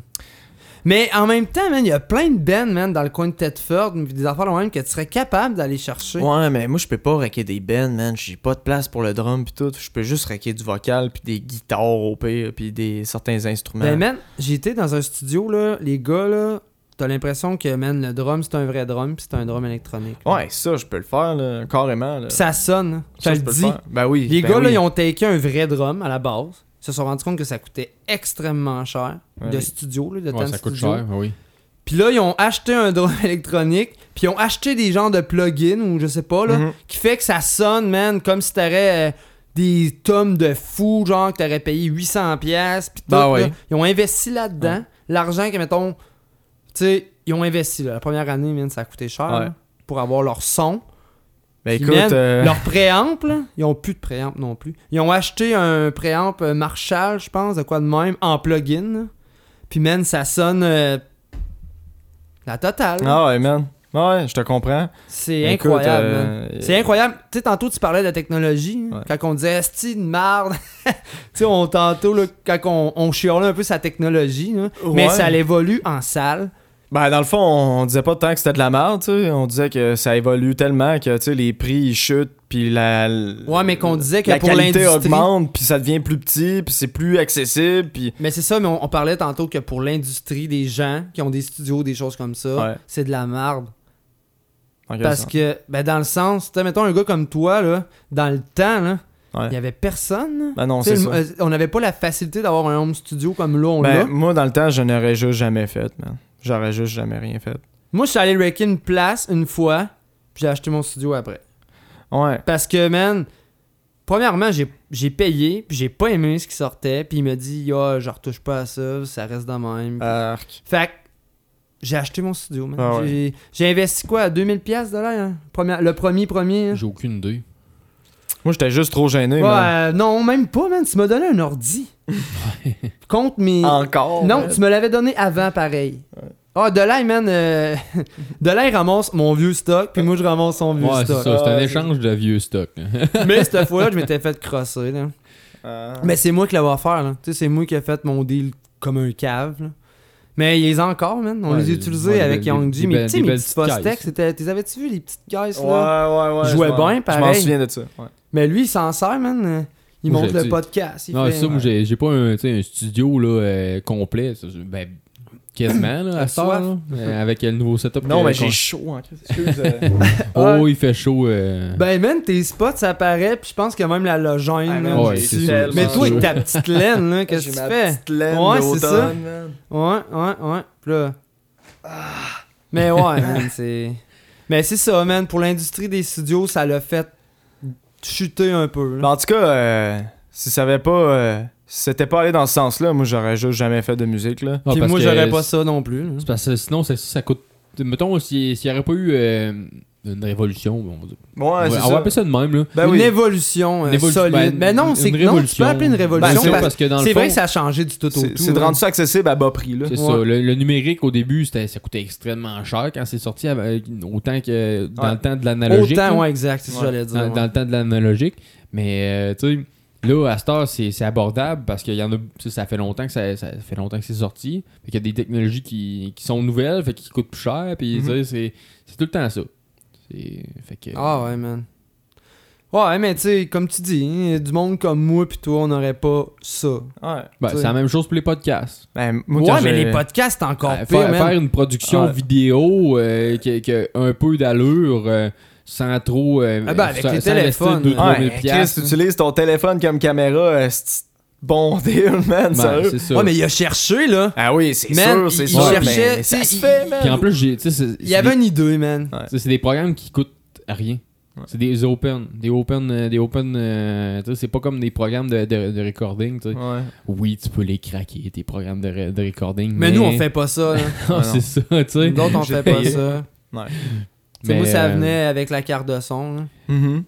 Speaker 2: Mais en même temps, man, il y a plein de bands, man, dans le coin de Tedford, puis des affaires de même que tu serais capable d'aller chercher.
Speaker 5: Ouais, mais moi, je peux pas raquer des bands, man. J'ai pas de place pour le drum pis tout. Je peux juste raquer du vocal puis des guitares au pire puis des certains instruments.
Speaker 2: Ben, man, j'étais dans un studio, là, les gars, là, T'as l'impression que, man, le drum, c'est un vrai drum, puis c'est un drum électronique. là.
Speaker 3: Ouais, ça, je peux le faire, là, carrément. Là.
Speaker 2: Puis ça sonne,
Speaker 3: Ça,
Speaker 2: ça,
Speaker 3: je
Speaker 2: le
Speaker 3: peux
Speaker 2: dis.
Speaker 3: faire. Ben oui.
Speaker 2: Les
Speaker 3: ben
Speaker 2: gars, là,
Speaker 3: oui.
Speaker 2: ils ont taken un vrai drum à la base. Ils se sont rendus compte que ça coûtait extrêmement cher
Speaker 3: Ouais.
Speaker 2: de studio, là, de temps
Speaker 4: Ouais,
Speaker 2: de
Speaker 4: ça coûte
Speaker 2: studio.
Speaker 4: cher, oui.
Speaker 2: Puis là, ils ont acheté un drum électronique, puis ils ont acheté des genres de plugins ou je sais pas, là,
Speaker 3: Mhm.
Speaker 2: qui fait que ça sonne, man, comme si t'aurais euh, des tomes de fou, genre que t'aurais payé 800$, pièces puis tout.
Speaker 3: Ben
Speaker 2: là.
Speaker 3: ouais.
Speaker 2: Ils ont investi là-dedans. L'argent que, mettons, tu sais, ils ont investi, là. La première année, man, ça a coûté cher,
Speaker 3: Ouais.
Speaker 2: là, pour avoir leur son.
Speaker 3: Ben
Speaker 2: Puis,
Speaker 3: écoute,
Speaker 2: man,
Speaker 3: euh,
Speaker 2: leur préamp, là, ils ont plus de préamp non plus. Ils ont acheté un préamp euh, Marshall, je pense, de quoi de même, en plugin. là. Puis, man, ça sonne euh, la totale. là.
Speaker 3: Ah ouais, man. Ouais, je te comprends.
Speaker 2: C'est
Speaker 3: Écoute,
Speaker 2: incroyable,
Speaker 3: euh,
Speaker 2: man. C'est incroyable. Tu sais, tantôt, tu parlais de la technologie. hein, Quand on disait, esti de marde. tu sais, on, tantôt, là, quand on, on chiolait un peu sa technologie. là. Mais
Speaker 3: Ouais.
Speaker 2: ça évolue en salle.
Speaker 3: Ben, dans le fond, on, on disait pas tant que c'était de la merde, tu sais. On disait que ça évolue tellement que, tu sais, les prix, ils chutent, puis la...
Speaker 2: Ouais, mais qu'on disait que
Speaker 3: la
Speaker 2: pour
Speaker 3: qualité
Speaker 2: l'industrie.
Speaker 3: augmente, puis ça devient plus petit, puis c'est plus accessible, puis...
Speaker 2: Mais c'est ça, mais on, on parlait tantôt que pour l'industrie des gens qui ont des studios, des choses comme ça,
Speaker 3: Ouais. hein.
Speaker 2: c'est de la marde.
Speaker 3: En quel
Speaker 2: Parce
Speaker 3: sens?
Speaker 2: que, ben, dans le sens, tu sais, mettons un gars comme toi, là, dans le temps, là, il
Speaker 3: Ouais.
Speaker 2: y avait personne. là.
Speaker 3: Ben non,
Speaker 2: Tu sais,
Speaker 3: c'est
Speaker 2: le-
Speaker 3: ça.
Speaker 2: euh, on n'avait pas la facilité d'avoir un home studio comme là, on l'a.
Speaker 3: Ben, moi, dans le temps, je n'aurais juste jamais fait, man. J'aurais juste jamais rien fait.
Speaker 2: Moi, je suis allé wrecker une place une fois, puis j'ai acheté mon studio après.
Speaker 3: Ouais.
Speaker 2: Parce que, man, premièrement, j'ai- j'ai payé, puis j'ai pas aimé ce qui sortait, puis il m'a dit, yo, je retouche pas à ça, ça reste dans même.
Speaker 3: Arc.
Speaker 2: Fait que j'ai acheté mon studio, man.
Speaker 3: Ah ouais.
Speaker 2: J'ai- J'ai investi quoi, 2000$ piastres de là, hein? Première- le premier, premier. hein?
Speaker 4: J'ai aucune idée.
Speaker 3: Moi, j'étais juste trop gêné,
Speaker 2: Ouais,
Speaker 3: man.
Speaker 2: euh, non, même pas, man. Tu m'as donné un ordi. Contre mes.
Speaker 3: Encore?
Speaker 2: Non,
Speaker 3: man.
Speaker 2: tu me l'avais donné avant, pareil. Ah, de là, man. euh, de là, il ramasse mon vieux stock, puis moi, je ramasse son vieux
Speaker 4: Ouais, c'est
Speaker 2: stock.
Speaker 4: ça. C'est
Speaker 3: Ah,
Speaker 4: un
Speaker 3: c'est-
Speaker 4: échange de vieux stock. là.
Speaker 2: Mais cette fois-là, je m'étais fait crosser. là.
Speaker 3: Ah.
Speaker 2: Mais c'est moi qui l'avais offert. là. Tu sais, c'est moi qui ai fait mon deal comme un cave. là. Mais il les a encore, man. On
Speaker 4: Ouais,
Speaker 2: les a
Speaker 4: les-
Speaker 2: utilisés
Speaker 4: ouais,
Speaker 2: avec
Speaker 4: des-
Speaker 2: Young
Speaker 4: des
Speaker 2: G.
Speaker 4: belles-
Speaker 2: Mais tu sais,
Speaker 4: des
Speaker 2: mes
Speaker 4: belles
Speaker 2: petits
Speaker 4: petites
Speaker 2: Fostex,
Speaker 4: caisses.
Speaker 2: c'était. T'es avais-tu vu les petites guys,
Speaker 3: Ouais,
Speaker 2: là?
Speaker 3: ouais, ouais.
Speaker 2: Je jouais
Speaker 3: m'en-
Speaker 2: bien,
Speaker 3: Je m'en
Speaker 2: pareil.
Speaker 3: souviens de ça, ouais.
Speaker 2: Mais lui, il s'en sert, man. Il
Speaker 4: Moi,
Speaker 2: monte
Speaker 4: j'ai-
Speaker 2: le
Speaker 4: tu-
Speaker 2: podcast. il
Speaker 4: Non,
Speaker 2: fait-
Speaker 4: c'est ça, moi, j'ai j'ai pas un, tu sais, un studio là, euh, complet. Ça, c'est- ben, quasiment, là, à
Speaker 2: T'as
Speaker 4: cette heure,
Speaker 2: soif?
Speaker 4: là, euh, avec euh, le nouveau setup.
Speaker 3: Non,
Speaker 4: que-
Speaker 3: mais j'ai
Speaker 4: qu'on-
Speaker 3: chaud, hein. Excuse. euh.
Speaker 4: Oh, il fait chaud. euh.
Speaker 2: Ben, man, tes spots, ça paraît, puis je pense qu'il y a même la logène. là,
Speaker 3: Ah, man,
Speaker 4: Ouais,
Speaker 3: j'ai
Speaker 4: c'est sûr.
Speaker 3: tellement
Speaker 2: Mais toi,
Speaker 3: chaud.
Speaker 2: avec ta petite laine, là, qu'est-ce
Speaker 3: J'ai
Speaker 2: que tu
Speaker 3: ma
Speaker 2: fais?
Speaker 3: petite laine
Speaker 2: Ouais, c'est ça.
Speaker 3: d'automne, man.
Speaker 2: Ouais, ouais, ouais. Puis là. Mais ouais, man, c'est. Mais c'est ça, man. Pour l'industrie des studios, ça l'a fait chuter un peu.
Speaker 3: Ben,
Speaker 2: là.
Speaker 3: en tout cas, euh, si ça avait pas. euh, si c'était pas allé dans ce sens-là, moi, j'aurais juste jamais fait de musique, là.
Speaker 4: Ah,
Speaker 2: Puis
Speaker 4: parce
Speaker 2: moi,
Speaker 4: que
Speaker 2: j'aurais pas ça non plus. là.
Speaker 4: C'est parce que sinon, ça, ça coûte. Mettons, s'il n'y aurait pas eu euh, une révolution, bon, on va dire- on
Speaker 3: Ouais,
Speaker 4: va- on va appeler ça de même. Là.
Speaker 3: Ben
Speaker 2: une
Speaker 3: oui.
Speaker 2: évolution euh,
Speaker 4: Une évolu-
Speaker 2: solide.
Speaker 4: ben,
Speaker 2: mais non,
Speaker 4: une
Speaker 2: c'est non, tu peux
Speaker 4: révolution.
Speaker 2: appeler une
Speaker 3: Ben,
Speaker 2: révolution.
Speaker 4: c'est
Speaker 2: parce-
Speaker 4: parce que dans le
Speaker 2: c'est vrai
Speaker 4: fond,
Speaker 2: que ça a changé du tout au
Speaker 3: C'est
Speaker 2: tout.
Speaker 3: c'est de
Speaker 2: là.
Speaker 3: rendre ça accessible à bas prix, là.
Speaker 4: C'est
Speaker 2: Ouais.
Speaker 4: ça. Le, le numérique, au début, c'était- ça coûtait extrêmement cher quand c'est sorti, avec- autant que dans
Speaker 3: Ouais.
Speaker 4: le temps de l'analogique. là.
Speaker 2: Autant, ouais, exact. C'est ça que
Speaker 3: Ouais.
Speaker 2: j'allais dire.
Speaker 4: dans,
Speaker 2: ouais.
Speaker 4: dans le temps de l'analogique. Mais euh, tu sais, là, à cette heure, c'est c'est abordable parce qu'il y en a. tu sais, Ça fait longtemps que ça, ça fait longtemps que c'est sorti. Fait qu'il y a des technologies qui, qui sont nouvelles, fait qui coûtent plus cher.
Speaker 2: Mhm.
Speaker 4: Puis tu sais, c'est c'est tout le temps ça. C'est- Fait que.
Speaker 2: Ah ouais, man. Ouais, mais tu sais, comme tu dis, hein, du monde comme moi puis toi, on n'aurait pas ça.
Speaker 3: Ouais.
Speaker 4: Ben,
Speaker 2: t'sais.
Speaker 4: c'est la même chose pour les podcasts.
Speaker 3: Ben, moi,
Speaker 2: ouais,
Speaker 3: quand
Speaker 2: mais
Speaker 3: j'ai-
Speaker 2: les podcasts, c'est encore
Speaker 4: Euh,
Speaker 2: pire,
Speaker 4: faire,
Speaker 2: man.
Speaker 4: faire une production
Speaker 3: Ouais.
Speaker 4: vidéo euh, qui, qui a un peu d'allure euh, sans trop. euh,
Speaker 2: Ah ben, avec
Speaker 4: sans-
Speaker 2: les
Speaker 4: sans investir
Speaker 2: téléphones,
Speaker 4: deux,
Speaker 2: là.
Speaker 4: trois mille
Speaker 3: Ouais, Chris,
Speaker 4: piastres,
Speaker 3: tu
Speaker 4: hein.
Speaker 3: utilises ton téléphone comme caméra, euh, c'est bon deal, man,
Speaker 4: Ben,
Speaker 3: sérieux.
Speaker 4: c'est ça.
Speaker 2: Ouais, mais il a cherché, là.
Speaker 3: Ah oui, c'est
Speaker 2: Man,
Speaker 3: sûr, c'est
Speaker 2: il
Speaker 3: sûr.
Speaker 2: cherchait,
Speaker 3: mais ça
Speaker 2: tu
Speaker 3: se
Speaker 2: sais,
Speaker 3: fait,
Speaker 2: il-
Speaker 3: man.
Speaker 4: Puis en plus, j'ai. tu sais, c'est-
Speaker 2: Il
Speaker 4: c'est
Speaker 2: y avait
Speaker 4: des- Ah,
Speaker 2: une idée, man.
Speaker 3: Ouais.
Speaker 4: Ça, c'est des programmes qui coûtent rien.
Speaker 3: Ouais.
Speaker 4: C'est des open, des open, euh, des open. euh, tu sais, c'est pas comme des programmes de, de- de recording. tu sais.
Speaker 3: Ouais.
Speaker 4: Oui, tu peux les craquer tes programmes de, re- de recording.
Speaker 2: Mais nous, on fait pas ça. là.
Speaker 4: Ah, c'est ça, tu sais.
Speaker 2: Nous autres, on
Speaker 3: J'ai
Speaker 2: fait pas
Speaker 3: payé.
Speaker 2: ça. Tu sais,
Speaker 4: Mais,
Speaker 2: moi, ça
Speaker 4: euh,
Speaker 2: venait avec la carte de son. là.
Speaker 3: Mhm.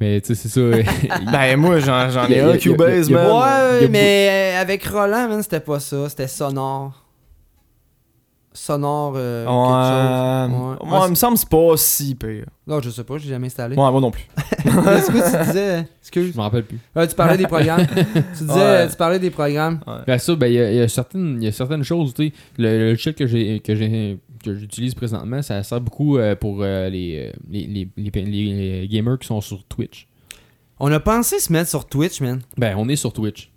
Speaker 4: Mais tu sais, c'est ça. euh,
Speaker 3: Ben, moi, j'en j'en
Speaker 4: Il y
Speaker 3: ai
Speaker 4: a- il y
Speaker 3: un
Speaker 4: a-
Speaker 3: Cubase,
Speaker 4: il y a-
Speaker 3: man.
Speaker 4: il y
Speaker 2: Ouais,
Speaker 4: a
Speaker 2: mais euh, avec Roland, man, c'était pas ça. C'était sonore. Sonore, euh,
Speaker 3: Ouais.
Speaker 2: quelque chose.
Speaker 4: euh,
Speaker 3: Moi,
Speaker 2: Ouais.
Speaker 3: il me semble que c'est pas si pire.
Speaker 2: Non, je sais pas, j'ai jamais installé.
Speaker 3: Ouais, moi non plus.
Speaker 2: Est-ce que tu disais... Excuse.
Speaker 4: je m'en rappelle plus.
Speaker 2: Ouais, tu parlais des programmes. tu disais,
Speaker 3: Ouais.
Speaker 2: tu parlais des programmes.
Speaker 4: Ben ça, ben, il y, a- il y a certaines- il y a certaines choses, tu sais. Le, le logiciel que j'ai que j'ai que j'utilise présentement, ça sert beaucoup euh, pour euh, les, euh, les, les, les- les- les gamers qui sont sur Twitch.
Speaker 2: On a pensé se mettre sur Twitch, man.
Speaker 4: Ben, on est sur Twitch.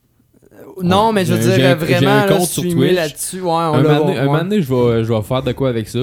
Speaker 2: Non, mais je veux
Speaker 4: J'ai-
Speaker 2: dire,
Speaker 4: j'ai- j'ai
Speaker 2: vraiment,
Speaker 4: un
Speaker 2: là,
Speaker 4: compte
Speaker 2: si
Speaker 4: sur
Speaker 2: tu y mets
Speaker 4: Twitch.
Speaker 2: là-dessus, ouais, on
Speaker 4: un
Speaker 2: l'a
Speaker 4: moment donné-
Speaker 2: ouais.
Speaker 4: un moment donné, je vais, euh, je vais faire de quoi avec ça.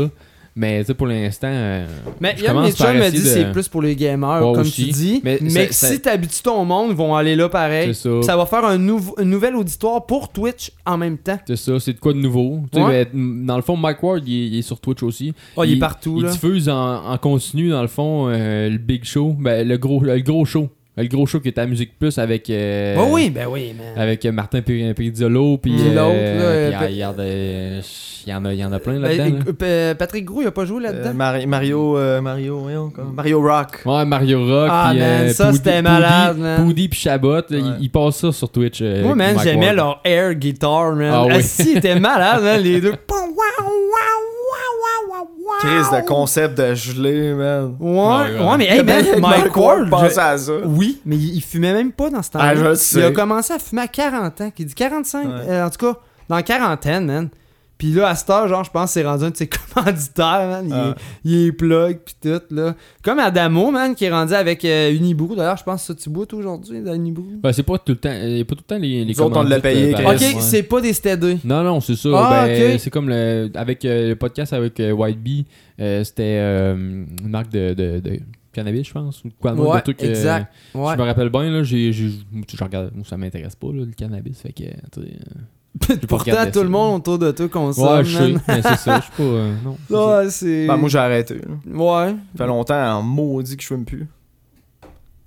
Speaker 4: Mais tu sais, pour l'instant. euh,
Speaker 2: Mais
Speaker 4: je
Speaker 2: Yann
Speaker 4: commence
Speaker 2: Mitchell
Speaker 4: par
Speaker 2: me
Speaker 4: essayer
Speaker 2: dit que c'est
Speaker 4: de-
Speaker 2: plus pour les gamers,
Speaker 4: Ouais,
Speaker 2: comme
Speaker 4: aussi.
Speaker 2: tu dis. Mais,
Speaker 4: Mais
Speaker 2: que
Speaker 4: ça- ça-
Speaker 2: si t'habitues ton monde, ils vont aller là pareil.
Speaker 4: C'est ça.
Speaker 2: Puis Ça va faire un nouveau- une nouvelle auditoire pour Twitch en même temps.
Speaker 4: C'est ça, c'est de quoi de nouveau. Tu sais,
Speaker 2: Ouais.
Speaker 4: ben, m- dans le fond, Mike Ward, il, est- il est sur Twitch aussi.
Speaker 2: Oh, il est partout,
Speaker 4: Il
Speaker 2: là.
Speaker 4: diffuse en, en continu, dans le fond, euh, le Big Show. Ben, le gros, le gros show. Le gros show qui est à Musique Plus avec. euh,
Speaker 2: Oh oui, ben oui, man.
Speaker 4: Avec euh, Martin Pir- Pirizzolo. Puis
Speaker 2: Puis
Speaker 4: euh,
Speaker 2: l'autre, là,
Speaker 4: puis, ah,
Speaker 2: pe-
Speaker 4: regarde, euh, il y, en a- il y en a plein
Speaker 2: Ben,
Speaker 4: là-dedans.
Speaker 2: éc- euh, Patrick Gros, il a pas joué
Speaker 3: Euh,
Speaker 2: là-dedans.
Speaker 3: Mari- Mario, euh, Mario, voyons,
Speaker 4: Mm.
Speaker 3: quoi. Mario Rock.
Speaker 4: là. Ouais, Mario Rock.
Speaker 2: Ah,
Speaker 4: puis,
Speaker 2: man,
Speaker 4: euh,
Speaker 2: ça,
Speaker 4: Poudy-
Speaker 2: c'était
Speaker 4: Poudy-
Speaker 2: malade, man.
Speaker 4: Poudy puis Chabot, là, ils
Speaker 3: Ouais.
Speaker 4: ils passent ça sur Twitch. euh,
Speaker 2: Moi, man,
Speaker 4: Mike
Speaker 2: j'aimais
Speaker 4: Ward.
Speaker 2: leur air guitar, man.
Speaker 4: Ah oui.
Speaker 2: Ah, si, ils étaient malades, hein, les deux. Poum, waouh, waouh, waouh, waouh, waouh.
Speaker 3: Crise de concept de gelée, man.
Speaker 2: Ouais,
Speaker 4: Ouais, ouais.
Speaker 2: ouais, mais hey, man, Mike Ward,
Speaker 3: pense
Speaker 2: je-
Speaker 3: à ça.
Speaker 2: Oui, mais il, il fumait même pas dans ce temps-là.
Speaker 3: Ah, je le
Speaker 2: il a
Speaker 3: sais.
Speaker 2: commencé à fumer à 40 ans. Qui dit 45,
Speaker 3: Ouais.
Speaker 2: euh, en tout cas, dans la quarantaine, man. Puis là, à cette heure, genre, je pense que c'est rendu un de ses commanditaires, man. Il,
Speaker 3: Ah.
Speaker 2: est, il est plug, pis tout, là. Comme Adamo, man, qui est rendu avec euh, Unibrew. D'ailleurs, je pense que ça, tu bois aujourd'hui, dans Unibrew.
Speaker 4: Ben, c'est pas tout le temps. Il y a pas tout le temps les. les
Speaker 3: Nous autres, on
Speaker 4: commandites,
Speaker 3: l'a payé,
Speaker 4: euh,
Speaker 3: Chris.
Speaker 2: Ok,
Speaker 4: pareilles, ouais.
Speaker 2: c'est pas des stédés.
Speaker 4: Non, non, c'est ça.
Speaker 2: Ah,
Speaker 4: ben,
Speaker 2: ok.
Speaker 4: C'est comme le, avec euh, le podcast avec euh, White Bee, euh, c'était euh, une marque de, de, de cannabis, je pense, ou de quoi de même, de
Speaker 2: Ouais,
Speaker 4: truc, euh,
Speaker 2: exact. Ouais.
Speaker 4: Je me rappelle bien, là, j'ai, j'ai- je regarde, moi, ça m'intéresse pas, là, le cannabis, fait que, tu sais, euh, j'ai pas
Speaker 2: Pourtant,
Speaker 4: regardé
Speaker 2: tout
Speaker 4: ça.
Speaker 2: le monde autour de toi
Speaker 4: Ouais,
Speaker 2: consomme,
Speaker 4: je Bah, sais,
Speaker 2: man.
Speaker 4: mais c'est ça, je suis pas, euh, non. c'est ça.
Speaker 2: Ouais, c'est...
Speaker 3: Ben, moi, j'ai arrêté. là.
Speaker 2: Ouais.
Speaker 3: Ça fait longtemps en maudit que je fume plus.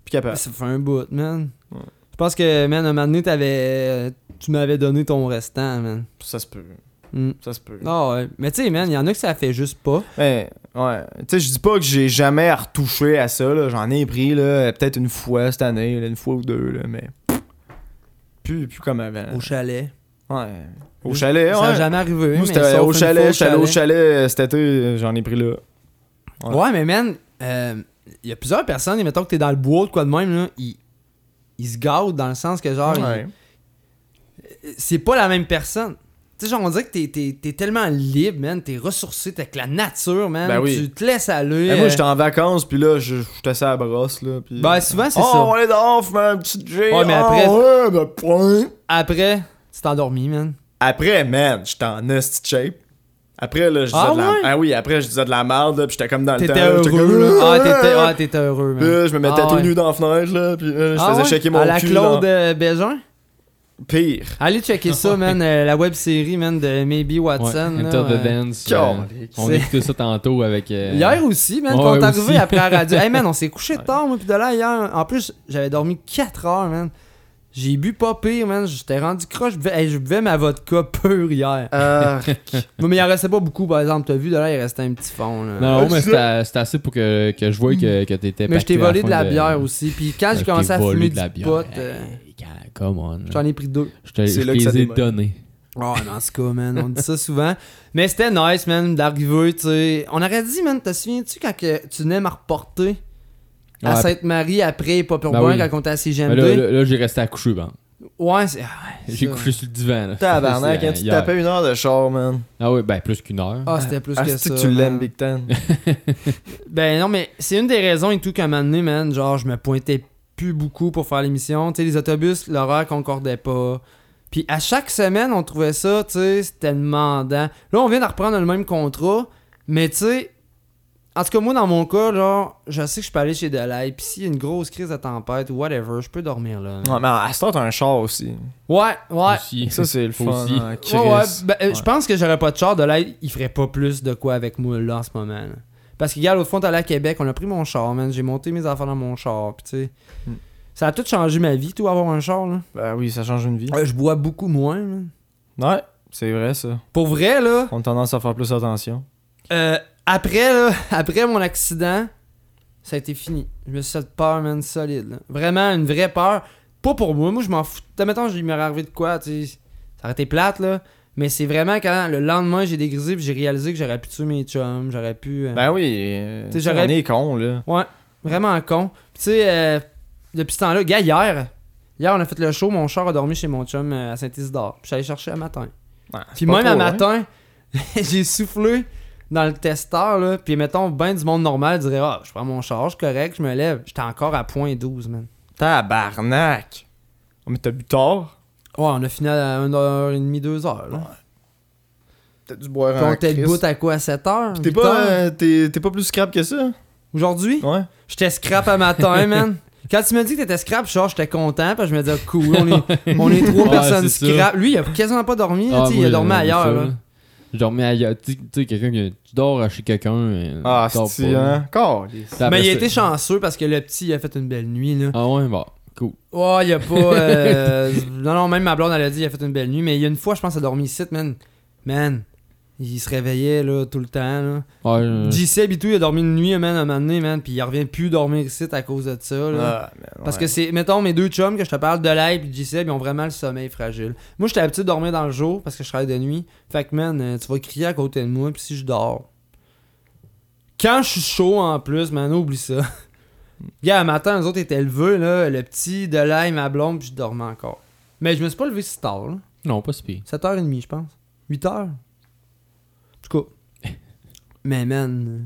Speaker 3: Puis capable.
Speaker 2: Ça fait un bout, man.
Speaker 3: Ouais.
Speaker 2: Je pense que, man, un moment donné, t'avais- euh, tu m'avais donné ton restant, man.
Speaker 3: Ça se peut.
Speaker 2: Mm.
Speaker 3: Ça se peut.
Speaker 2: Ah ouais. Mais tu sais, man, il y en a que ça fait juste pas.
Speaker 3: Ouais, ouais. Tu sais, je dis pas que j'ai jamais à retoucher à ça, là. J'en ai pris, là, peut-être une fois cette année, là, une fois ou deux, là, mais. Plus, plus comme avant.
Speaker 2: Au chalet.
Speaker 3: Ouais. Au chalet,
Speaker 2: ça
Speaker 3: Eh ouais.
Speaker 2: n'a jamais arrivé.
Speaker 3: Moi,
Speaker 2: mais
Speaker 3: c'était
Speaker 2: sauf
Speaker 3: au
Speaker 2: une
Speaker 3: chalet,
Speaker 2: fois
Speaker 3: j'étais allé au chalet euh, cet été, euh, j'en ai pris là.
Speaker 2: Ouais. mais man, euh, il y a plusieurs personnes, et mettons que t'es dans le bois ou de quoi de même, là, ils, ils se gâtent dans le sens que, genre,
Speaker 3: Ouais.
Speaker 2: ils- c'est pas la même personne. Tu sais, genre, on dirait que t'es, t'es- t'es tellement libre, man. T'es ressourcé, t'es avec la nature, man.
Speaker 3: Ben oui.
Speaker 2: Tu te laisses aller.
Speaker 3: Ben, moi, j'étais
Speaker 2: euh,
Speaker 3: en vacances, puis là, je- j'étais ça à la brosse, là. Puis...
Speaker 2: Ben, souvent, c'est
Speaker 3: oh,
Speaker 2: ça.
Speaker 3: on est dehors, fumer un petit J.
Speaker 2: Ouais, mais
Speaker 3: oh,
Speaker 2: après-
Speaker 3: ouais, ben, point.
Speaker 2: Après, tu t'es endormi, man.
Speaker 3: Après, man, j'étais en esti shape. Après, là, je disais
Speaker 2: Ah
Speaker 3: de la...
Speaker 2: ouais?
Speaker 3: Ah oui, après, je disais de la merde, là, puis j'étais comme dans le temps.
Speaker 2: T'étais
Speaker 3: là, j'étais
Speaker 2: heureux,
Speaker 3: comme-
Speaker 2: là. Ah, t'étais, ah, t'étais heureux, man.
Speaker 3: Puis là, je me mettais
Speaker 2: Ah,
Speaker 3: tout
Speaker 2: ouais.
Speaker 3: nu dans la fenêtre, là, puis là, je
Speaker 2: Ah
Speaker 3: faisais
Speaker 2: ouais?
Speaker 3: checker mon
Speaker 2: À la
Speaker 3: cul.
Speaker 2: Claude
Speaker 3: dans-
Speaker 2: euh, Bégin?
Speaker 3: Pire.
Speaker 2: Allez checker ça, man. euh, la web série, man, de Maybe
Speaker 4: Ouais,
Speaker 2: Watson.
Speaker 4: Enter
Speaker 2: là,
Speaker 4: the
Speaker 2: ouais.
Speaker 4: Dance, euh,
Speaker 3: Calique.
Speaker 4: on
Speaker 2: C'est-
Speaker 4: écoutait ça tantôt avec... euh,
Speaker 2: Hier aussi, man,
Speaker 4: Ouais,
Speaker 2: quand on est
Speaker 4: aussi.
Speaker 2: arrivé après la radio. hey, man, on s'est couché tard, moi, puis de là, hier. En plus, j'avais dormi 4 heures, man. J'ai bu pas pire, man. J'étais rendu croche. Je buvais, hey, je buvais ma vodka pure hier.
Speaker 3: Euh. Ah,
Speaker 2: Mais mais il en restait pas beaucoup, par exemple. T'as vu, de là, il restait un petit fond, là.
Speaker 4: Non, non, mais c'était c'était assez pour que, que je voie que, que t'étais
Speaker 2: Hmm. mais je t'ai
Speaker 4: pacté
Speaker 2: volé
Speaker 4: à fond
Speaker 2: de la bière aussi. Puis quand
Speaker 4: Je
Speaker 2: Ah, j'ai
Speaker 4: t'ai
Speaker 2: commencé à
Speaker 4: volé
Speaker 2: fumer
Speaker 4: de
Speaker 2: du
Speaker 4: la bière.
Speaker 2: pot, euh,
Speaker 4: Hey, gars, come on. là.
Speaker 2: j'en ai pris deux.
Speaker 4: Je te
Speaker 3: C'est
Speaker 4: je
Speaker 3: là que ça
Speaker 4: les ai
Speaker 3: démarre.
Speaker 4: donnés.
Speaker 2: Oh, mais en tout cas, man, on dit ça souvent. Mais c'était nice, man, d'arriver, tu sais. On aurait dit, man, te souviens-tu quand que tu venais me reporter à
Speaker 4: Ouais.
Speaker 2: Sainte-Marie après Pop
Speaker 4: Ben
Speaker 2: Urbain
Speaker 4: oui.
Speaker 2: quand on était à
Speaker 4: Mais
Speaker 2: CGMD?
Speaker 4: là, là, là, j'ai resté accouché, ben.
Speaker 2: Ouais, c'est. ah, ouais,
Speaker 4: J'ai
Speaker 2: ça. hein,
Speaker 4: couché sur le divan. là.
Speaker 3: Tabarnak,
Speaker 4: C'est, euh,
Speaker 3: quand tu te
Speaker 4: hier.
Speaker 3: tapais une heure de char, man.
Speaker 4: Ah oui, ben plus qu'une heure.
Speaker 2: Ah, c'était plus
Speaker 3: Ah,
Speaker 2: que ça.
Speaker 3: c'est que tu l'aimes,
Speaker 2: man.
Speaker 3: Big Ten.
Speaker 2: Ben non, mais c'est une des raisons et tout qu'à un moment donné, man, genre, je me pointais plus beaucoup pour faire l'émission. Tu sais, les autobus, l'horaire concordait pas. Puis à chaque semaine, on trouvait ça, tu sais, c'était demandant. Là, on vient de reprendre le même contrat, mais tu sais, en tout cas, moi, dans mon cas, genre, je sais que je peux aller chez Delay, puis s'il y a une grosse crise de tempête ou whatever, je peux dormir là.
Speaker 3: Ouais, mais à cette heure, t'as un char aussi.
Speaker 2: Ouais, ouais.
Speaker 4: Aussi.
Speaker 3: Ça, c'est le fun.
Speaker 4: Aussi.
Speaker 3: hein, Chris.
Speaker 2: Ouais, ouais, ben, euh,
Speaker 3: Ouais.
Speaker 2: Je pense que j'aurais pas de char de l'aide, il ferait pas plus de quoi avec moi là en ce moment. là. Parce que, gars, l'autre fois, on est allé à Québec, on a pris mon char, man. J'ai monté mes affaires dans mon char, pis tu sais.
Speaker 3: Mm.
Speaker 2: Ça a tout changé ma vie, tout avoir un char, là.
Speaker 3: Ben oui, ça change une vie.
Speaker 2: Euh, je bois beaucoup moins, là.
Speaker 3: Ouais, ben- c'est vrai, ça.
Speaker 2: Pour vrai, là,
Speaker 3: On a tendance à faire plus attention.
Speaker 2: euh, après, là, après mon accident, ça a été fini. Je me suis fait peur, man, solide, là. Vraiment, une vraie peur. Pas pour moi, moi, je m'en fous. Mettons, il m'aurait arrivé de quoi, tu sais. Ça aurait été plate, là. Mais c'est vraiment quand le lendemain, j'ai dégrisé, puis j'ai réalisé que j'aurais pu tuer mes chums, j'aurais pu. euh,
Speaker 3: Ben oui, euh,
Speaker 2: T'sais,
Speaker 3: on
Speaker 2: j'aurais-
Speaker 3: est con, là.
Speaker 2: Ouais, vraiment con. Puis tu sais, euh, depuis ce temps-là, gars, hier, hier, on a fait le show, mon char a dormi chez mon chum euh, à Saint-Isidore. Puis j'allais chercher un matin.
Speaker 3: Ouais,
Speaker 2: Puis
Speaker 3: c'est pas
Speaker 2: même un
Speaker 3: trop, hein.
Speaker 2: matin, j'ai soufflé dans le testeur, là. Puis mettons, ben du monde normal dirait, ah, je prends mon char, je suis correct, je me lève. J'étais encore à point 12, man.
Speaker 3: Tabarnak! Oh, mais t'as bu tard?
Speaker 2: on a fini à 1h30, 2h. Là.
Speaker 3: T'as dû boire
Speaker 2: Puis
Speaker 3: un
Speaker 2: on était
Speaker 3: Ah, Chris.
Speaker 2: le bout à quoi, 7h?
Speaker 3: T'es pas, euh, t'es- t'es pas plus scrap que ça?
Speaker 2: Aujourd'hui?
Speaker 3: Ouais.
Speaker 2: J'étais scrap à matin, man. Quand tu m'as dit que t'étais scrap, genre, j'étais content, parce que je me disais, cool, on est, on est trois
Speaker 4: Ouais,
Speaker 2: personnes
Speaker 4: c'est ça.
Speaker 2: scrap. Lui, il a quasiment pas dormi, là,
Speaker 4: Ah,
Speaker 2: tu sais, il
Speaker 4: moi,
Speaker 2: a dormi
Speaker 4: euh, ça,
Speaker 2: ailleurs. là.
Speaker 4: là. Je dormais ailleurs. Tu tu sais, quelqu'un qui. Tu dors chez quelqu'un. euh,
Speaker 3: Ah,
Speaker 4: tu dors
Speaker 3: c'est
Speaker 4: pas, là.
Speaker 3: hein? Calice.
Speaker 4: Puis après
Speaker 2: Mais il a
Speaker 4: ça-
Speaker 2: été chanceux parce que le petit, il a fait une belle nuit, là.
Speaker 4: Ah ouais, bon, cool.
Speaker 2: Ouais, il a pas. euh, non, non, même ma blonde, elle a dit, il a fait une belle nuit. Mais il y a une fois, je pense, elle a dormi ici, man. Man, il se réveillait, là, tout le temps, là.
Speaker 4: Ah, je-
Speaker 2: J-Seb et tout, il a dormi une nuit, man, à un moment donné, man. Puis il revient plus dormir ici à cause de ça, là.
Speaker 3: Ah, man,
Speaker 2: Parce
Speaker 3: ouais.
Speaker 2: que c'est, mettons, mes deux chums que je te parle, Delay et JC, ils ont vraiment le sommeil fragile. Moi, j'étais habitué de dormir dans le jour parce que je travaille de nuit. Fait que, man, euh, tu vas crier à côté de moi, puis si je dors. Quand je suis chaud en plus, man, oublie ça. Gars, un matin, les autres étaient levés, là, le petit, Delay, ma blonde, puis je dormais encore. Mais je me suis pas levé si tard, là.
Speaker 4: Non, pas si pire.
Speaker 2: 7h30, je pense. 8h. En tout cas. Mais, man. euh,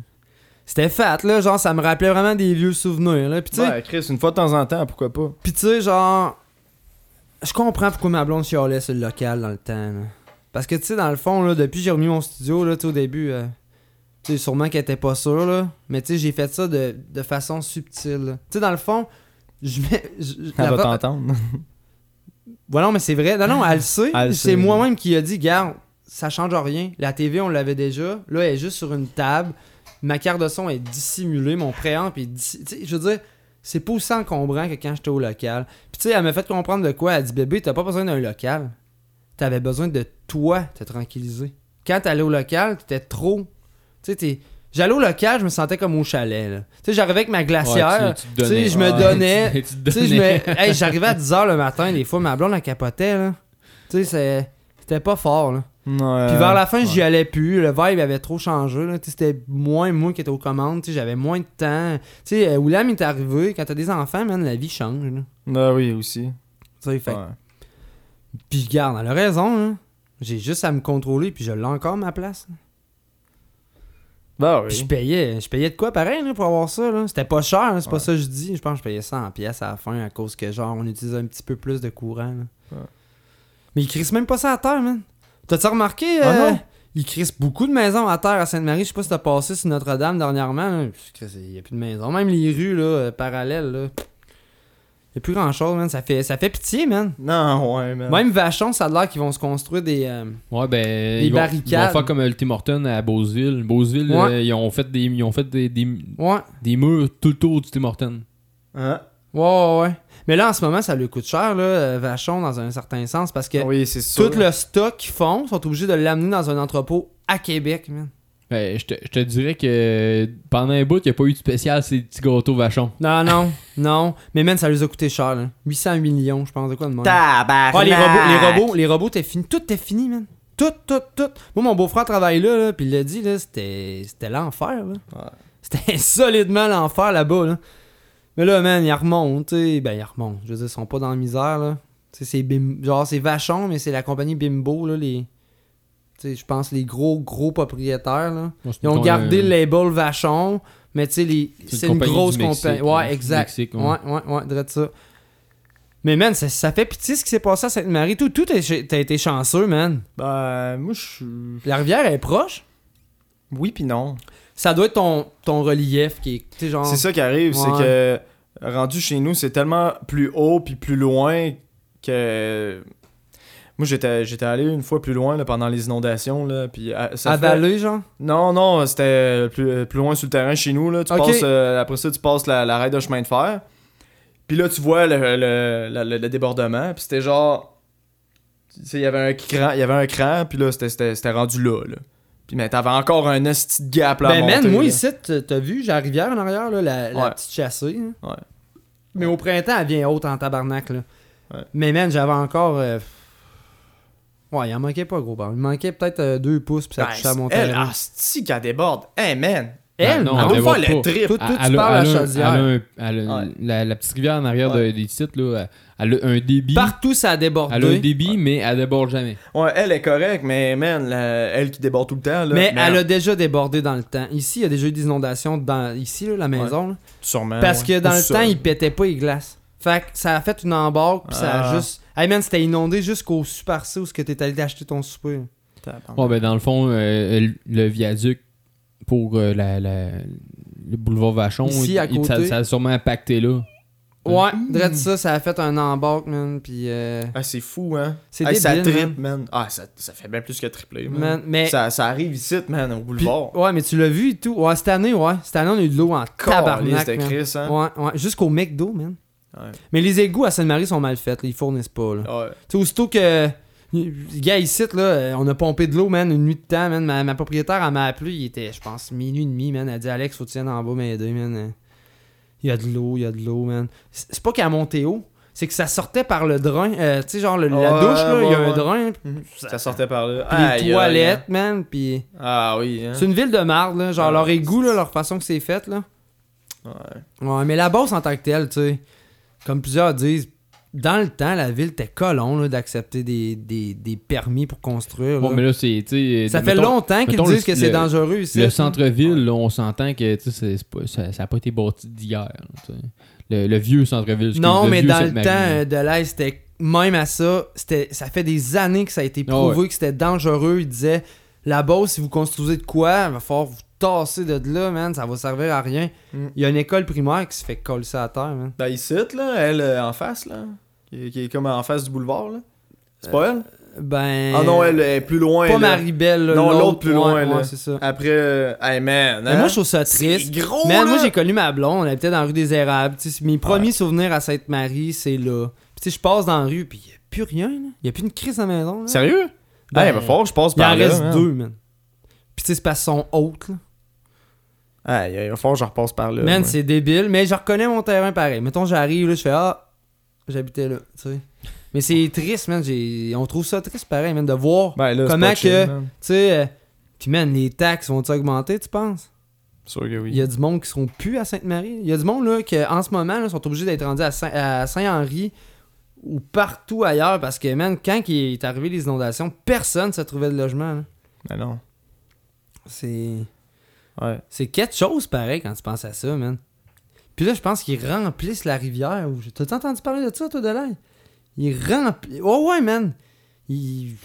Speaker 2: C'était fat, là. Genre, ça me rappelait vraiment des vieux souvenirs, là. Puis, tu sais.
Speaker 3: Ouais, Chris, une fois de temps en temps, pourquoi pas?
Speaker 2: Pis tu sais, genre. Je comprends pourquoi ma blonde chialait sur le local dans le temps. là. Parce que tu sais, dans le fond, là, depuis que j'ai remis mon studio, là, tu sais, au début, euh, tu sais, sûrement qu'elle était pas sûre, là. Mais tu sais, j'ai fait ça de, de façon subtile. là. Tu sais, dans le fond, je mets. je-
Speaker 3: Elle
Speaker 2: la
Speaker 3: va
Speaker 2: va-
Speaker 3: t'entendre.
Speaker 2: Ouais, non, mais c'est vrai. Non, non, elle le sait.
Speaker 3: Ah, Elle le sait.
Speaker 2: c'est moi-même qui a dit, garde, ça change rien. La TV, on l'avait déjà. Là, elle est juste sur une table. Ma carte de son est dissimulée. Mon préamp est dissi- Tu sais, Je veux dire, c'est pas aussi encombrant que quand j'étais au local. Puis tu sais, elle m'a fait comprendre de quoi. Elle dit, bébé, t'as pas besoin d'un local. T'avais besoin de toi te tranquilliser. Quand t'allais au local, t'étais trop. Tu sais, t'es- J'allais au local, je me sentais comme au chalet. là. Tu sais, j'arrivais avec ma glacière.
Speaker 4: tu,
Speaker 2: tu
Speaker 4: te
Speaker 2: sais,
Speaker 4: donnais.
Speaker 2: je me
Speaker 4: Ouais,
Speaker 2: donnais.
Speaker 4: tu- tu te
Speaker 2: Tu sais, je
Speaker 4: donnais.
Speaker 2: me- hey, j'arrivais à 10h le matin, des fois, ma blonde, la capotait, là. Tu sais, c'est- c'était pas fort, là.
Speaker 3: Euh, Ouais.
Speaker 2: Puis vers la fin, j'y allais plus. Le vibe avait trop changé, là. Tu sais, c'était moins moi qui étais aux commandes, tu sais, j'avais moins de temps. Tu sais, euh, William est arrivé. Quand t'as des enfants, man, la vie change, là.
Speaker 3: Ah oui, aussi.
Speaker 2: Tu sais, fait que-
Speaker 3: Ouais.
Speaker 2: Puis garde, elle a raison, hein. J'ai juste à me contrôler, puis je l'ai encore, ma place.
Speaker 3: Bah
Speaker 2: Puis je
Speaker 3: oui.
Speaker 2: payais, je payais de quoi pareil là, pour avoir ça là. C'était pas cher, hein, c'est pas ça que je dis. Je pense que je payais 100 pièces à la fin à cause que genre on utilisait un petit peu plus de courant. là.
Speaker 3: Ouais.
Speaker 2: Mais ils crissent même pas ça à terre, man. T'as-tu remarqué
Speaker 3: Ah
Speaker 2: euh,
Speaker 3: non?
Speaker 2: Ils crissent beaucoup de maisons à terre à Sainte-Marie. Je sais pas si t'as passé sur Notre-Dame dernièrement. là. Puis, Chris, Il y a plus de maisons. Même les rues là, euh, parallèles là. Il y a plus grand chose, man. Ça fait, ça fait pitié, man.
Speaker 3: Non, ouais, man.
Speaker 2: Même Vachon, ça a l'air qu'ils vont se construire des. euh,
Speaker 4: Ouais, ben.
Speaker 2: Des
Speaker 4: ils vont, Ils
Speaker 2: barricades.
Speaker 4: vont faire comme le Tim Horton à Beauceville. Beauceville,
Speaker 2: Ouais.
Speaker 4: euh, ils ont fait, des, ils ont fait des, des,
Speaker 2: Ouais.
Speaker 4: des murs tout le tour du Tim Horton.
Speaker 3: Hein?
Speaker 2: Ouais, ouais, ouais. Mais là, en ce moment, ça lui coûte cher, là, euh, Vachon, dans un certain sens, parce que
Speaker 3: Ah Oui, c'est sûr.
Speaker 2: tout le stock qu'ils font, sont obligés de l'amener dans un entrepôt à Québec, man.
Speaker 4: Ben, je te, je te dirais que pendant un bout, il n'y a pas eu de spécial ces petits gâteaux vachons.
Speaker 2: Non, non, non. Mais man, ça les a coûté cher, là. 800 millions, je pense, de quoi de monde.
Speaker 5: Tabarnak!
Speaker 2: Ah, les robots, les robots, les robots, t'es fini. Tout est fini, man. Tout, tout, tout. Moi, mon beau-frère travaille là, là puis il l'a dit, là, c'était c'était l'enfer, là.
Speaker 3: Ouais.
Speaker 2: C'était solidement l'enfer là-bas, là. Mais là, man, ils remontent, tu sais. Ben, ils remontent. Je veux dire, ils sont pas dans la misère, là. Tu sais, c'est Bim- genre, c'est Vachon, mais c'est la compagnie Bimbo, là, les... Tu sais, je pense les gros, gros propriétaires, là. Ils ont gardé le label Vachon, mais tu sais, les-
Speaker 4: C'est une
Speaker 2: c'est une,
Speaker 4: compagnie
Speaker 2: grosse
Speaker 4: du Mexique,
Speaker 2: compagnie.
Speaker 4: hein,
Speaker 2: Ouais,
Speaker 4: du
Speaker 2: exact.
Speaker 4: Mexique, ouais.
Speaker 2: ouais, ouais, ouais, drette ça. Mais man, ça, ça fait pitié ce qui s'est passé à Sainte-Marie. Tout, tout est- t'as été chanceux, man.
Speaker 3: Ben, moi, je suis.
Speaker 2: La rivière est proche.
Speaker 3: Oui, puis non.
Speaker 2: Ça doit être ton, ton relief qui est, tu sais, genre.
Speaker 3: C'est ça qui arrive, c'est que rendu chez nous, c'est tellement plus haut puis plus loin que. Moi, j'étais j'étais allé une fois plus loin là, pendant les inondations. Là, puis, ah, ça fait-
Speaker 2: avalé, genre.
Speaker 3: Non, non, c'était plus, plus loin sur le terrain chez nous. Là. Tu
Speaker 2: Ok.
Speaker 3: passes, euh, après ça, tu passes la, la rail de chemin de fer. Puis là, tu vois le, le- la- le- le débordement. Puis c'était genre. Tu sais, il y avait un cran, il y avait un cran, puis là, c'était- c'était c'était rendu là. là. Puis mais t'avais encore un esti de gap là. à
Speaker 2: Ben, man,
Speaker 3: monter,
Speaker 2: moi
Speaker 3: là.
Speaker 2: ici, t- t'as vu, j'ai la rivière en arrière, là, la, la
Speaker 3: Ouais.
Speaker 2: petite chassée. hein.
Speaker 3: Ouais.
Speaker 2: Mais au printemps, elle vient haute en tabarnak. Là.
Speaker 3: Ouais.
Speaker 2: Mais man, j'avais encore. euh, Ouais, il en manquait pas, gros. bar. Il manquait peut-être euh, deux pouces, puis ça touchait à
Speaker 3: Ben,
Speaker 2: mon
Speaker 3: elle,
Speaker 2: terrain.
Speaker 3: asti qu'elle déborde. Hey, man.
Speaker 2: Elle,
Speaker 4: Ah,
Speaker 2: non,
Speaker 4: non, elle
Speaker 3: On va
Speaker 4: déborde
Speaker 3: faire le
Speaker 4: pas.
Speaker 3: trip.
Speaker 2: Toi, toi,
Speaker 4: Elle-
Speaker 2: tu
Speaker 4: elle a-
Speaker 2: parles à
Speaker 4: elle a un-
Speaker 2: Chaudière.
Speaker 4: elle a un- elle a-
Speaker 3: Ouais.
Speaker 4: la, la petite rivière en arrière
Speaker 3: Ouais.
Speaker 4: de- des sites, là, elle elle a un débit.
Speaker 2: Partout, ça a
Speaker 4: Elle a un
Speaker 2: débordé.
Speaker 4: débit, mais elle déborde jamais.
Speaker 3: Ouais, elle est correcte, mais man, la- elle qui déborde tout le temps. Là,
Speaker 2: mais
Speaker 3: merde.
Speaker 2: elle a déjà débordé dans le temps. Ici, il y a déjà eu des inondations dans ici, là, la maison. là.
Speaker 3: Sûrement.
Speaker 2: Parce
Speaker 3: Ah ouais.
Speaker 2: que dans
Speaker 3: Ou
Speaker 2: le
Speaker 3: ça.
Speaker 2: temps, ils pétaient pas les glaces. Fait que ça a fait une embarque, puis ça
Speaker 3: Ah.
Speaker 2: a juste. Hey man, c'était inondé jusqu'au Super C où ce que t'es allé acheter ton souper.
Speaker 4: Ouais, ben dans le fond, euh, le viaduc pour euh, la, la- le boulevard Vachon,
Speaker 2: Ici, à
Speaker 4: ça,
Speaker 2: côté.
Speaker 4: ça a sûrement impacté là.
Speaker 2: Ouais, dread ça, ça a fait un embarque, man. Puis euh,
Speaker 4: ben-
Speaker 3: Ah, c'est fou, hein?
Speaker 2: c'est
Speaker 3: Hey,
Speaker 2: débile,
Speaker 3: ça
Speaker 2: man.
Speaker 3: triple, man. Ah, ça, ça fait bien plus que tripler, man.
Speaker 2: Man, mais
Speaker 3: Ça, ça arrive ici, man, au
Speaker 2: puis- oh,
Speaker 3: boulevard.
Speaker 2: ouais, mais tu l'as vu et tout. Ouais, cette année, ouais, cette année on a eu de l'eau en
Speaker 3: Caliste
Speaker 2: tabarnak,
Speaker 3: de
Speaker 2: man.
Speaker 3: Chris, hein?
Speaker 2: Ouais, ouais, jusqu'au McDo, man.
Speaker 3: Ouais.
Speaker 2: Mais les égouts à Sainte-Marie sont mal faits, là, ils fournissent pas. Là.
Speaker 3: Ah, Ouais.
Speaker 2: Tu sais, aussitôt que. Gars, ici, là, euh, on a pompé de l'eau, man, une nuit de temps, man. Ma, ma propriétaire, elle m'a appelé, il était, je pense, minuit et demi, man. Elle dit, Alex, faut que tu viennes en bas m'aider, man. Euh, Il y a de l'eau, il y a de l'eau, man. C'est c'est pas qu'à monter haut, c'est que ça sortait par le drain. euh, tu sais, genre, le- la
Speaker 3: Ouais,
Speaker 2: douche, là, il y a
Speaker 3: ouais,
Speaker 2: un
Speaker 3: ouais.
Speaker 2: drain, puis
Speaker 3: Mhm. Ça sortait par là. Aïe,
Speaker 2: Mm-hmm. les
Speaker 3: aïe,
Speaker 2: toilettes,
Speaker 3: hein.
Speaker 2: man, puis.
Speaker 3: Ah oui, hein?
Speaker 2: C'est une ville de marde, là. Genre,
Speaker 3: Ah,
Speaker 2: leur
Speaker 3: ouais.
Speaker 2: égout, là, leur façon que c'est fait, là.
Speaker 3: Ouais.
Speaker 2: Ouais, mais la Beauce en tant que telle, tu sais, comme plusieurs disent, dans le temps, la ville était colon là, d'accepter des, des, des permis pour construire.
Speaker 4: Bon,
Speaker 2: là.
Speaker 4: mais là, c'est. tu sais,
Speaker 2: ça
Speaker 4: mettons-
Speaker 2: fait longtemps qu'ils
Speaker 4: mettons
Speaker 2: disent
Speaker 4: le-
Speaker 2: que c'est
Speaker 4: le-
Speaker 2: dangereux ici.
Speaker 4: Le
Speaker 2: là.
Speaker 4: centre-ville, là, on s'entend que tu sais, c'est- c'est pas- ça n'a pas été bâti d'hier. là, tu sais. Le, le vieux centre-ville. excuse,
Speaker 2: Non, mais
Speaker 4: vieux
Speaker 2: dans le
Speaker 4: Sainte-Marie.
Speaker 2: temps euh, de l'Est, c'était même à ça, c'était ça fait des années que ça a été
Speaker 4: Ah
Speaker 2: prouvé que c'était dangereux. Ils disaient la Beauce, si vous construisez de quoi, il va falloir vous tasser de là, man, ça va servir à rien.
Speaker 3: Mm.
Speaker 2: Il y a une école primaire qui se fait coller ça à terre, man.
Speaker 3: Ben, ici, là, elle, euh, en face, là. Qui, est- qui est comme en face du boulevard, là. C'est pas elle?
Speaker 2: Ben.
Speaker 3: Ah non, elle est plus loin.
Speaker 2: Pas
Speaker 3: là.
Speaker 2: Marie-Belle, là,
Speaker 3: Non, l'autre plus
Speaker 2: ouais,
Speaker 3: loin,
Speaker 2: ouais,
Speaker 3: là.
Speaker 2: c'est ça.
Speaker 3: Après, euh, hey man.
Speaker 2: Mais
Speaker 3: hein?
Speaker 2: moi, je trouve ça
Speaker 3: C'est
Speaker 2: triste.
Speaker 3: gros,
Speaker 2: Man,
Speaker 3: là.
Speaker 2: moi, j'ai connu ma blonde, elle était dans la rue des Érables. Tu sais, mes premiers souvenirs à Sainte-Marie, c'est là. Puis, tu sais, je passe dans la rue, puis il n'y a plus rien, là. Il n'y a plus une crise à la maison, là.
Speaker 3: Sérieux?
Speaker 2: Ben,
Speaker 3: Ben, il va falloir que je passe
Speaker 2: Il en
Speaker 3: par là. hein.
Speaker 2: reste
Speaker 3: man.
Speaker 2: deux, man. Puis, tu sais, c'est parce qu'ils sont hautes, là.
Speaker 3: Ah, il va falloir que je repasse par là.
Speaker 2: man,
Speaker 3: moi.
Speaker 2: c'est débile, mais je reconnais mon terrain pareil. Mettons, j'arrive, là, je fais Ah, j'habitais là, tu sais. Mais c'est triste, man. j'ai- On trouve ça triste pareil, man, de voir,
Speaker 3: Ben, là, c'est
Speaker 2: Comment
Speaker 3: pas chill,
Speaker 2: que-
Speaker 3: man.
Speaker 2: tu sais. euh, Puis, man, les taxes vont-ils augmenter, tu penses?
Speaker 3: Sûr que oui.
Speaker 2: Il y a du monde qui seront plus à Sainte-Marie. Il y a du monde là, qui, en ce moment, là, sont obligés d'être rendus à Saint- à Saint-Henri ou partout ailleurs parce que, man, quand il est arrivé les inondations, personne ne se trouvait de logement. là.
Speaker 3: Ben non.
Speaker 2: C'est.
Speaker 3: Ouais.
Speaker 2: C'est quelque chose pareil quand tu penses à ça, man. Puis là, je pense qu'ils remplissent la rivière. ou- T'as entendu parler de ça, toi, de l'ail? Ils remplissent. Oh ouais, man! Ils-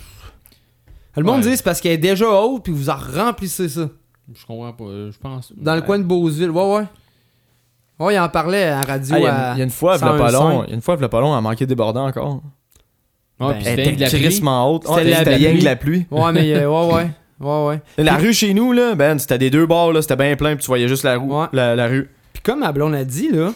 Speaker 2: Le monde
Speaker 4: Ouais.
Speaker 2: dit c'est parce qu'elle est déjà haute, puis vous en remplissez ça.
Speaker 4: Je comprends pas. euh, Je pense.
Speaker 2: Dans le
Speaker 4: Ouais.
Speaker 2: coin de Beauceville, ouais, ouais. Ouais, il en parlait à la radio.
Speaker 3: Ah, il y,
Speaker 2: à-
Speaker 3: a- il y a une fois, v'là pas
Speaker 2: 101.5.
Speaker 3: long, il y a une fois, v'là pas long, elle manquait débordant encore.
Speaker 4: Ouais,
Speaker 2: Ben,
Speaker 4: puis c'était de la pluie.
Speaker 3: crissement haute.
Speaker 2: C'était
Speaker 3: Ouais,
Speaker 2: la
Speaker 3: C'était rien
Speaker 2: pluie.
Speaker 3: que la pluie.
Speaker 2: Ouais, mais euh, ouais, ouais. Ouais, ouais.
Speaker 3: La rue chez nous, là, ben, c'était des deux bords, là, c'était bien plein, puis tu voyais juste la, roue,
Speaker 2: Ouais.
Speaker 3: la, la rue.
Speaker 2: Puis comme ma blonde a dit, là,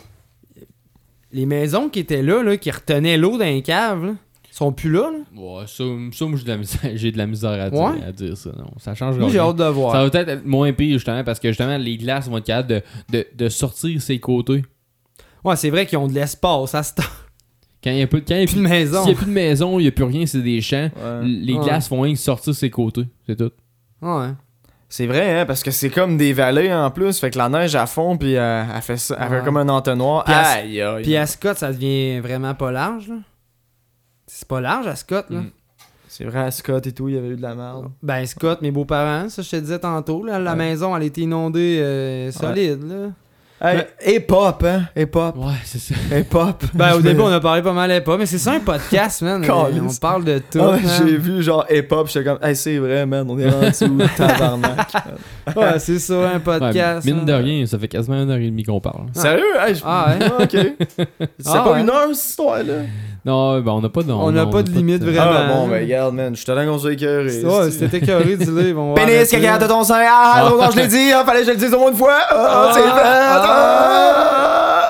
Speaker 2: les maisons qui étaient là, là qui retenaient l'eau dans les caves, là, sont plus là. là.
Speaker 4: Ouais, ça, ça, moi, j'ai de la misère, j'ai de la misère à, dire,
Speaker 2: Ouais.
Speaker 4: à dire ça. Non, ça change
Speaker 2: Moi, j'ai hâte de voir.
Speaker 4: Ça va peut-être être moins pire, justement, parce que justement, les glaces vont être capables de, de, de sortir ses côtés.
Speaker 2: Ouais, c'est vrai qu'ils ont de l'espace à ce temps.
Speaker 4: Quand il n'y a, peu- quand il y a
Speaker 2: Plus de
Speaker 4: plus
Speaker 2: maison.
Speaker 4: s'il y a plus de maison, il n'y a plus rien, c'est des champs.
Speaker 3: Ouais.
Speaker 4: Les
Speaker 2: Ouais.
Speaker 4: glaces font rien que sortir ses côtés. C'est tout.
Speaker 2: Ouais.
Speaker 3: C'est vrai, hein, parce que c'est comme des vallées en plus, fait que la neige à fond, puis elle, elle fait, ça, elle
Speaker 2: Ouais.
Speaker 3: fait comme un entonnoir.
Speaker 2: Puis elle-
Speaker 3: aïe, aïe.
Speaker 2: Puis à Scott, ça devient vraiment pas large, là. C'est pas large à Scott, là.
Speaker 4: Mm.
Speaker 3: C'est vrai, à Scott et tout, il y avait eu de la merde.
Speaker 2: Ben, Scott, mes beaux-parents, ça, je te disais tantôt, là, la
Speaker 3: Ouais.
Speaker 2: maison, elle a été inondée euh, solide, là.
Speaker 3: Hey, hip-hop, hein, hip-hop,
Speaker 4: Ouais, c'est ça.
Speaker 3: hip-hop.
Speaker 2: Ben, au
Speaker 3: Je
Speaker 2: début,
Speaker 3: me-
Speaker 2: on a parlé pas mal à pas, mais c'est ça un podcast, man.
Speaker 3: Calisse.
Speaker 2: on parle de tout.
Speaker 3: Ah,
Speaker 2: man.
Speaker 3: j'ai vu genre hip-hop, j'étais comme, hey, c'est vrai, man, on est rendu au tabarnak.
Speaker 2: Ouais, c'est ça, un podcast.
Speaker 4: Ouais, mine
Speaker 2: hein.
Speaker 4: de rien, ça fait quasiment une heure et demie qu'on parle.
Speaker 3: Sérieux? Hey, je-
Speaker 2: Ah, ouais.
Speaker 3: ok. C'est
Speaker 2: Ah,
Speaker 3: pas
Speaker 2: ouais.
Speaker 3: une heure, cette histoire-là.
Speaker 4: Non, ben, on n'a pas de.
Speaker 2: On n'a
Speaker 4: n'a
Speaker 2: pas de limite vraiment.
Speaker 3: Ah, bon, ben, regarde, man, je te donne qu'on se écœuré.
Speaker 2: Ouais, c'était écœuré du livre. on va
Speaker 3: Pénis,
Speaker 2: arrêter là.
Speaker 3: caca de ton sein. Ah, ah, non, je l'ai dit. Ah, fallait que je le dise au moins une fois. Ah, c'est
Speaker 2: Ah,
Speaker 3: fait. Ah,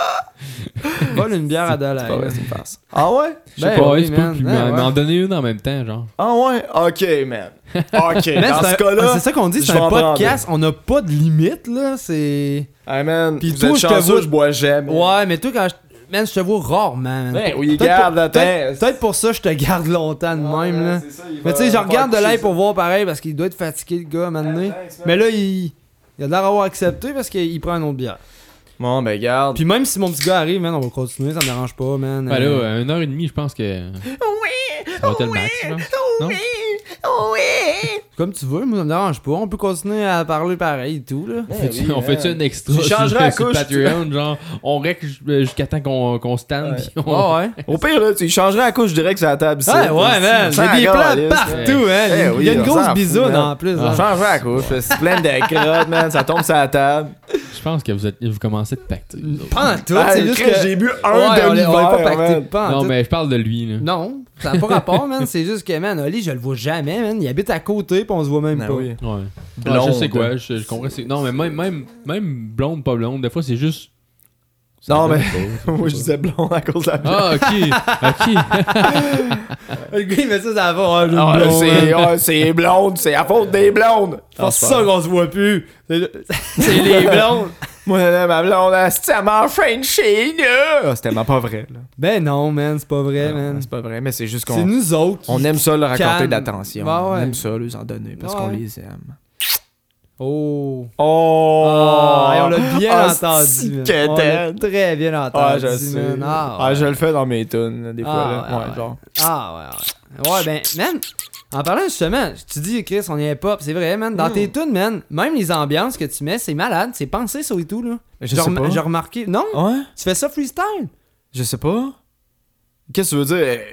Speaker 2: Vole une bière à Dalai.
Speaker 3: Ah, ouais, c'est une farce. Ah ouais?
Speaker 4: Je sais
Speaker 2: Ben
Speaker 4: pas,
Speaker 2: oui,
Speaker 4: tu peux
Speaker 2: man.
Speaker 4: plus
Speaker 2: Ouais,
Speaker 4: m'en-
Speaker 2: ouais.
Speaker 4: m'en donner une en même temps, genre.
Speaker 3: Ah ouais? Ok, man. Ok,
Speaker 2: Man,
Speaker 3: dans
Speaker 2: c'est
Speaker 3: ce
Speaker 2: un-
Speaker 3: cas-là.
Speaker 2: C'est ça qu'on dit,
Speaker 3: je
Speaker 2: c'est
Speaker 3: vais
Speaker 2: un
Speaker 3: en prendre.
Speaker 2: podcast, on n'a pas de limite, là. C'est.
Speaker 3: Hey, man,
Speaker 2: Pis
Speaker 3: vous
Speaker 2: toi,
Speaker 3: êtes
Speaker 2: je te
Speaker 3: chanceux,
Speaker 2: vois-
Speaker 3: je bois jamais.
Speaker 2: Ouais, mais toi, quand je. Man, je te vois rarement, man.
Speaker 3: Ben oui,
Speaker 2: Peut-être
Speaker 3: garde,
Speaker 2: pour-
Speaker 3: attends.
Speaker 2: Peut-être peut-être pour ça, je te garde longtemps de
Speaker 3: Ah,
Speaker 2: même,
Speaker 3: man,
Speaker 2: là.
Speaker 3: c'est ça, il
Speaker 2: Mais
Speaker 3: va-
Speaker 2: tu sais, je
Speaker 3: va
Speaker 2: regarde de
Speaker 3: coucher
Speaker 2: l'air
Speaker 3: ça.
Speaker 2: pour voir pareil parce qu'il doit être fatigué, le gars, à un moment donné. Mais là, il. Il a l'air d'avoir accepté parce qu'il prend un autre bière.
Speaker 3: Bon, ben, garde.
Speaker 2: Puis même si mon petit gars arrive, man, on va continuer, ça me dérange pas, man.
Speaker 4: Ben
Speaker 2: Euh,
Speaker 4: là, une
Speaker 2: Oh
Speaker 4: Ben heure et demie, je pense que. Oui! Ça va être le max, je pense. Non?
Speaker 6: Oui!
Speaker 2: Comme tu veux, moi ça me dérange pas. On peut continuer à parler pareil et tout, là.
Speaker 4: On
Speaker 3: Ben
Speaker 4: fait-tu
Speaker 3: hein.
Speaker 4: on fait-tu un extra
Speaker 3: Tu
Speaker 4: sur,
Speaker 3: changeras la
Speaker 4: sur
Speaker 3: couche,
Speaker 4: Patreon, genre on rec jusqu'à temps qu'on qu'on se tanne
Speaker 3: Ouais.
Speaker 4: puis on-
Speaker 2: Ah ouais.
Speaker 3: Au pire, là, tu changerais la couche direct sur la table.
Speaker 2: Ouais, ouais, man. Il y a des plats partout, hein. Il y a-
Speaker 3: Eh
Speaker 2: Il y a
Speaker 3: oui,
Speaker 2: une
Speaker 3: on
Speaker 2: grosse
Speaker 3: s'en fout,
Speaker 2: bisoune
Speaker 3: man. Ah.
Speaker 2: en plus. hein.
Speaker 3: Changerais la couche. C'est plein de crottes, man. Ça tombe sur la table.
Speaker 4: Je pense que vous êtes vous commencez de pacter. vous autres.
Speaker 2: Pas en tout,
Speaker 3: Ah,
Speaker 2: c'est juste
Speaker 3: Chris,
Speaker 2: que.
Speaker 3: J'ai bu
Speaker 2: Ouais,
Speaker 3: un
Speaker 2: on
Speaker 3: de
Speaker 2: l'a- on l'a pas
Speaker 3: l'hiver,
Speaker 2: pacté
Speaker 3: man.
Speaker 2: de pas en
Speaker 4: Non
Speaker 2: tout.
Speaker 4: mais je parle de lui là.
Speaker 2: Non, ça n'a pas rapport, man. C'est juste que, man, Oli, je le vois jamais, man. Il habite à côté, puis on se voit même
Speaker 3: Ah
Speaker 2: pas.
Speaker 3: oui.
Speaker 4: Ouais.
Speaker 3: Blonde.
Speaker 4: Ouais, je sais quoi, je, je comprends. c'est- Non mais même, même, même blonde, pas blonde, des fois c'est juste. ça
Speaker 3: Non,
Speaker 4: donne
Speaker 3: mais-
Speaker 4: pas, ça donne
Speaker 3: Moi, je
Speaker 4: pas.
Speaker 3: disais blond à cause de la bière.
Speaker 4: Ah ok, ok.
Speaker 2: Le gars, il met ça, ça va. Ah, j'ai une
Speaker 3: Ah,
Speaker 2: blonde, man. Ah,
Speaker 3: c'est- ah, C'est blonde, c'est à faute des blondes.
Speaker 2: C'est pour ça qu'on se voit plus. C'est c'est les blondes.
Speaker 3: Moi, là, ma blonde, c'est m'a Frenchie, là. Ah, C'est tellement pas vrai, là.
Speaker 2: Ben non, man, c'est pas vrai,
Speaker 3: Non,
Speaker 2: man.
Speaker 3: C'est pas vrai, mais Ah, c'est juste
Speaker 2: C'est
Speaker 3: qu'on
Speaker 2: nous autres. qui-
Speaker 3: on aime ça leur accorder
Speaker 2: calme.
Speaker 3: de l'attention.
Speaker 2: Bah ouais.
Speaker 3: On aime ça leur en donner parce
Speaker 2: Ouais.
Speaker 3: qu'on les aime.
Speaker 2: Oh.
Speaker 3: Oh!
Speaker 2: Ah, et on l'a bien
Speaker 3: Ah, c'est
Speaker 2: entendu. man.
Speaker 3: que
Speaker 2: On l'a
Speaker 3: t'aimes.
Speaker 2: très bien
Speaker 3: Ah,
Speaker 2: entendu,
Speaker 3: je sais.
Speaker 2: man. Ah,
Speaker 3: Ah,
Speaker 2: ouais.
Speaker 3: je le fais dans mes tunes, là, des fois.
Speaker 2: Ah,
Speaker 3: là.
Speaker 2: ouais,
Speaker 3: Ouais,
Speaker 2: ouais.
Speaker 3: genre.
Speaker 2: Ah ouais, ouais. Ouais, ben, man, en parlant justement, tu dis, Chris, on y est pas, pis c'est vrai, man. Dans
Speaker 3: Hmm.
Speaker 2: tes tunes, man, même les ambiances que tu mets, c'est malade, c'est pensé ça et tout, là.
Speaker 3: Je
Speaker 2: J'ai
Speaker 3: sais
Speaker 2: rem-
Speaker 3: pas. Ah.
Speaker 2: J'ai remarqué. Non,
Speaker 3: Ouais?
Speaker 2: tu fais ça freestyle.
Speaker 3: Je sais pas. Qu'est-ce que tu veux dire? Euh,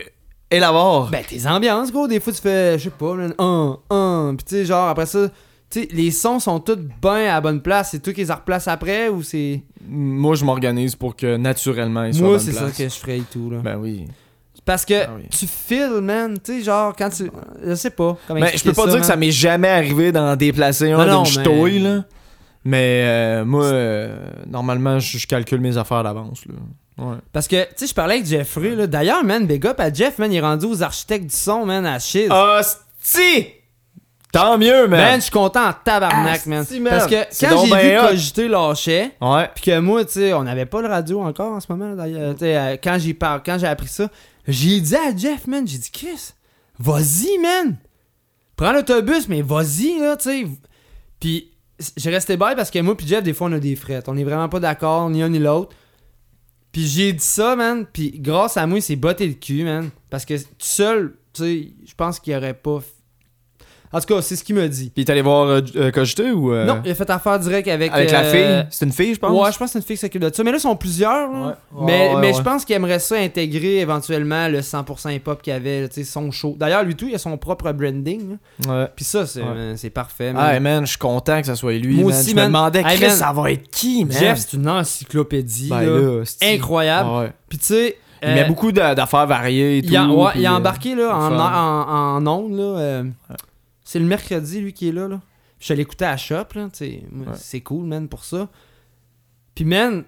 Speaker 3: Élabore.
Speaker 2: Ben, tes ambiances, gros, des fois, tu fais, je sais pas, man, un, un, pis tu sais, genre, après ça. tu sais les sons sont tous bien à la bonne place, c'est toi qui les replaces après ou c'est.
Speaker 3: Moi, je m'organise pour que naturellement ils soient
Speaker 2: Moi,
Speaker 3: à la
Speaker 2: c'est
Speaker 3: bonne
Speaker 2: ça
Speaker 3: place.
Speaker 2: que je ferais et tout, là.
Speaker 3: Ben oui.
Speaker 2: Parce que
Speaker 3: Ah oui.
Speaker 2: tu files, man, tu sais, genre, quand tu. Je sais pas. Comment
Speaker 3: Mais je peux
Speaker 2: expliquer
Speaker 3: pas dire que ça
Speaker 2: man.
Speaker 3: m'est jamais arrivé d'en déplacer
Speaker 2: Non,
Speaker 3: un
Speaker 2: non,
Speaker 3: d'une
Speaker 2: mais-
Speaker 3: ch'touille, là. Mais euh, moi, euh, normalement, je je calcule mes affaires d'avance, là. Ouais.
Speaker 2: Parce que, tu sais, je parlais avec Jeffrey, là. D'ailleurs, man, big up à Jeff, man, il est rendu aux architectes du son, man, à shit.
Speaker 3: Hostie! Tant mieux,
Speaker 2: man,
Speaker 3: Ah, man!
Speaker 2: je suis content en tabarnak, man.
Speaker 3: Asti, man.
Speaker 2: Parce que
Speaker 3: C'est
Speaker 2: quand
Speaker 3: donc
Speaker 2: j'ai
Speaker 3: ben
Speaker 2: vu
Speaker 3: hot.
Speaker 2: Cogité lâchait,
Speaker 3: Ouais.
Speaker 2: puis que moi, tu sais, on n'avait pas le radio encore en ce moment,
Speaker 3: Mm.
Speaker 2: d'ailleurs. Tu sais, euh, quand j'ai par... quand j'ai appris ça, j'ai dit à Jeff, man, j'ai dit, Chris, vas-y, man. Prends l'autobus, mais vas-y, là, tu sais. Puis, j'ai resté bail parce que moi, puis Jeff, des fois, on a des frettes. On est vraiment pas d'accord, ni un ni l'autre. Puis j'ai dit ça, man. Puis grâce à moi, il s'est botté le cul, man. Parce que tout seul, tu sais, je pense qu'il aurait pas. f- En tout cas, c'est ce qu'il m'a dit.
Speaker 3: Puis t'es allé voir euh, euh, Cogité ou. euh,
Speaker 2: Non, il a fait affaire direct avec.
Speaker 3: Avec la
Speaker 2: euh,
Speaker 3: fille? C'est une fille, je pense?
Speaker 2: Ouais, je pense que c'est une fille qui s'occupe de ça. Mais là, ils sont plusieurs. là.
Speaker 3: Ouais.
Speaker 2: mais
Speaker 3: Ouais, ouais,
Speaker 2: mais
Speaker 3: ouais.
Speaker 2: je pense qu'il aimerait ça intégrer éventuellement le 100% hip-hop qu'il avait, tu sais, son show. D'ailleurs, lui tout, il a son propre branding. là.
Speaker 3: Ouais.
Speaker 2: Puis ça, c'est
Speaker 3: Ouais.
Speaker 2: euh, c'est parfait. man.
Speaker 3: Ah, hey, man, je suis content que ça soit lui.
Speaker 2: Moi
Speaker 3: man.
Speaker 2: aussi,
Speaker 3: je
Speaker 2: man.
Speaker 3: me demandais,
Speaker 2: Hey,
Speaker 3: Chris,
Speaker 2: man.
Speaker 3: ça va être qui, man?
Speaker 2: Jeff, c'est une encyclopédie.
Speaker 3: Ben
Speaker 2: là.
Speaker 3: là, hostie.
Speaker 2: Incroyable.
Speaker 3: Ah ouais.
Speaker 2: Puis tu sais.
Speaker 3: Il met
Speaker 2: euh,
Speaker 3: beaucoup d'a- d'affaires variées et tout.
Speaker 2: Il a, ouais,
Speaker 3: puis,
Speaker 2: il a
Speaker 3: euh,
Speaker 2: embarqué là, en,
Speaker 3: fun.
Speaker 2: en, en, ondes. Là, euh, C'est le mercredi, lui, qui est là. là. Je suis allé écouter à la shop. Là, tu sais, moi,
Speaker 3: Ouais.
Speaker 2: C'est cool, man, pour ça. Puis, man,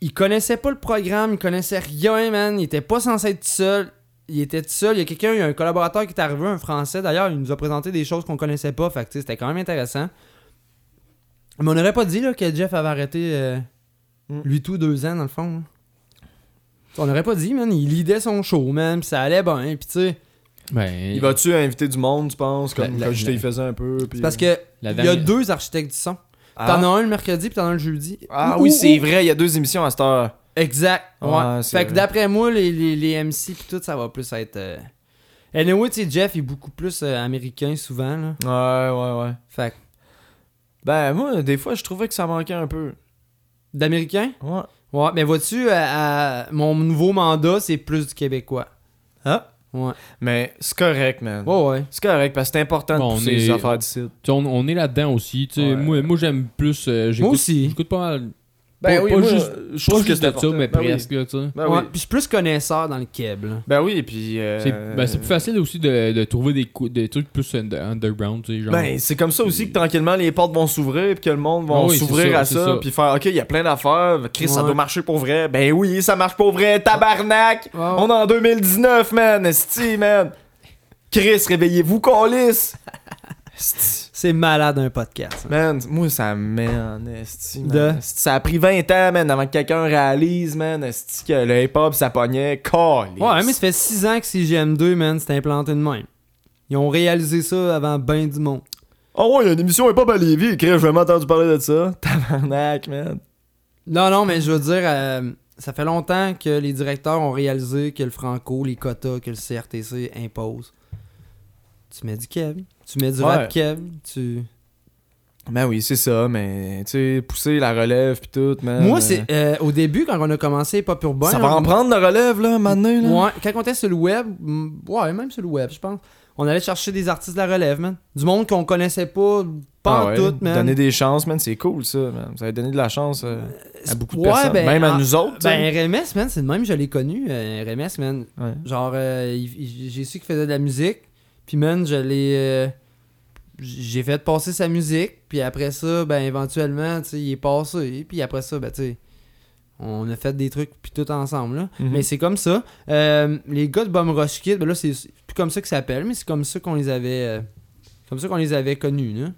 Speaker 2: il connaissait pas le programme, il connaissait rien, man. Il était pas censé être tout seul. Il était tout seul. Il y a quelqu'un, il y a un collaborateur qui est arrivé, un français. D'ailleurs, il nous a présenté des choses qu'on connaissait pas. Fait que, tu sais, c'était quand même intéressant. Mais on n'aurait pas dit là, que Jeff avait arrêté euh,
Speaker 3: Mm.
Speaker 2: lui tout deux ans, dans le fond. là. On n'aurait pas dit, man. Il lidait son show, man. Pis ça allait bien. Puis, tu sais,
Speaker 4: Ben,
Speaker 3: Il va-tu inviter du monde, tu penses, comme
Speaker 4: La- la-
Speaker 3: Cogité
Speaker 4: la-
Speaker 3: il faisait un peu?
Speaker 2: Ben,
Speaker 3: Puis... euh,
Speaker 2: c'est parce que
Speaker 4: la
Speaker 2: il y a
Speaker 4: dernière-
Speaker 2: deux architectes du son.
Speaker 3: Ah.
Speaker 2: T'en as un le mercredi, puis t'en as un le jeudi.
Speaker 3: Ah
Speaker 2: Ou-
Speaker 3: oui,
Speaker 2: ou-
Speaker 3: c'est
Speaker 2: ou-
Speaker 3: vrai, il y a deux émissions à cette heure.
Speaker 2: Exact. Ouais.
Speaker 3: Ouais, c'est
Speaker 2: fait que
Speaker 3: vrai.
Speaker 2: d'après moi, les, les, les MC, puis tout, ça va plus être. Euh... Anyway, tu sais, Jeff est beaucoup plus euh, américain souvent, là.
Speaker 3: Ouais, ouais, ouais.
Speaker 2: Fait que,
Speaker 3: Ben, moi, des fois, je trouvais que ça manquait un peu.
Speaker 2: d'américain?
Speaker 3: Ouais.
Speaker 2: Ouais, mais vois-tu, euh, à- à- mon nouveau mandat, c'est plus du québécois.
Speaker 3: Ah.
Speaker 2: Ouais.
Speaker 3: Mais c'est correct, man.
Speaker 2: Ouais, ouais.
Speaker 3: C'est correct, parce que c'est important
Speaker 4: Bon,
Speaker 3: de
Speaker 4: on
Speaker 3: pousser
Speaker 4: est-
Speaker 3: les affaires d'ici.
Speaker 4: tu sais, on, on est là-dedans aussi. tu sais.
Speaker 3: Ouais.
Speaker 4: Moi, moi j'aime plus. euh, j'écoute-
Speaker 2: Moi aussi.
Speaker 4: J'écoute pas mal.
Speaker 3: Ben
Speaker 4: pas,
Speaker 3: oui,
Speaker 4: pas
Speaker 3: moi,
Speaker 4: juste,
Speaker 3: je
Speaker 4: pas
Speaker 3: trouve que
Speaker 4: juste
Speaker 3: c'est
Speaker 4: de ça,
Speaker 3: important.
Speaker 4: mais
Speaker 3: Ben oui.
Speaker 4: presque. là, tu sais.
Speaker 3: Ben
Speaker 2: ouais.
Speaker 3: oui.
Speaker 2: Puis je suis plus connaisseur dans le Keb, là.
Speaker 3: Ben oui, et puis... euh,
Speaker 4: C'est ben, c'est plus facile aussi de, de trouver des, cou- des trucs plus under- underground. tu sais, genre.
Speaker 3: Ben, c'est comme ça aussi que tranquillement les portes vont s'ouvrir puis que le monde va
Speaker 4: Ah oui, c'est
Speaker 3: s'ouvrir
Speaker 4: ça,
Speaker 3: à
Speaker 4: c'est
Speaker 3: ça,
Speaker 4: ça.
Speaker 3: puis faire OK, il y a plein d'affaires, Chris ça
Speaker 2: Ouais.
Speaker 3: doit marcher pour vrai. Ben oui, ça marche pour vrai, tabarnak.
Speaker 2: Ouais.
Speaker 3: On est en 2019, man, esti man. Chris, réveillez-vous câlisse. Esti.
Speaker 2: C'est malade un podcast. hein.
Speaker 3: Man, moi, ça m'en esti, man.
Speaker 2: De?
Speaker 3: Esti, Ça a pris 20 ans, man, avant que quelqu'un réalise, man, esti, que le hip-hop, ça pognait. Calisse.
Speaker 2: Ouais, mais ça fait 6 ans que CGM2, man, c'est implanté de même. Ils ont réalisé ça avant ben du monde.
Speaker 3: Oh ouais, il y a une émission hip-hop à Lévis. Chris, j'ai jamais entendu parler de ça. Tabarnak, man.
Speaker 2: Non, non, mais je veux dire, euh, ça fait longtemps que les directeurs ont réalisé que le franco, les quotas que le CRTC impose. Tu mets du Kev, tu mets du
Speaker 3: Ouais.
Speaker 2: rap Kev, tu.
Speaker 3: Ben oui, c'est ça, mais tu sais, pousser la relève pis tout, man.
Speaker 2: Moi,
Speaker 3: euh,
Speaker 2: c'est euh, au début, quand on a commencé Pop Urbain.
Speaker 3: ça va en
Speaker 2: on-
Speaker 3: prendre la relève, là, maintenant, là.
Speaker 2: Ouais, quand on était sur le web, mm, ouais, même sur le web, je pense. On allait chercher des artistes de la relève, man. Du monde qu'on connaissait pas, pas
Speaker 3: Ah
Speaker 2: en
Speaker 3: ouais,
Speaker 2: tout, man.
Speaker 3: Donner des chances, man, c'est cool, ça, man. Ça va donner de la chance euh, à beaucoup de
Speaker 2: ouais,
Speaker 3: personnes.
Speaker 2: ben,
Speaker 3: Même à
Speaker 2: en-
Speaker 3: nous autres, tu sais.
Speaker 2: Ben, RMS, man, c'est le même, je l'ai connu, euh, RMS, man.
Speaker 3: Ouais.
Speaker 2: Genre, euh, il- il- j'ai su qu'il faisait de la musique. Puis, man, je l'ai. euh, j'ai fait passer sa musique. Puis après ça, ben, éventuellement, tu sais, il est passé. Puis après ça, ben, tu sais, on a fait des trucs, puis tout ensemble, là.
Speaker 3: Mhm.
Speaker 2: Mais c'est comme ça. Euh, les gars de Bomb Rush Kid, ben là, c'est c'est plus comme ça qu'ils s'appellent, mais c'est comme ça qu'on les avait. euh, comme ça qu'on les avait connus, là.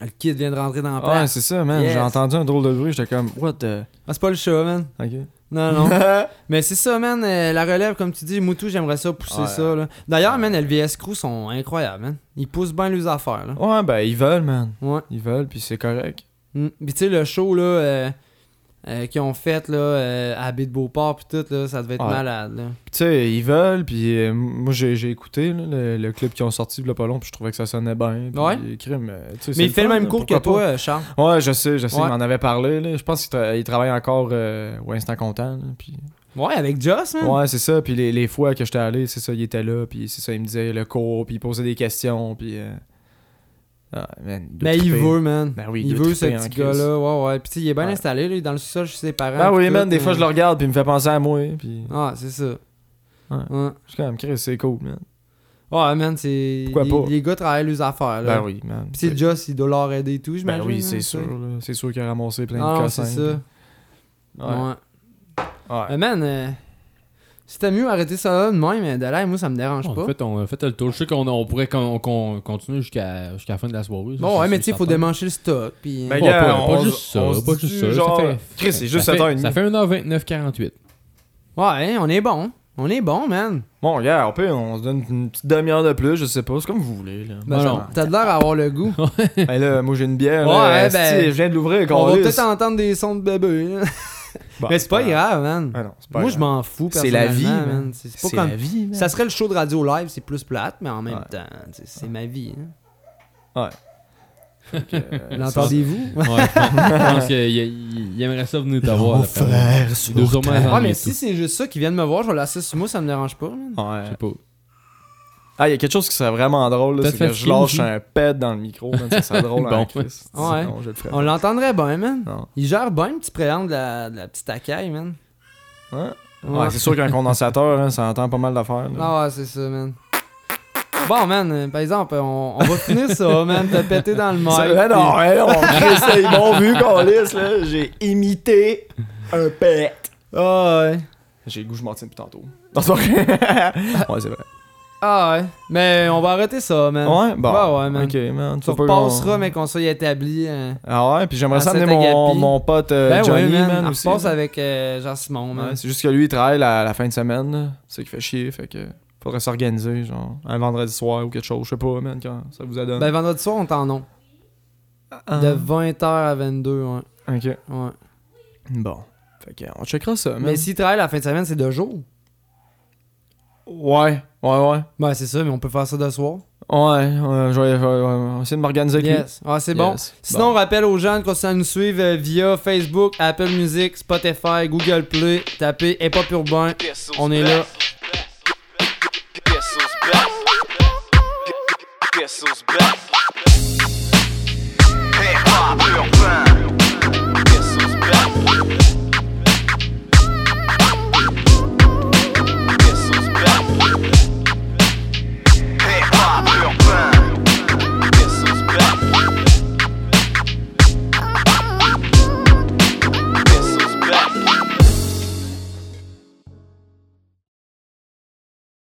Speaker 2: Le kid vient de rentrer dans la
Speaker 3: Ouais,
Speaker 2: place.
Speaker 3: c'est ça, man.
Speaker 2: Yes.
Speaker 3: J'ai entendu un drôle de bruit, j'étais comme, what the.
Speaker 2: Ah, c'est pas le chat, man.
Speaker 3: Ok.
Speaker 2: Non, non. Mais c'est ça, man. euh, la relève, comme tu dis, Moutou, j'aimerais ça pousser
Speaker 3: Ouais.
Speaker 2: ça. là. D'ailleurs, man, LVS Crew sont incroyables, man. Ils poussent bien leurs affaires, là.
Speaker 3: ouais, ben, ils veulent, man.
Speaker 2: Ouais.
Speaker 3: Ils veulent, puis c'est correct.
Speaker 2: Mm. Puis tu sais, le show, là, euh, euh, qu'ils ont fait, là, euh, à Baie de Beauport, puis tout, là, ça devait être
Speaker 3: Ouais.
Speaker 2: malade, là.
Speaker 3: Puis, tu sais, ils veulent, puis euh, moi, j'ai j'ai écouté là, le, le clip qu'ils ont sorti, là, pas long, puis je trouvais que ça sonnait bien. puis,
Speaker 2: Ouais.
Speaker 3: crime, euh, tu sais, c'est
Speaker 2: Mais il fait le
Speaker 3: fun,
Speaker 2: même
Speaker 3: là,
Speaker 2: cours que
Speaker 3: pourquoi
Speaker 2: toi, euh, Charles.
Speaker 3: pas. Ouais, je sais, je sais,
Speaker 2: Ouais.
Speaker 3: il m'en avait parlé, là. Je pense qu'il tra- il travaille encore euh, au Instant Content, là, puis
Speaker 2: Ouais, avec Joss, man.
Speaker 3: Ouais, c'est ça. Puis les, les fois que j'étais allé, c'est ça, il était là. Puis c'est ça, il me disait le cours, puis il posait des questions. Puis. euh, Ah, man, doit
Speaker 2: Mais il
Speaker 3: triper.
Speaker 2: veut, man.
Speaker 3: Ben oui,
Speaker 2: il
Speaker 3: doit
Speaker 2: veut, ce
Speaker 3: triper en
Speaker 2: petit
Speaker 3: crise.
Speaker 2: gars-là. Ouais, ouais. Puis tu sais, il est bien
Speaker 3: Ouais.
Speaker 2: installé, là, il est dans le sous-sol chez ses parents.
Speaker 3: Ben
Speaker 2: puis
Speaker 3: oui,
Speaker 2: tout,
Speaker 3: man, des fois
Speaker 2: mais-
Speaker 3: je le regarde, puis il me fait penser à moi. Puis
Speaker 2: euh, Ah, c'est ça.
Speaker 3: Ouais.
Speaker 2: Ouais.
Speaker 3: je suis comme, Chris, c'est cool, man.
Speaker 2: Ouais, man, c'est.
Speaker 3: Pourquoi
Speaker 2: les,
Speaker 3: pas?
Speaker 2: les gars travaillent leurs affaires, Ah, là.
Speaker 3: Ben oui, man.
Speaker 2: Pis c'est Joss, il doit leur aider et tout,
Speaker 3: Ben
Speaker 2: j'imagine.
Speaker 3: oui,
Speaker 2: hein,
Speaker 3: c'est
Speaker 2: ça.
Speaker 3: sûr. là. C'est sûr qu'il a ramassé plein
Speaker 2: Ah,
Speaker 3: de
Speaker 2: non,
Speaker 3: cossins.
Speaker 2: c'est ça.
Speaker 3: puis-
Speaker 2: Ouais.
Speaker 3: Ouais. Ouais.
Speaker 2: Euh, man, euh, c'était mieux arrêter ça là de même, mais d'aller, moi, ça me dérange
Speaker 4: En
Speaker 2: pas.
Speaker 4: fait, on a fait le tour. Je sais qu'on on pourrait con- qu'on continue jusqu'à jusqu'à la fin de la soirée. ça,
Speaker 2: Bon, ouais,
Speaker 4: c'est-
Speaker 2: mais
Speaker 4: c'est
Speaker 2: tu sais, faut
Speaker 4: certain.
Speaker 2: démancher le stock. Puis,
Speaker 3: Ben,
Speaker 4: Pas,
Speaker 3: gars,
Speaker 4: pas- pas
Speaker 3: on-
Speaker 4: juste ça,
Speaker 3: on se
Speaker 4: pas
Speaker 3: dit
Speaker 4: juste ça.
Speaker 3: genre-
Speaker 4: ça fait,
Speaker 3: Chris, c'est juste
Speaker 4: ça fait,
Speaker 3: 7h30.
Speaker 4: ça fait 1h29, 48.
Speaker 2: ouais, hein, on est bon. On est bon, man.
Speaker 3: Bon, regarde, on peut, on se donne une petite demi-heure de plus, je sais pas, c'est comme vous voulez, là.
Speaker 2: Ben,
Speaker 4: Non,
Speaker 2: genre,
Speaker 4: non.
Speaker 2: T'as de l'air à avoir le goût.
Speaker 3: Ben là, moi j'ai une bière.
Speaker 2: Ouais,
Speaker 3: là,
Speaker 2: ben,
Speaker 3: esti, Je viens de l'ouvrir,
Speaker 2: on va
Speaker 3: câlisse.
Speaker 2: peut-être entendre des sons de bébé. hein.
Speaker 3: Bon,
Speaker 2: mais c'est pas
Speaker 3: grave.
Speaker 2: grave, man.
Speaker 3: Ah non, c'est pas
Speaker 2: Moi,
Speaker 3: grave.
Speaker 2: je m'en fous.
Speaker 3: C'est la vie,
Speaker 2: personnellement,
Speaker 3: man.
Speaker 2: man. C'est c'est
Speaker 3: C'est
Speaker 2: pas
Speaker 3: la
Speaker 2: comme.
Speaker 3: vie, man.
Speaker 2: Ça serait le show de radio live, c'est plus plate, mais en même
Speaker 3: Ouais.
Speaker 2: temps, tu sais, c'est ma vie. hein.
Speaker 3: Euh,
Speaker 2: L'entendez-vous?
Speaker 4: Ouais, je pense- je pense qu'il il- il aimerait ça venir t'avoir. Mon frère, sur Deux
Speaker 2: Ah, mais si c'est juste ça qu'ils viennent me voir, je vais lasser sur moi, ça me dérange pas. man.
Speaker 3: Ouais.
Speaker 4: Je sais pas.
Speaker 3: Ah, il y a quelque chose qui serait vraiment drôle, là,
Speaker 4: Peut-être
Speaker 3: c'est que
Speaker 4: faire
Speaker 3: je lâche
Speaker 4: skinny.
Speaker 3: un pet dans le micro, man, ça serait drôle
Speaker 4: Bon.
Speaker 3: en Christ.
Speaker 2: Ouais.
Speaker 3: Sinon, je le ferais.
Speaker 2: On l'entendrait bien, man.
Speaker 3: Non.
Speaker 2: Il gère bien le petit préambule de la, de la petite acaille, man.
Speaker 3: Hein?
Speaker 2: Ouais,
Speaker 3: Ouais, c'est sûr qu'un condensateur, hein, ça entend pas mal d'affaires. là.
Speaker 2: Ah ouais, c'est ça, man. Bon, man, euh, par exemple, on, on va finir ça, man. T'as pété dans le mic.
Speaker 3: Ça- mais non,
Speaker 2: puis-
Speaker 3: hein, on Christ, ils m'ont vu, câlisse, là, j'ai imité un pet.
Speaker 2: Ah ouais.
Speaker 3: J'ai le goût, je m'en tiens depuis tantôt. Non, c'est vrai. ouais, c'est vrai.
Speaker 2: Ah ouais. Mais on va arrêter ça, man.
Speaker 3: Ouais, bon.
Speaker 2: Ouais, ouais, man.
Speaker 3: Ok, man.
Speaker 2: Tu
Speaker 3: faut pas
Speaker 2: repasseras,
Speaker 3: qu'on-
Speaker 2: mais qu'on soit établi. hein.
Speaker 3: Ah ouais, puis j'aimerais
Speaker 2: à
Speaker 3: ça amener mon,
Speaker 2: Saint-Agapi.
Speaker 3: mon pote euh,
Speaker 2: ben
Speaker 3: Johnny,
Speaker 2: ouais, man.
Speaker 3: man,
Speaker 2: on
Speaker 3: aussi.
Speaker 2: repasse
Speaker 3: là.
Speaker 2: avec euh, Jean-Simon, man.
Speaker 3: Ouais, c'est juste que lui, il travaille la, la fin de semaine. là. C'est qu'il fait chier. Fait que faudrait s'organiser, genre, un vendredi soir ou quelque chose. Je sais pas, man, quand ça Ah. vous adonne.
Speaker 2: ben, vendredi soir, on t'en a. De 20h à 22, ouais.
Speaker 3: Ok.
Speaker 2: ouais.
Speaker 3: Bon. Fait que on checkera ça, Ah, man.
Speaker 2: Mais s'il travaille la fin de semaine, c'est deux jours.
Speaker 3: Ouais, ouais, ouais.
Speaker 2: Ben, c'est ça, mais on peut faire ça de soir.
Speaker 3: Ouais, ouais, je vais- je vais- on va essayer de m'organiser avec lui.
Speaker 2: Yes. Ah, c'est bon.
Speaker 3: Yes.
Speaker 2: Sinon, on rappelle aux gens de continuer à nous suivre euh, via Facebook, Apple Music, Spotify, Google Play. Tapez Hip Hop Urbain.
Speaker 1: Pesos
Speaker 2: On est là.
Speaker 1: black.